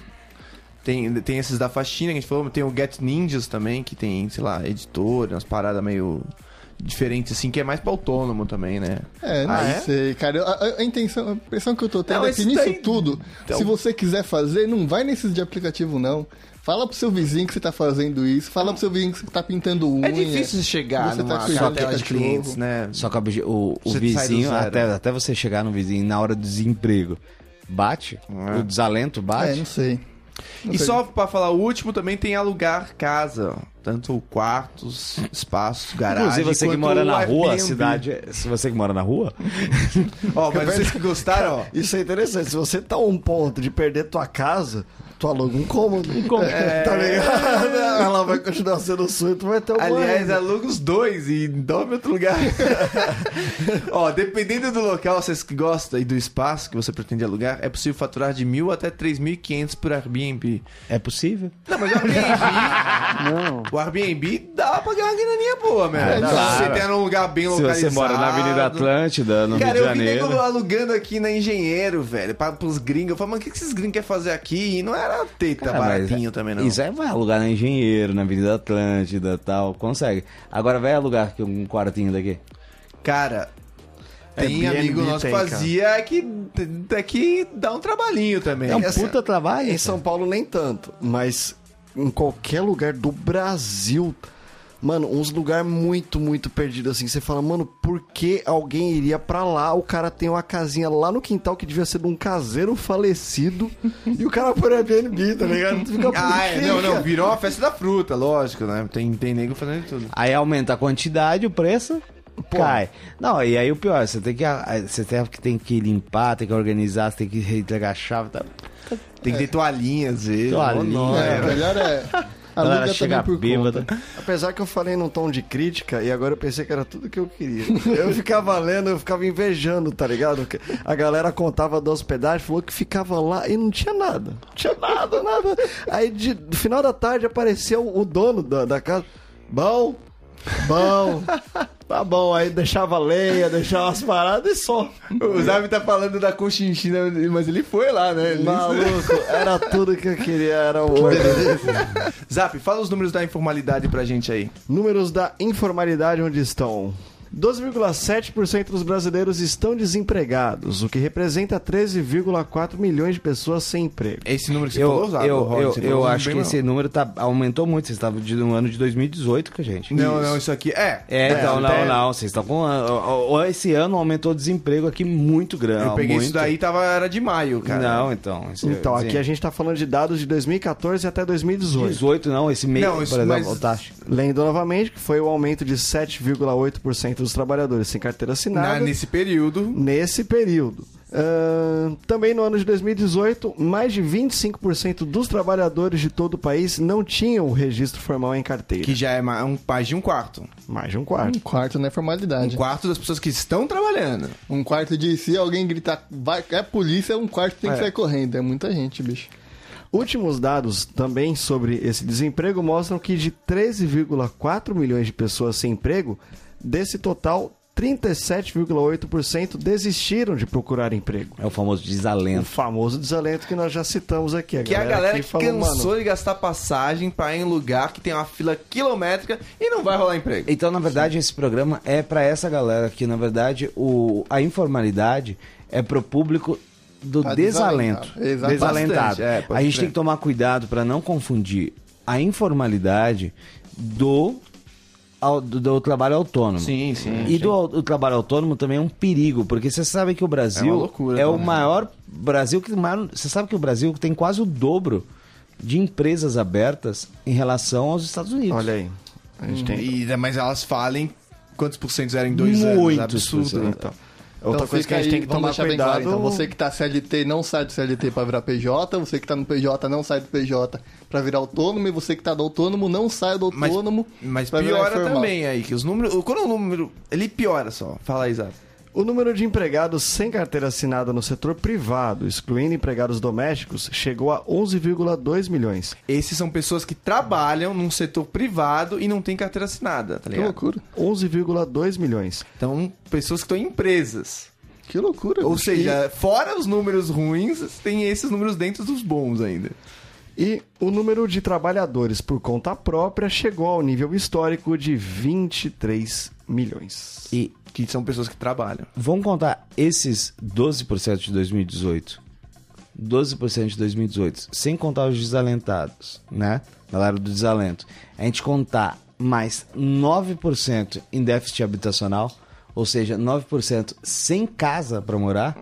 Speaker 1: Tem, tem esses da faxina que a gente falou, tem o Get Ninjas também, que tem, sei lá, editor, umas paradas meio diferentes assim, que é mais pra autônomo também, né?
Speaker 3: É, não
Speaker 1: Ah, é?
Speaker 3: sei, cara. Eu- A, a intenção, a impressão que eu tô tendo
Speaker 1: Não,
Speaker 3: é que
Speaker 1: isso
Speaker 3: nisso
Speaker 1: daí-
Speaker 3: tudo,
Speaker 1: Então.
Speaker 3: se você quiser fazer, não vai nesses de aplicativo, não. Fala pro seu vizinho que você tá fazendo isso, fala pro seu vizinho que você tá pintando unha.
Speaker 1: É difícil chegar
Speaker 3: Você tá
Speaker 1: numa
Speaker 3: com isso
Speaker 1: cartela de
Speaker 3: aplicativo.
Speaker 1: clientes, né?
Speaker 2: Só que o obje- o,
Speaker 1: Você
Speaker 2: o
Speaker 1: sai do
Speaker 2: vizinho,
Speaker 1: zero.
Speaker 2: até, até você chegar no vizinho na hora do desemprego, bate? O desalento
Speaker 3: É,
Speaker 1: né?
Speaker 2: bate?
Speaker 3: não sei.
Speaker 1: E só pra falar o último, também tem alugar casa. Tanto quartos, espaços, garagem.
Speaker 2: Inclusive, você que
Speaker 1: quanto
Speaker 2: mora na rua, a
Speaker 1: um Airbnb.
Speaker 2: cidade. é- Se você que mora na rua,
Speaker 1: Ó, mas vocês que gostaram, ó.
Speaker 4: Isso é interessante. Se você tá a um ponto de perder tua casa, tu aluga um cômodo. Tá ligado? Ela vai continuar sendo sua e tu vai ter um
Speaker 1: É, Aliás, aluga os dois e dorme em outro lugar. Ó, dependendo do local, vocês que gostam e do espaço que você pretende alugar, é possível faturar de mil até 3.500 por Airbnb.
Speaker 2: é possível.
Speaker 1: Não, mas o Airbnb,
Speaker 5: Não.
Speaker 1: o Airbnb dá pra ganhar uma graninha boa, meu.
Speaker 2: É,
Speaker 1: Dá-
Speaker 2: claro.
Speaker 1: Se você tem num lugar bem
Speaker 2: Se
Speaker 1: localizado.
Speaker 2: você mora na Avenida Atlântida, no
Speaker 1: Cara,
Speaker 2: Rio de
Speaker 1: eu vi
Speaker 2: Janeiro.
Speaker 1: nego alugando aqui na Engenheiro, velho, pra, pros gringos. Eu falei, mas o que que esses gringos querem fazer aqui? E não era teita
Speaker 2: Ah, mas
Speaker 1: Tá baratinho também, não.
Speaker 2: Isso aí vai alugar na Engenheiro, na Avenida Atlântida tal, consegue. Agora vai alugar aqui um quartinho daqui. é-
Speaker 1: Cara, tem
Speaker 4: Airbnb
Speaker 1: amigo nosso que
Speaker 4: tem,
Speaker 1: fazia que, é que dá um trabalhinho também. Assim,
Speaker 2: É um
Speaker 4: essa-
Speaker 2: puta trabalho.
Speaker 4: Em São Paulo nem tanto, mas em qualquer lugar do Brasil, mano, uns lugar muito, muito perdido assim. Você fala, mano, por que alguém iria pra lá? O cara tem uma casinha lá no quintal que devia ser de um caseiro falecido [LAUGHS] e o cara por Airbnb, tá ligado? Tu fica, por
Speaker 1: Ah, é,
Speaker 4: quê,
Speaker 1: não, não,
Speaker 4: cara?
Speaker 1: virou uma festa da fruta, lógico, né? Tem, tem nego fazendo tudo.
Speaker 2: Aí aumenta a quantidade, o preço cai. Não, e aí o pior, você tem que ah, você tem que, tem que limpar, tem que organizar, você tem que entregar a chave. Tá?
Speaker 1: Tem que ter toalhinha às vezes.
Speaker 2: Toalhinha.
Speaker 1: Mó nó,
Speaker 3: É,
Speaker 1: é,
Speaker 3: o
Speaker 1: velho. [LAUGHS]
Speaker 3: melhor é
Speaker 2: Ela
Speaker 3: aluga
Speaker 2: chega
Speaker 3: também por
Speaker 2: bêbada.
Speaker 3: conta.
Speaker 4: Apesar que eu falei num tom de crítica e agora eu pensei que era tudo que eu queria. Eu ficava lendo, eu ficava invejando, tá ligado? Que A galera contava da hospedagem, falou que ficava lá e não tinha nada. Não tinha nada, nada. Aí de- no final da tarde apareceu o dono da, da casa. Bom, bom. Tá bom, aí deixava lenha, deixava as paradas e só.
Speaker 1: O Zabi tá falando da Conchinchina, mas ele foi lá, né? Ele-
Speaker 4: Maluco, era tudo que eu queria,
Speaker 2: [LAUGHS]
Speaker 4: era o
Speaker 1: Zap, fala os números da informalidade pra gente aí.
Speaker 4: Números da informalidade onde estão. 12,7% dos brasileiros estão desempregados, o que representa 13,4 milhões de pessoas sem emprego.
Speaker 1: Esse número que você falou,
Speaker 2: Eu,
Speaker 1: Zap,
Speaker 2: eu,
Speaker 1: Rod,
Speaker 2: eu,
Speaker 1: você
Speaker 2: eu
Speaker 1: falou
Speaker 2: acho
Speaker 1: bem
Speaker 2: que
Speaker 1: mal.
Speaker 2: esse número tá, aumentou muito. Vocês estavam de- no ano de 2018 com a gente.
Speaker 1: Não, não, isso aqui... É,
Speaker 2: É, então, não,
Speaker 1: até-
Speaker 2: não. Vocês estão com. ó, ó, Esse ano aumentou o desemprego aqui muito grande.
Speaker 1: Eu peguei
Speaker 2: muito.
Speaker 1: isso daí, tava, era de maio, cara.
Speaker 2: Não, então. esse-
Speaker 4: Então,
Speaker 2: assim,
Speaker 4: aqui a gente está falando de dados de 2014 até 2018.
Speaker 2: 18 não, esse mês,
Speaker 1: Não, isso-
Speaker 2: por exemplo,
Speaker 1: mas-
Speaker 2: tá.
Speaker 4: Lendo novamente, que foi o aumento de 7,8% dos trabalhadores sem carteira
Speaker 1: Na,
Speaker 4: assinada
Speaker 1: nesse período...
Speaker 4: nesse período. Ahn, também no ano de 2018, mais de 25% dos trabalhadores de todo o país não tinham registro formal em carteira.
Speaker 1: Que já é ma- um, mais de um quarto.
Speaker 4: Mais de um quarto.
Speaker 3: Um quarto não é
Speaker 1: Um
Speaker 3: formalidade.
Speaker 1: quarto das pessoas que estão trabalhando.
Speaker 3: Um quarto de se alguém gritar, vai, é polícia, um quarto tem que sair correndo. É muita gente, bicho.
Speaker 4: Últimos dados também sobre esse desemprego mostram que de 13,4 milhões de pessoas sem emprego, desse total, 37,8% desistiram de procurar emprego.
Speaker 2: É o famoso
Speaker 4: O
Speaker 2: desalento.
Speaker 4: famoso desalento que nós já citamos aqui.
Speaker 1: Que é a galera
Speaker 4: que
Speaker 1: que
Speaker 4: falou,
Speaker 1: cansou
Speaker 4: "Mano,
Speaker 1: de gastar passagem pra ir em lugar que tem uma fila quilométrica e não vai rolar emprego.
Speaker 2: Então, na verdade, esse programa é pra essa galera que, na verdade, o, a informalidade é pro público do
Speaker 3: Tá
Speaker 2: desalento.
Speaker 3: desalentado. Exato.
Speaker 2: Desalentado.
Speaker 1: Bastante, é, pode
Speaker 2: a gente
Speaker 1: crer.
Speaker 2: tem que tomar cuidado pra não confundir a informalidade do, ao- do, do trabalho autônomo.
Speaker 1: Sim, sim,
Speaker 2: E do au- o trabalho autônomo também é um perigo, porque você sabe que o Brasil
Speaker 1: uma loucura
Speaker 2: é o
Speaker 1: também.
Speaker 2: maior Brasil que maior- você sabe que o Brasil tem quase o dobro de empresas abertas em relação aos Estados Unidos.
Speaker 4: Olha aí. A gente
Speaker 3: Hum,
Speaker 4: tem
Speaker 1: E- mas elas falem quantos por cento eram em dois anos.
Speaker 2: Muitos
Speaker 1: Absurdo. né?
Speaker 2: por
Speaker 4: Então,
Speaker 3: Então
Speaker 4: outra coisa
Speaker 3: fica
Speaker 4: que a gente tem
Speaker 3: aí,
Speaker 4: que
Speaker 3: vamos
Speaker 4: tomar
Speaker 3: deixar bem
Speaker 4: cuidado.
Speaker 3: claro. Então você que tá CLT não sai do CLT pra virar PJ, você que tá no PJ não sai do PJ pra virar autônomo, e você que tá do autônomo não sai do
Speaker 1: Mas,
Speaker 3: autônomo
Speaker 1: mas
Speaker 3: pra virar
Speaker 1: piora
Speaker 3: informal.
Speaker 1: também aí, que os números. Quando o número. Ele piora só. Fala aí, Zap.
Speaker 4: O número de empregados sem carteira assinada no setor privado, excluindo empregados domésticos, chegou a 11,2 milhões.
Speaker 1: Esses são pessoas que trabalham num setor privado e não tem carteira assinada, tá
Speaker 3: Que
Speaker 1: ligado?
Speaker 3: loucura.
Speaker 4: 11,2 milhões.
Speaker 1: Então, pessoas que estão em empresas.
Speaker 3: Que loucura. né?
Speaker 1: Ou
Speaker 3: bicho.
Speaker 1: seja, fora os números ruins, tem esses números dentro dos bons ainda.
Speaker 4: E o número de trabalhadores por conta própria chegou ao nível histórico de 23 milhões.
Speaker 2: E
Speaker 1: Que são pessoas que trabalham.
Speaker 2: vamos contar esses 12% de 2018. 12% de 2018, sem contar os desalentados, né? Galera do desalento. A gente contar mais 9% em déficit habitacional, ou seja, 9% sem casa pra morar,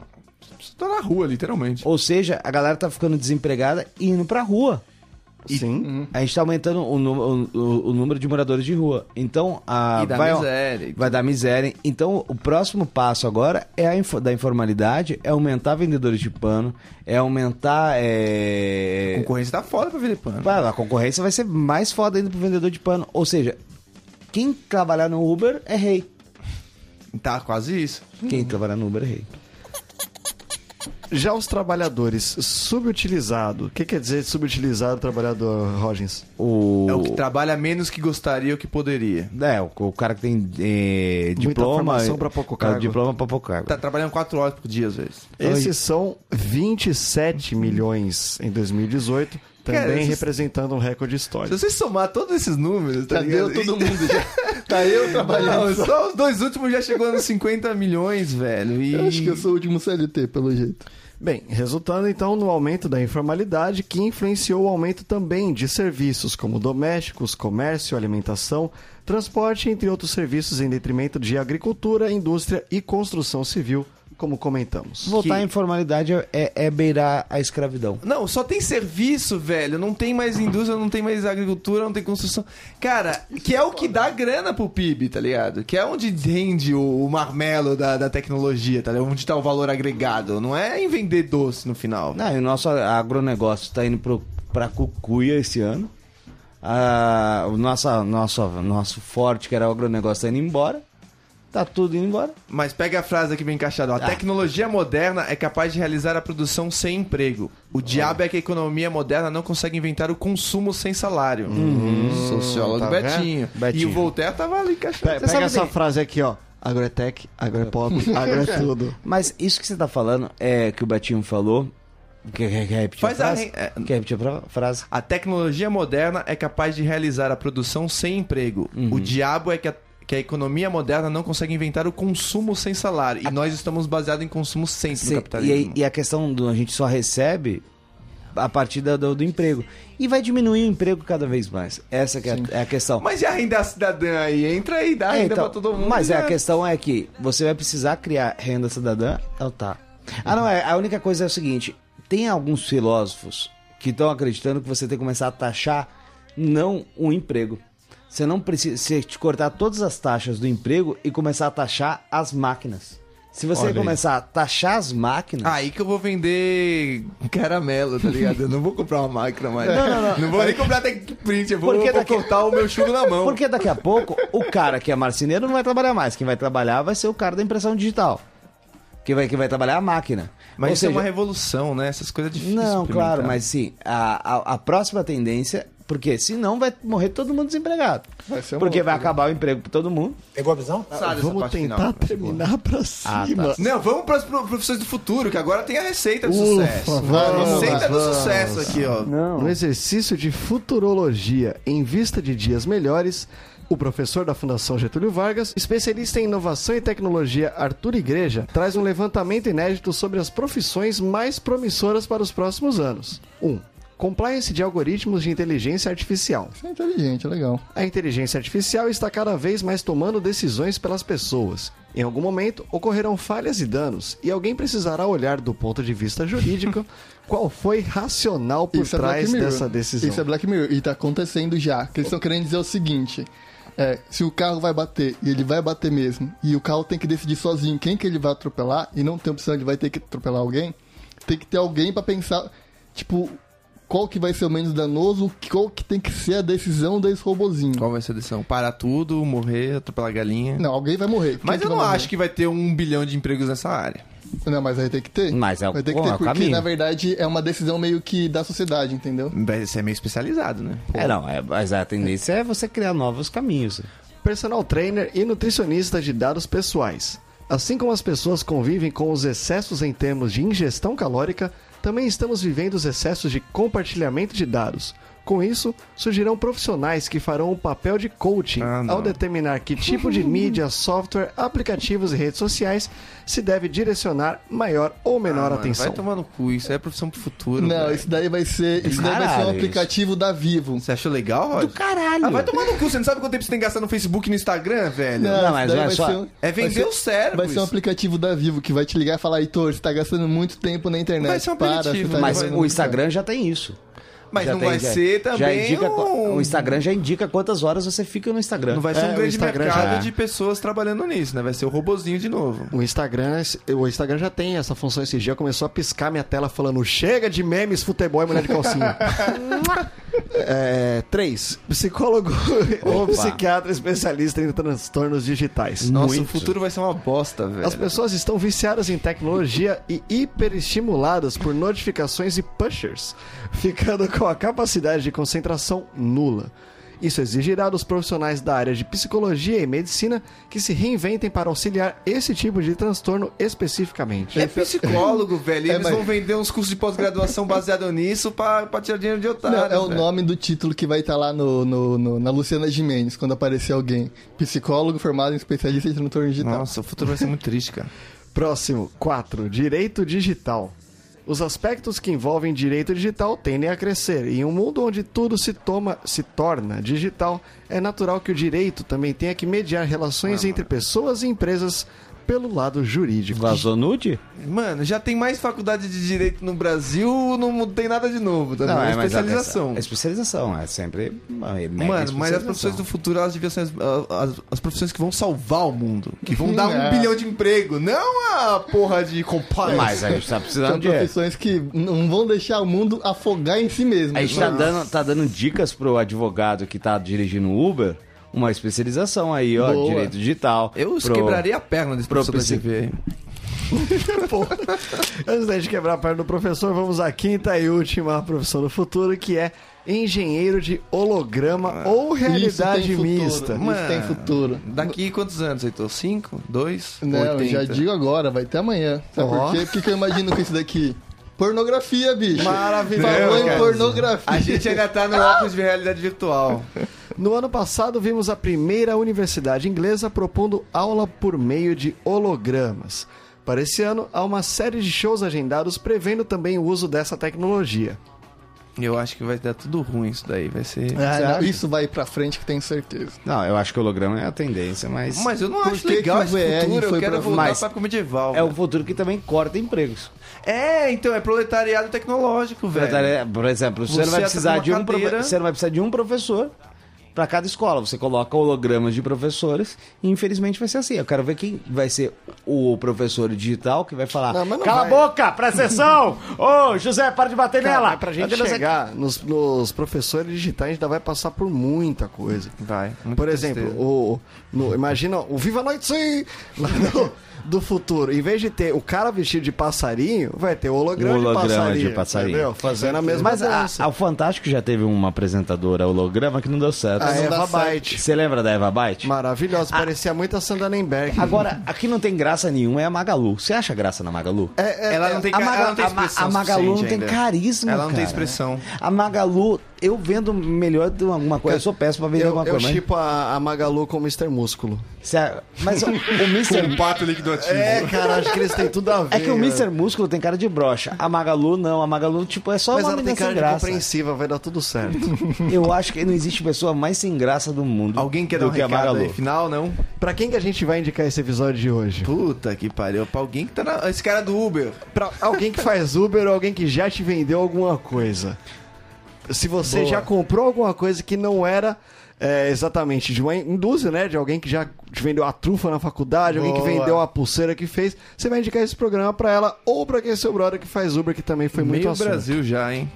Speaker 1: Você tá na rua, literalmente.
Speaker 2: ou seja, a galera tá ficando desempregada e indo pra rua.
Speaker 4: Sim.
Speaker 2: A gente tá aumentando o, nu- o- o- o número de moradores de rua. Então, a.
Speaker 1: E da
Speaker 2: vai,
Speaker 1: miséria e
Speaker 2: Vai dar miséria. Então, o próximo passo agora é a info- da informalidade, é aumentar vendedores de pano, é aumentar.
Speaker 1: A
Speaker 2: É...
Speaker 1: concorrência tá foda pra vender pano.
Speaker 2: Vai lá, A concorrência vai ser mais foda ainda pro vendedor de pano. Ou seja, quem trabalhar no Uber é rei.
Speaker 1: Tá quase isso.
Speaker 2: Quem trabalhar no Uber é rei.
Speaker 4: Já os trabalhadores subutilizados. O que quer dizer subutilizado trabalhador, Rogens?
Speaker 2: O...
Speaker 1: É o que trabalha menos que gostaria ou que poderia.
Speaker 2: É, o, o cara que tem eh, diploma.
Speaker 4: formação pra pouco cargo.
Speaker 2: Diploma pra pouco cargo.
Speaker 1: Tá trabalhando quatro horas por dia, às vezes.
Speaker 4: Esses são 27 milhões em 2018, também
Speaker 1: Cara, esses-
Speaker 4: representando um recorde
Speaker 1: Se
Speaker 4: histórico.
Speaker 1: você somar todos esses números, tá
Speaker 3: Já
Speaker 1: ligado?
Speaker 3: deu todo mundo. Já. Tá eu
Speaker 1: [LAUGHS]
Speaker 3: trabalhando.
Speaker 1: Não, só os dois últimos já chegou nos 50 milhões, velho. E...
Speaker 3: Eu acho que eu sou o último CLT, pelo jeito.
Speaker 4: Bem, resultando então no aumento da informalidade, que influenciou o aumento também de serviços como domésticos, comércio, alimentação, transporte, entre outros serviços, em detrimento de agricultura, indústria e construção civil, como comentamos.
Speaker 2: Voltar à informalidade é- é- é beirar a escravidão.
Speaker 1: Não, só tem serviço, velho. Não tem mais indústria, não tem mais agricultura, não tem construção. Cara, que é o que dá grana pro PIB, tá ligado? Que é onde rende o, o marmelo da, da tecnologia, tá ligado? Onde tá o valor agregado. Não é em vender doce no final.
Speaker 2: Não, e o nosso agronegócio está indo pro, pra Cucuia esse ano. Ah, o nosso, nosso, nosso forte, que era o agronegócio, tá indo embora. Tá tudo indo embora.
Speaker 1: Mas pega a frase aqui bem encaixada. ó. A tecnologia moderna é capaz de realizar a produção sem emprego. O diabo é que a economia moderna não consegue inventar o consumo sem salário. Sociólogo
Speaker 4: Tá vendo?
Speaker 1: Betinho. E
Speaker 2: Betinho.
Speaker 1: o Voltaire tava ali
Speaker 4: Pe-
Speaker 1: encaixado.
Speaker 4: pega essa frase aqui, ó. Agrotech, agropop, agrotudo.
Speaker 2: Mas isso que você tá falando, é que o Betinho falou. Quer, quer, quer repetir
Speaker 1: Faz
Speaker 2: a
Speaker 1: a
Speaker 2: frase?
Speaker 1: re- é-
Speaker 2: Quer repetir a fra- frase?
Speaker 1: A tecnologia moderna é capaz de realizar a produção sem emprego.
Speaker 2: Uhum.
Speaker 1: O diabo é que a, que a economia moderna não consegue inventar o consumo sem salário. E nós estamos baseados em consumo sem
Speaker 2: Cê-
Speaker 1: no
Speaker 2: e,
Speaker 1: capitalismo.
Speaker 2: aí- e a questão do a gente só recebe a partir da- do, do emprego. E vai diminuir o emprego cada vez mais. Essa que é, a, é a questão.
Speaker 1: Mas e a renda cidadã aí? Entra aí, dá
Speaker 2: É,
Speaker 1: renda
Speaker 2: então,
Speaker 1: pra Ah, todo mundo. né?
Speaker 2: Mas
Speaker 1: já.
Speaker 2: é, a questão é que você vai precisar criar renda cidadã. Então tá. Ah, não, é, a única coisa é o seguinte: tem alguns filósofos que estão acreditando que você tem que começar a taxar não o emprego. Você não precisa você te cortar todas as taxas do emprego e começar a taxar as máquinas. Se você começar a taxar as máquinas.
Speaker 1: Aí que eu vou vender caramelo, tá ligado? Eu não vou comprar uma máquina mais.
Speaker 2: Não, não, não.
Speaker 1: vou nem comprar até print, eu vou,
Speaker 2: Porque
Speaker 1: vou
Speaker 2: daqui-
Speaker 1: cortar o meu chumbo na mão.
Speaker 2: Porque daqui a pouco o cara que é marceneiro não vai trabalhar mais. Quem vai trabalhar vai ser o cara da impressão digital. Que vai, que vai trabalhar a máquina.
Speaker 1: Mas
Speaker 2: Ou
Speaker 1: isso é
Speaker 2: seja,
Speaker 1: uma revolução, né? Essas coisas é difícil.
Speaker 2: Não,
Speaker 1: pra mim,
Speaker 2: claro,
Speaker 1: cara.
Speaker 2: mas sim, a, a, a próxima tendência, porque senão vai morrer todo mundo desempregado.
Speaker 3: Vai ser uma
Speaker 2: porque
Speaker 3: outra,
Speaker 2: vai acabar o emprego pra todo mundo.
Speaker 5: Pegou a visão?
Speaker 1: Sabe essa
Speaker 4: Vamos
Speaker 1: parte
Speaker 4: tentar
Speaker 1: final?
Speaker 4: terminar pra
Speaker 2: Ah,
Speaker 4: cima.
Speaker 2: tá.
Speaker 1: Não, vamos para as profissões do futuro, que agora tem a receita do
Speaker 4: Ufa,
Speaker 1: sucesso.
Speaker 3: vamos
Speaker 1: a
Speaker 3: lá,
Speaker 1: receita do sucesso aqui, ó.
Speaker 4: No exercício de futurologia em vista de dias melhores, o professor da Fundação Getúlio Vargas, especialista em inovação e tecnologia Arthur Igreja, traz um levantamento inédito sobre as profissões mais promissoras para os próximos anos. 1. Um, compliance de algoritmos de inteligência artificial.
Speaker 3: Você é inteligente, é legal.
Speaker 4: A inteligência artificial está cada vez mais tomando decisões pelas pessoas. Em algum momento ocorrerão falhas e danos, e alguém precisará olhar do ponto de vista
Speaker 3: [LAUGHS]
Speaker 4: jurídico qual foi racional por
Speaker 3: Isso é Black
Speaker 4: trás
Speaker 3: Mirror.
Speaker 4: dessa decisão.
Speaker 3: Isso é Black Mirror. E tá acontecendo já. Que eles estão querendo dizer o seguinte. É, se o carro vai bater, e ele vai bater mesmo, e o carro tem que decidir sozinho quem que ele vai atropelar, e não tem opção, ele vai ter que atropelar alguém, tem que ter alguém pra pensar, tipo, qual que vai ser o menos danoso, qual que tem que ser a decisão desse robozinho.
Speaker 1: Qual vai ser a decisão? Parar tudo, morrer, atropelar a galinha.
Speaker 3: Não, alguém vai morrer.
Speaker 1: Mas eu não acho que vai ter um bilhão de empregos nessa área.
Speaker 3: que... Não, mas aí tem que ter.
Speaker 2: Mas é o-
Speaker 3: vai ter que
Speaker 2: bom,
Speaker 3: ter,
Speaker 2: é o
Speaker 3: porque
Speaker 2: caminho.
Speaker 3: na verdade é uma decisão meio que da sociedade, entendeu?
Speaker 1: Vai ser meio especializado, né?
Speaker 2: É, não, é, mas a tendência é você criar novos caminhos.
Speaker 4: personal trainer e nutricionista de dados pessoais. Assim como as pessoas convivem com os excessos em termos de ingestão calórica, também estamos vivendo os excessos de compartilhamento de dados. Com isso, surgirão profissionais que farão o papel de coaching
Speaker 1: Ah, não.
Speaker 4: ao determinar que
Speaker 1: [LAUGHS]
Speaker 4: tipo de mídia, software, aplicativos e redes sociais se deve direcionar maior ou menor
Speaker 1: Ah, Mano,
Speaker 4: atenção.
Speaker 1: Vai tomar no cu, isso aí é profissão pro futuro.
Speaker 3: Não,
Speaker 1: velho.
Speaker 3: isso daí vai ser. Isso daí vai ser
Speaker 2: Caralho,
Speaker 3: um
Speaker 2: isso.
Speaker 3: aplicativo da Vivo.
Speaker 1: Você achou legal, Roger? Do caralho. Ah, vai tomar no cu, você não sabe quanto tempo você tem que gastar no Facebook e no Instagram, velho?
Speaker 2: Não,
Speaker 3: isso
Speaker 2: mas
Speaker 3: daí
Speaker 2: olha
Speaker 3: vai
Speaker 2: só,
Speaker 3: ser um-
Speaker 1: É vender
Speaker 3: vai ser-
Speaker 1: o cérebro.
Speaker 3: Vai ser um
Speaker 1: isso.
Speaker 3: aplicativo da Vivo que vai te ligar e falar, Heitor, você tá gastando muito tempo na internet.
Speaker 1: Vai ser um
Speaker 3: Para,
Speaker 1: aplicativo,
Speaker 3: você tá
Speaker 2: Mas
Speaker 3: gastando
Speaker 2: o
Speaker 3: muito
Speaker 2: Instagram já tem isso.
Speaker 1: Mas
Speaker 2: Já
Speaker 1: não
Speaker 2: tem-
Speaker 1: vai
Speaker 2: já-
Speaker 1: ser também
Speaker 2: Já indica,
Speaker 1: um-
Speaker 2: O Instagram já indica quantas horas você fica no Instagram.
Speaker 1: Não vai ser
Speaker 4: É,
Speaker 1: um
Speaker 4: o
Speaker 1: grande
Speaker 4: Instagram
Speaker 1: mercado
Speaker 4: já-
Speaker 1: de pessoas trabalhando nisso, né? Vai ser o robozinho de novo.
Speaker 4: O Instagram, é o Instagram já tem essa função esse dia, começou a piscar minha tela falando chega de memes, futebol e mulher de [LAUGHS] calcinha. é, três, psicólogo ou [LAUGHS] psiquiatra especialista em transtornos digitais.
Speaker 1: Nossa,
Speaker 4: Muito.
Speaker 1: o futuro vai ser uma bosta, velho.
Speaker 4: As pessoas estão viciadas em tecnologia e hiperestimuladas por notificações e pushers, ficando com a capacidade de concentração nula. Isso exigirá dos profissionais da área de psicologia e medicina que se reinventem para auxiliar esse tipo de transtorno especificamente.
Speaker 1: É psicólogo, velho. e
Speaker 3: É,
Speaker 1: eles
Speaker 3: mas-
Speaker 1: vão vender uns cursos de pós-graduação baseado nisso pra, pra tirar dinheiro de otário.
Speaker 3: Não, é o
Speaker 1: velho.
Speaker 3: nome do título que vai estar lá no, no- no- na Luciana Gimenez, quando aparecer alguém. Psicólogo formado em especialista em transtorno digital.
Speaker 1: Nossa, o futuro vai ser muito triste, cara.
Speaker 4: Próximo, 4. Direito digital. Os aspectos que envolvem direito digital tendem a crescer. E em um mundo onde tudo se toma, se torna digital, é natural que o direito também tenha que mediar relações entre pessoas e empresas pelo lado jurídico. [LAUGHS]
Speaker 2: Vazou nude?
Speaker 1: [LAUGHS] Mano, já tem mais faculdade de direito no Brasil, não tem nada de novo, tá? é
Speaker 2: mas
Speaker 1: especialização.
Speaker 2: É especialização, é sempre. uma mega
Speaker 1: Mano, mas as
Speaker 2: especialização.
Speaker 1: profissões do futuro, elas deviam ser as, as- as profissões que vão salvar o mundo. Que vão dar um
Speaker 3: É.
Speaker 1: bilhão de emprego, não a porra de compliance.
Speaker 2: Mas a gente tá
Speaker 1: [LAUGHS]
Speaker 3: São
Speaker 2: precisando de.
Speaker 3: profissões que não vão deixar o mundo afogar em si mesmo.
Speaker 2: A gente tá dando, tá dando dicas pro advogado que tá dirigindo o Uber, uma especialização aí, ó,
Speaker 3: Boa.
Speaker 2: direito digital.
Speaker 1: Eu
Speaker 2: pro-
Speaker 1: quebraria a perna desse
Speaker 2: pro
Speaker 1: professor da
Speaker 2: psi-
Speaker 1: TV aí.
Speaker 4: Antes da gente quebrar a perna do professor, vamos à quinta e última profissão do futuro, que é engenheiro de holograma ou realidade mista.
Speaker 3: Mano, isso tem futuro.
Speaker 1: Daqui quantos anos, Heitor? Cinco? Dois?
Speaker 3: Não, eu já um.
Speaker 1: 80?
Speaker 3: digo agora, vai ter amanhã. Sabe
Speaker 4: Ó.
Speaker 3: por quê? Porque que eu imagino com isso daqui? Pornografia, bicho.
Speaker 4: Maravilhoso,
Speaker 3: Falou em
Speaker 4: cara.
Speaker 1: A
Speaker 3: pornografia.
Speaker 1: gente ainda tá no óculos de realidade virtual.
Speaker 4: No ano passado, vimos a primeira universidade inglesa propondo aula por meio de hologramas. Para esse ano, há uma série de shows agendados prevendo também o uso dessa tecnologia.
Speaker 1: Eu acho que vai dar tudo ruim isso daí, vai ser...
Speaker 3: Ah, não, isso vai pra frente que tenho certeza.
Speaker 2: Não, eu acho que o holograma é a tendência, mas.
Speaker 1: Mas eu não
Speaker 3: Por
Speaker 1: acho
Speaker 3: que que
Speaker 1: legal
Speaker 3: o
Speaker 1: esse
Speaker 3: VR
Speaker 1: futuro, eu
Speaker 3: foi
Speaker 1: quero
Speaker 3: pra-
Speaker 1: voltar
Speaker 2: Mas-
Speaker 1: pra época medieval.
Speaker 2: É o futuro que também corta empregos.
Speaker 1: É, então, é proletariado tecnológico,
Speaker 4: É.
Speaker 1: velho.
Speaker 2: é, Por exemplo, você,
Speaker 1: Você
Speaker 2: não vai
Speaker 1: entra
Speaker 2: precisar
Speaker 1: numa
Speaker 2: de um profe-
Speaker 1: cadeira-
Speaker 2: você não vai precisar de um professor para cada escola. Você coloca hologramas de professores e infelizmente vai ser assim. Eu quero ver quem vai ser o professor digital que vai falar.
Speaker 4: Não, mas não
Speaker 2: Cala
Speaker 4: vai.
Speaker 2: a boca, presta atenção! Ô, José, para de bater
Speaker 4: Cara,
Speaker 2: nela!
Speaker 4: mas pra gente
Speaker 2: Cadê você?
Speaker 4: chegar nos, nos professores digitais, a gente ainda vai passar por muita coisa.
Speaker 1: Vai. muita
Speaker 4: Por exemplo,
Speaker 1: tristeza.
Speaker 4: o, no- imagina o Viva Noite Sim! Lá no- do futuro. Em vez de ter o cara vestido de passarinho, vai ter o holograma,
Speaker 2: O holograma
Speaker 4: de passarinho.
Speaker 2: de passarinho.
Speaker 4: Entendeu? Fazendo a mesma
Speaker 2: Mas a,
Speaker 4: dança.
Speaker 2: a- o Fantástico já teve uma apresentadora holograma que não deu certo.
Speaker 4: A
Speaker 3: não dá
Speaker 4: Eva
Speaker 3: certo.
Speaker 4: Byte.
Speaker 2: Você lembra da Eva Byte?
Speaker 4: Maravilhosa, parecia muito a Sandra Nemberg.
Speaker 2: Agora, aqui não tem graça nenhuma é a Magalu. Você acha graça na Magalu?
Speaker 4: É,
Speaker 1: ela não tem,
Speaker 2: É, a,
Speaker 1: ca-
Speaker 2: Maga-
Speaker 1: ela não tem
Speaker 2: a Ma-
Speaker 1: expressão
Speaker 2: a Magalu não
Speaker 1: suficiente
Speaker 2: tem
Speaker 1: ainda.
Speaker 2: carisma,
Speaker 1: Ela não tem
Speaker 2: cara.
Speaker 1: expressão.
Speaker 2: A Magalu, eu vendo melhor de alguma coisa. Eu sou péssimo pra vender
Speaker 4: Eu,
Speaker 2: alguma
Speaker 4: eu
Speaker 2: coisa. né? mas-
Speaker 4: chipo a, a Magalu com o Mr. Músculo.
Speaker 2: Sério, Mas, o,
Speaker 1: [LAUGHS]
Speaker 2: o Mr.
Speaker 1: Pato liquidoativo.
Speaker 4: É, cara, acho que eles têm tudo a ver.
Speaker 2: É que o
Speaker 1: né?
Speaker 4: velho.
Speaker 2: Mr. Músculo tem cara de brocha. A Magalu não. A Magalu, tipo, é só
Speaker 4: Mas
Speaker 2: uma
Speaker 4: ela tem
Speaker 2: menina
Speaker 4: cara
Speaker 2: sem
Speaker 4: de
Speaker 2: graça.
Speaker 4: compreensiva, vai dar tudo certo.
Speaker 2: Eu acho que não existe pessoa mais sem graça do mundo.
Speaker 1: Alguém quer
Speaker 2: do
Speaker 1: dar um
Speaker 2: que a
Speaker 1: recado aí,
Speaker 2: Magalu.
Speaker 1: final, não?
Speaker 4: pra quem que a gente vai indicar esse episódio de hoje?
Speaker 1: Puta que pariu. Pra alguém que tá na... Esse cara do Uber.
Speaker 4: Pra alguém que faz Uber ou alguém que já te vendeu alguma coisa. Se você já comprou alguma coisa que não era é, exatamente de uma indústria, né? De alguém que já te vendeu a trufa na faculdade, alguém que
Speaker 1: Boa.
Speaker 4: vendeu a pulseira que fez, você vai indicar esse programa pra ela ou pra quem é seu brother que faz Uber, que também foi muito
Speaker 1: Meio
Speaker 4: assunto.
Speaker 1: Brasil já, hein?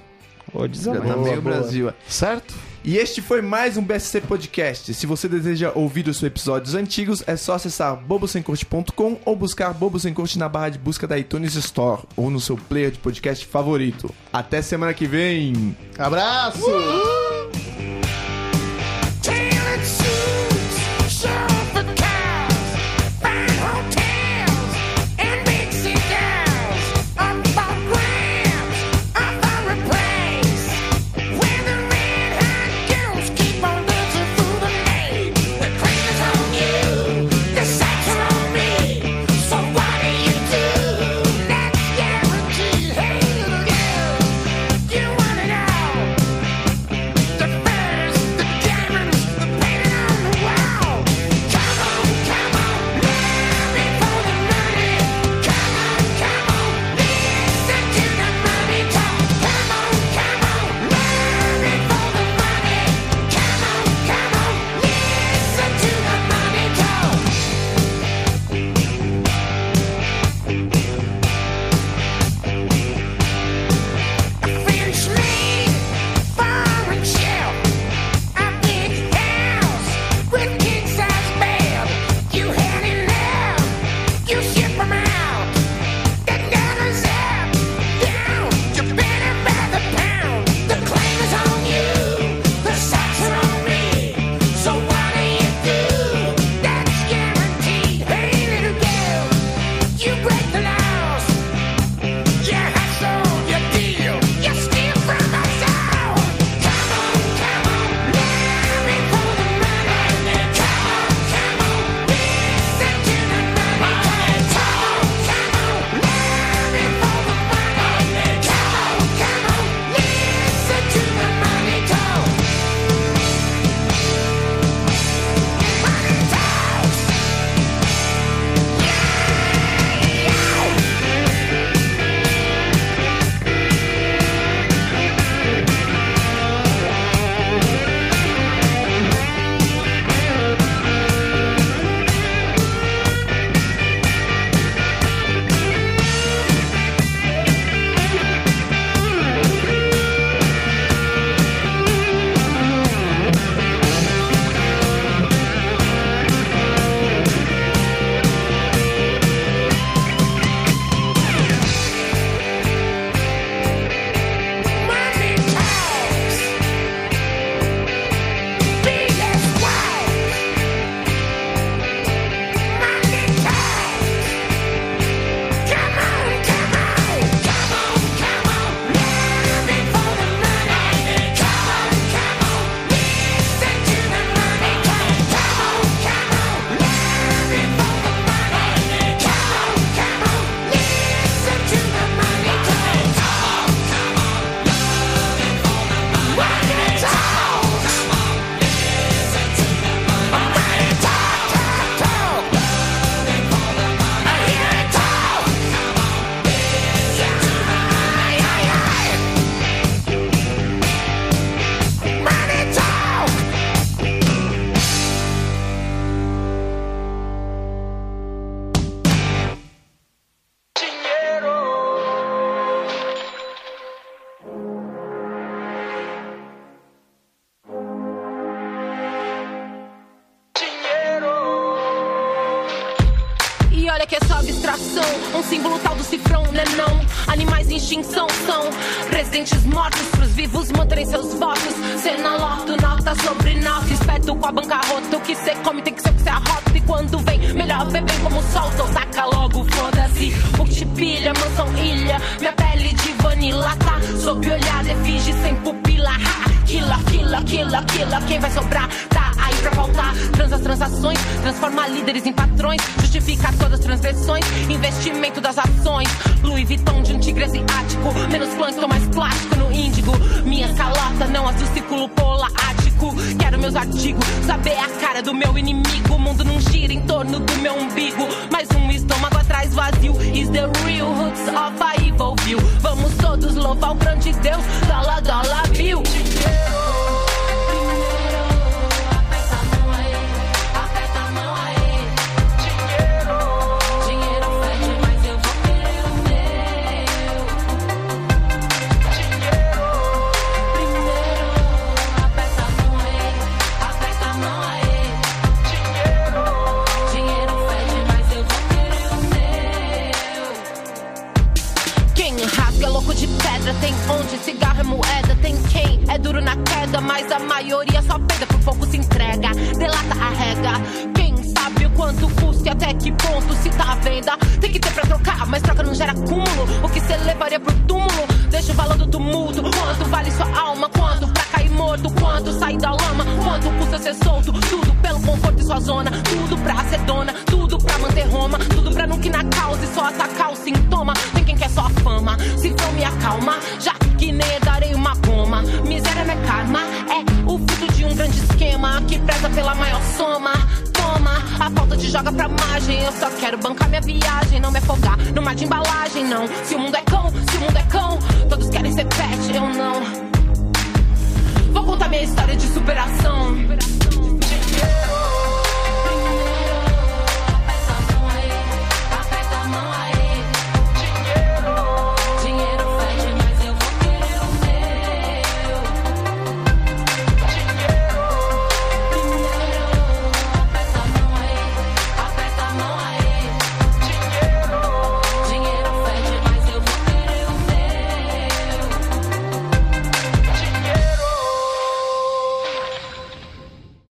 Speaker 2: Ô, desabafo.
Speaker 1: Tá meio Brasil.
Speaker 4: Certo?
Speaker 1: E este foi mais um BSC Podcast. Se você deseja ouvir os seus episódios antigos, é só acessar bobosemcorte.com ou buscar Bobo Sem Corte na barra de busca da iTunes Store ou no seu player de podcast favorito. Até semana que vem!
Speaker 3: Abraço!
Speaker 7: Tailored suits, chauffeured cars, fine hotels, and big cigars. Up for grabs, up for a place. Where the red-hot girls keep on dancing through the night. The cream is on you, the sex is on me. So what do you do? That's guaranteed. Hey, little girl, you want it all. The furs, the diamonds, the painting on the wall. Come on, come on, love it for the money. Come on, come on, listen to the money talk. Come on, come on, love it for the money. Come on, come on, listen to the money talk. French maid, foreign shell, a big house with king-size bed. You had it love, you ship 'em out. The dollar's up, down, you better by the pound. The claim is on you, the socks are on me. So what do you do? That's guaranteed. Hey little girl, you break the laws. You hustle, you deal, you steal from us all. Come on, come on, love it for the money. Come on, come on, listen to the money talk. Come on, love it for the money. Come on, come on, listen to the money talk. Money talks. Yeah, yeah. Money talks. BS walks. Money talks. Come on, come on, come on, come on. Love it for the money. Come on, come on. Listen to the money talk. Come on, come on. Love it for the money. Come on, come on. Listen to the money talk. Come on, come on. Money talk!
Speaker 8: E olha que essa abstração, um símbolo tal do cifrão, né não? Animais em extinção são presidentes mortos pros vivos manterem seus votos. Cê não loto, nota sobre nota, espeto com a bancarrota. O que cê come tem que ser o que cê arrota. E quando vem, melhor beber como solta ou saca logo, foda-se. Multipilha, mansão, ilha, minha pele de vanilla tá sob olhar, efige sem pupila. Ha! Killa, killa, killa, killa, quem vai sobrar? Tá aí pra faltar. Transa transações, transforma líderes em patrões, justifica todas as transgressões, investimento das ações. Louis Vuitton de um tigre asiático, menos plâncton, mais plástico no índigo. Minha calota, não as do círculo polar ático. Quero meus artigos, saber a cara do meu inimigo. O mundo não gira em torno do meu umbigo. Mais um estômago atrás vazio. Is the real hooks of a evil view. Vamos todos louvar o grande Deus. Dólar, dólar, bill. Primeiro, aperta a mão aí, aperta a mão aí. Dinheiro, dinheiro fede, mas eu vou querer o meu. Dinheiro, é é maioria só peida por pouco se entrega. Delata a regra. Quem sabe o quanto custa e até que ponto se tá à venda? Tem que ter pra trocar, mas troca não gera acúmulo. O que você levaria pro túmulo? Deixa o valor do tumulto. Quanto vale sua alma? Quanto pra cair morto? Quanto sair da lama? Quanto custa é ser solto? Tudo pelo conforto de sua zona. Tudo pra ser dona. Tudo pra manter Roma. Tudo pra nunca ir na causa e só atacar o sintoma. Tem quem quer só a fama. Se for me acalma, já que nem herdarei uma goma. Miséria não é karma, é o fruto de um grande esquema que preza pela maior soma. Toma, a falta de joga pra margem. Eu só quero bancar minha viagem, não me afogar no mar de embalagem, não. Se o mundo é cão, se o mundo é cão, todos querem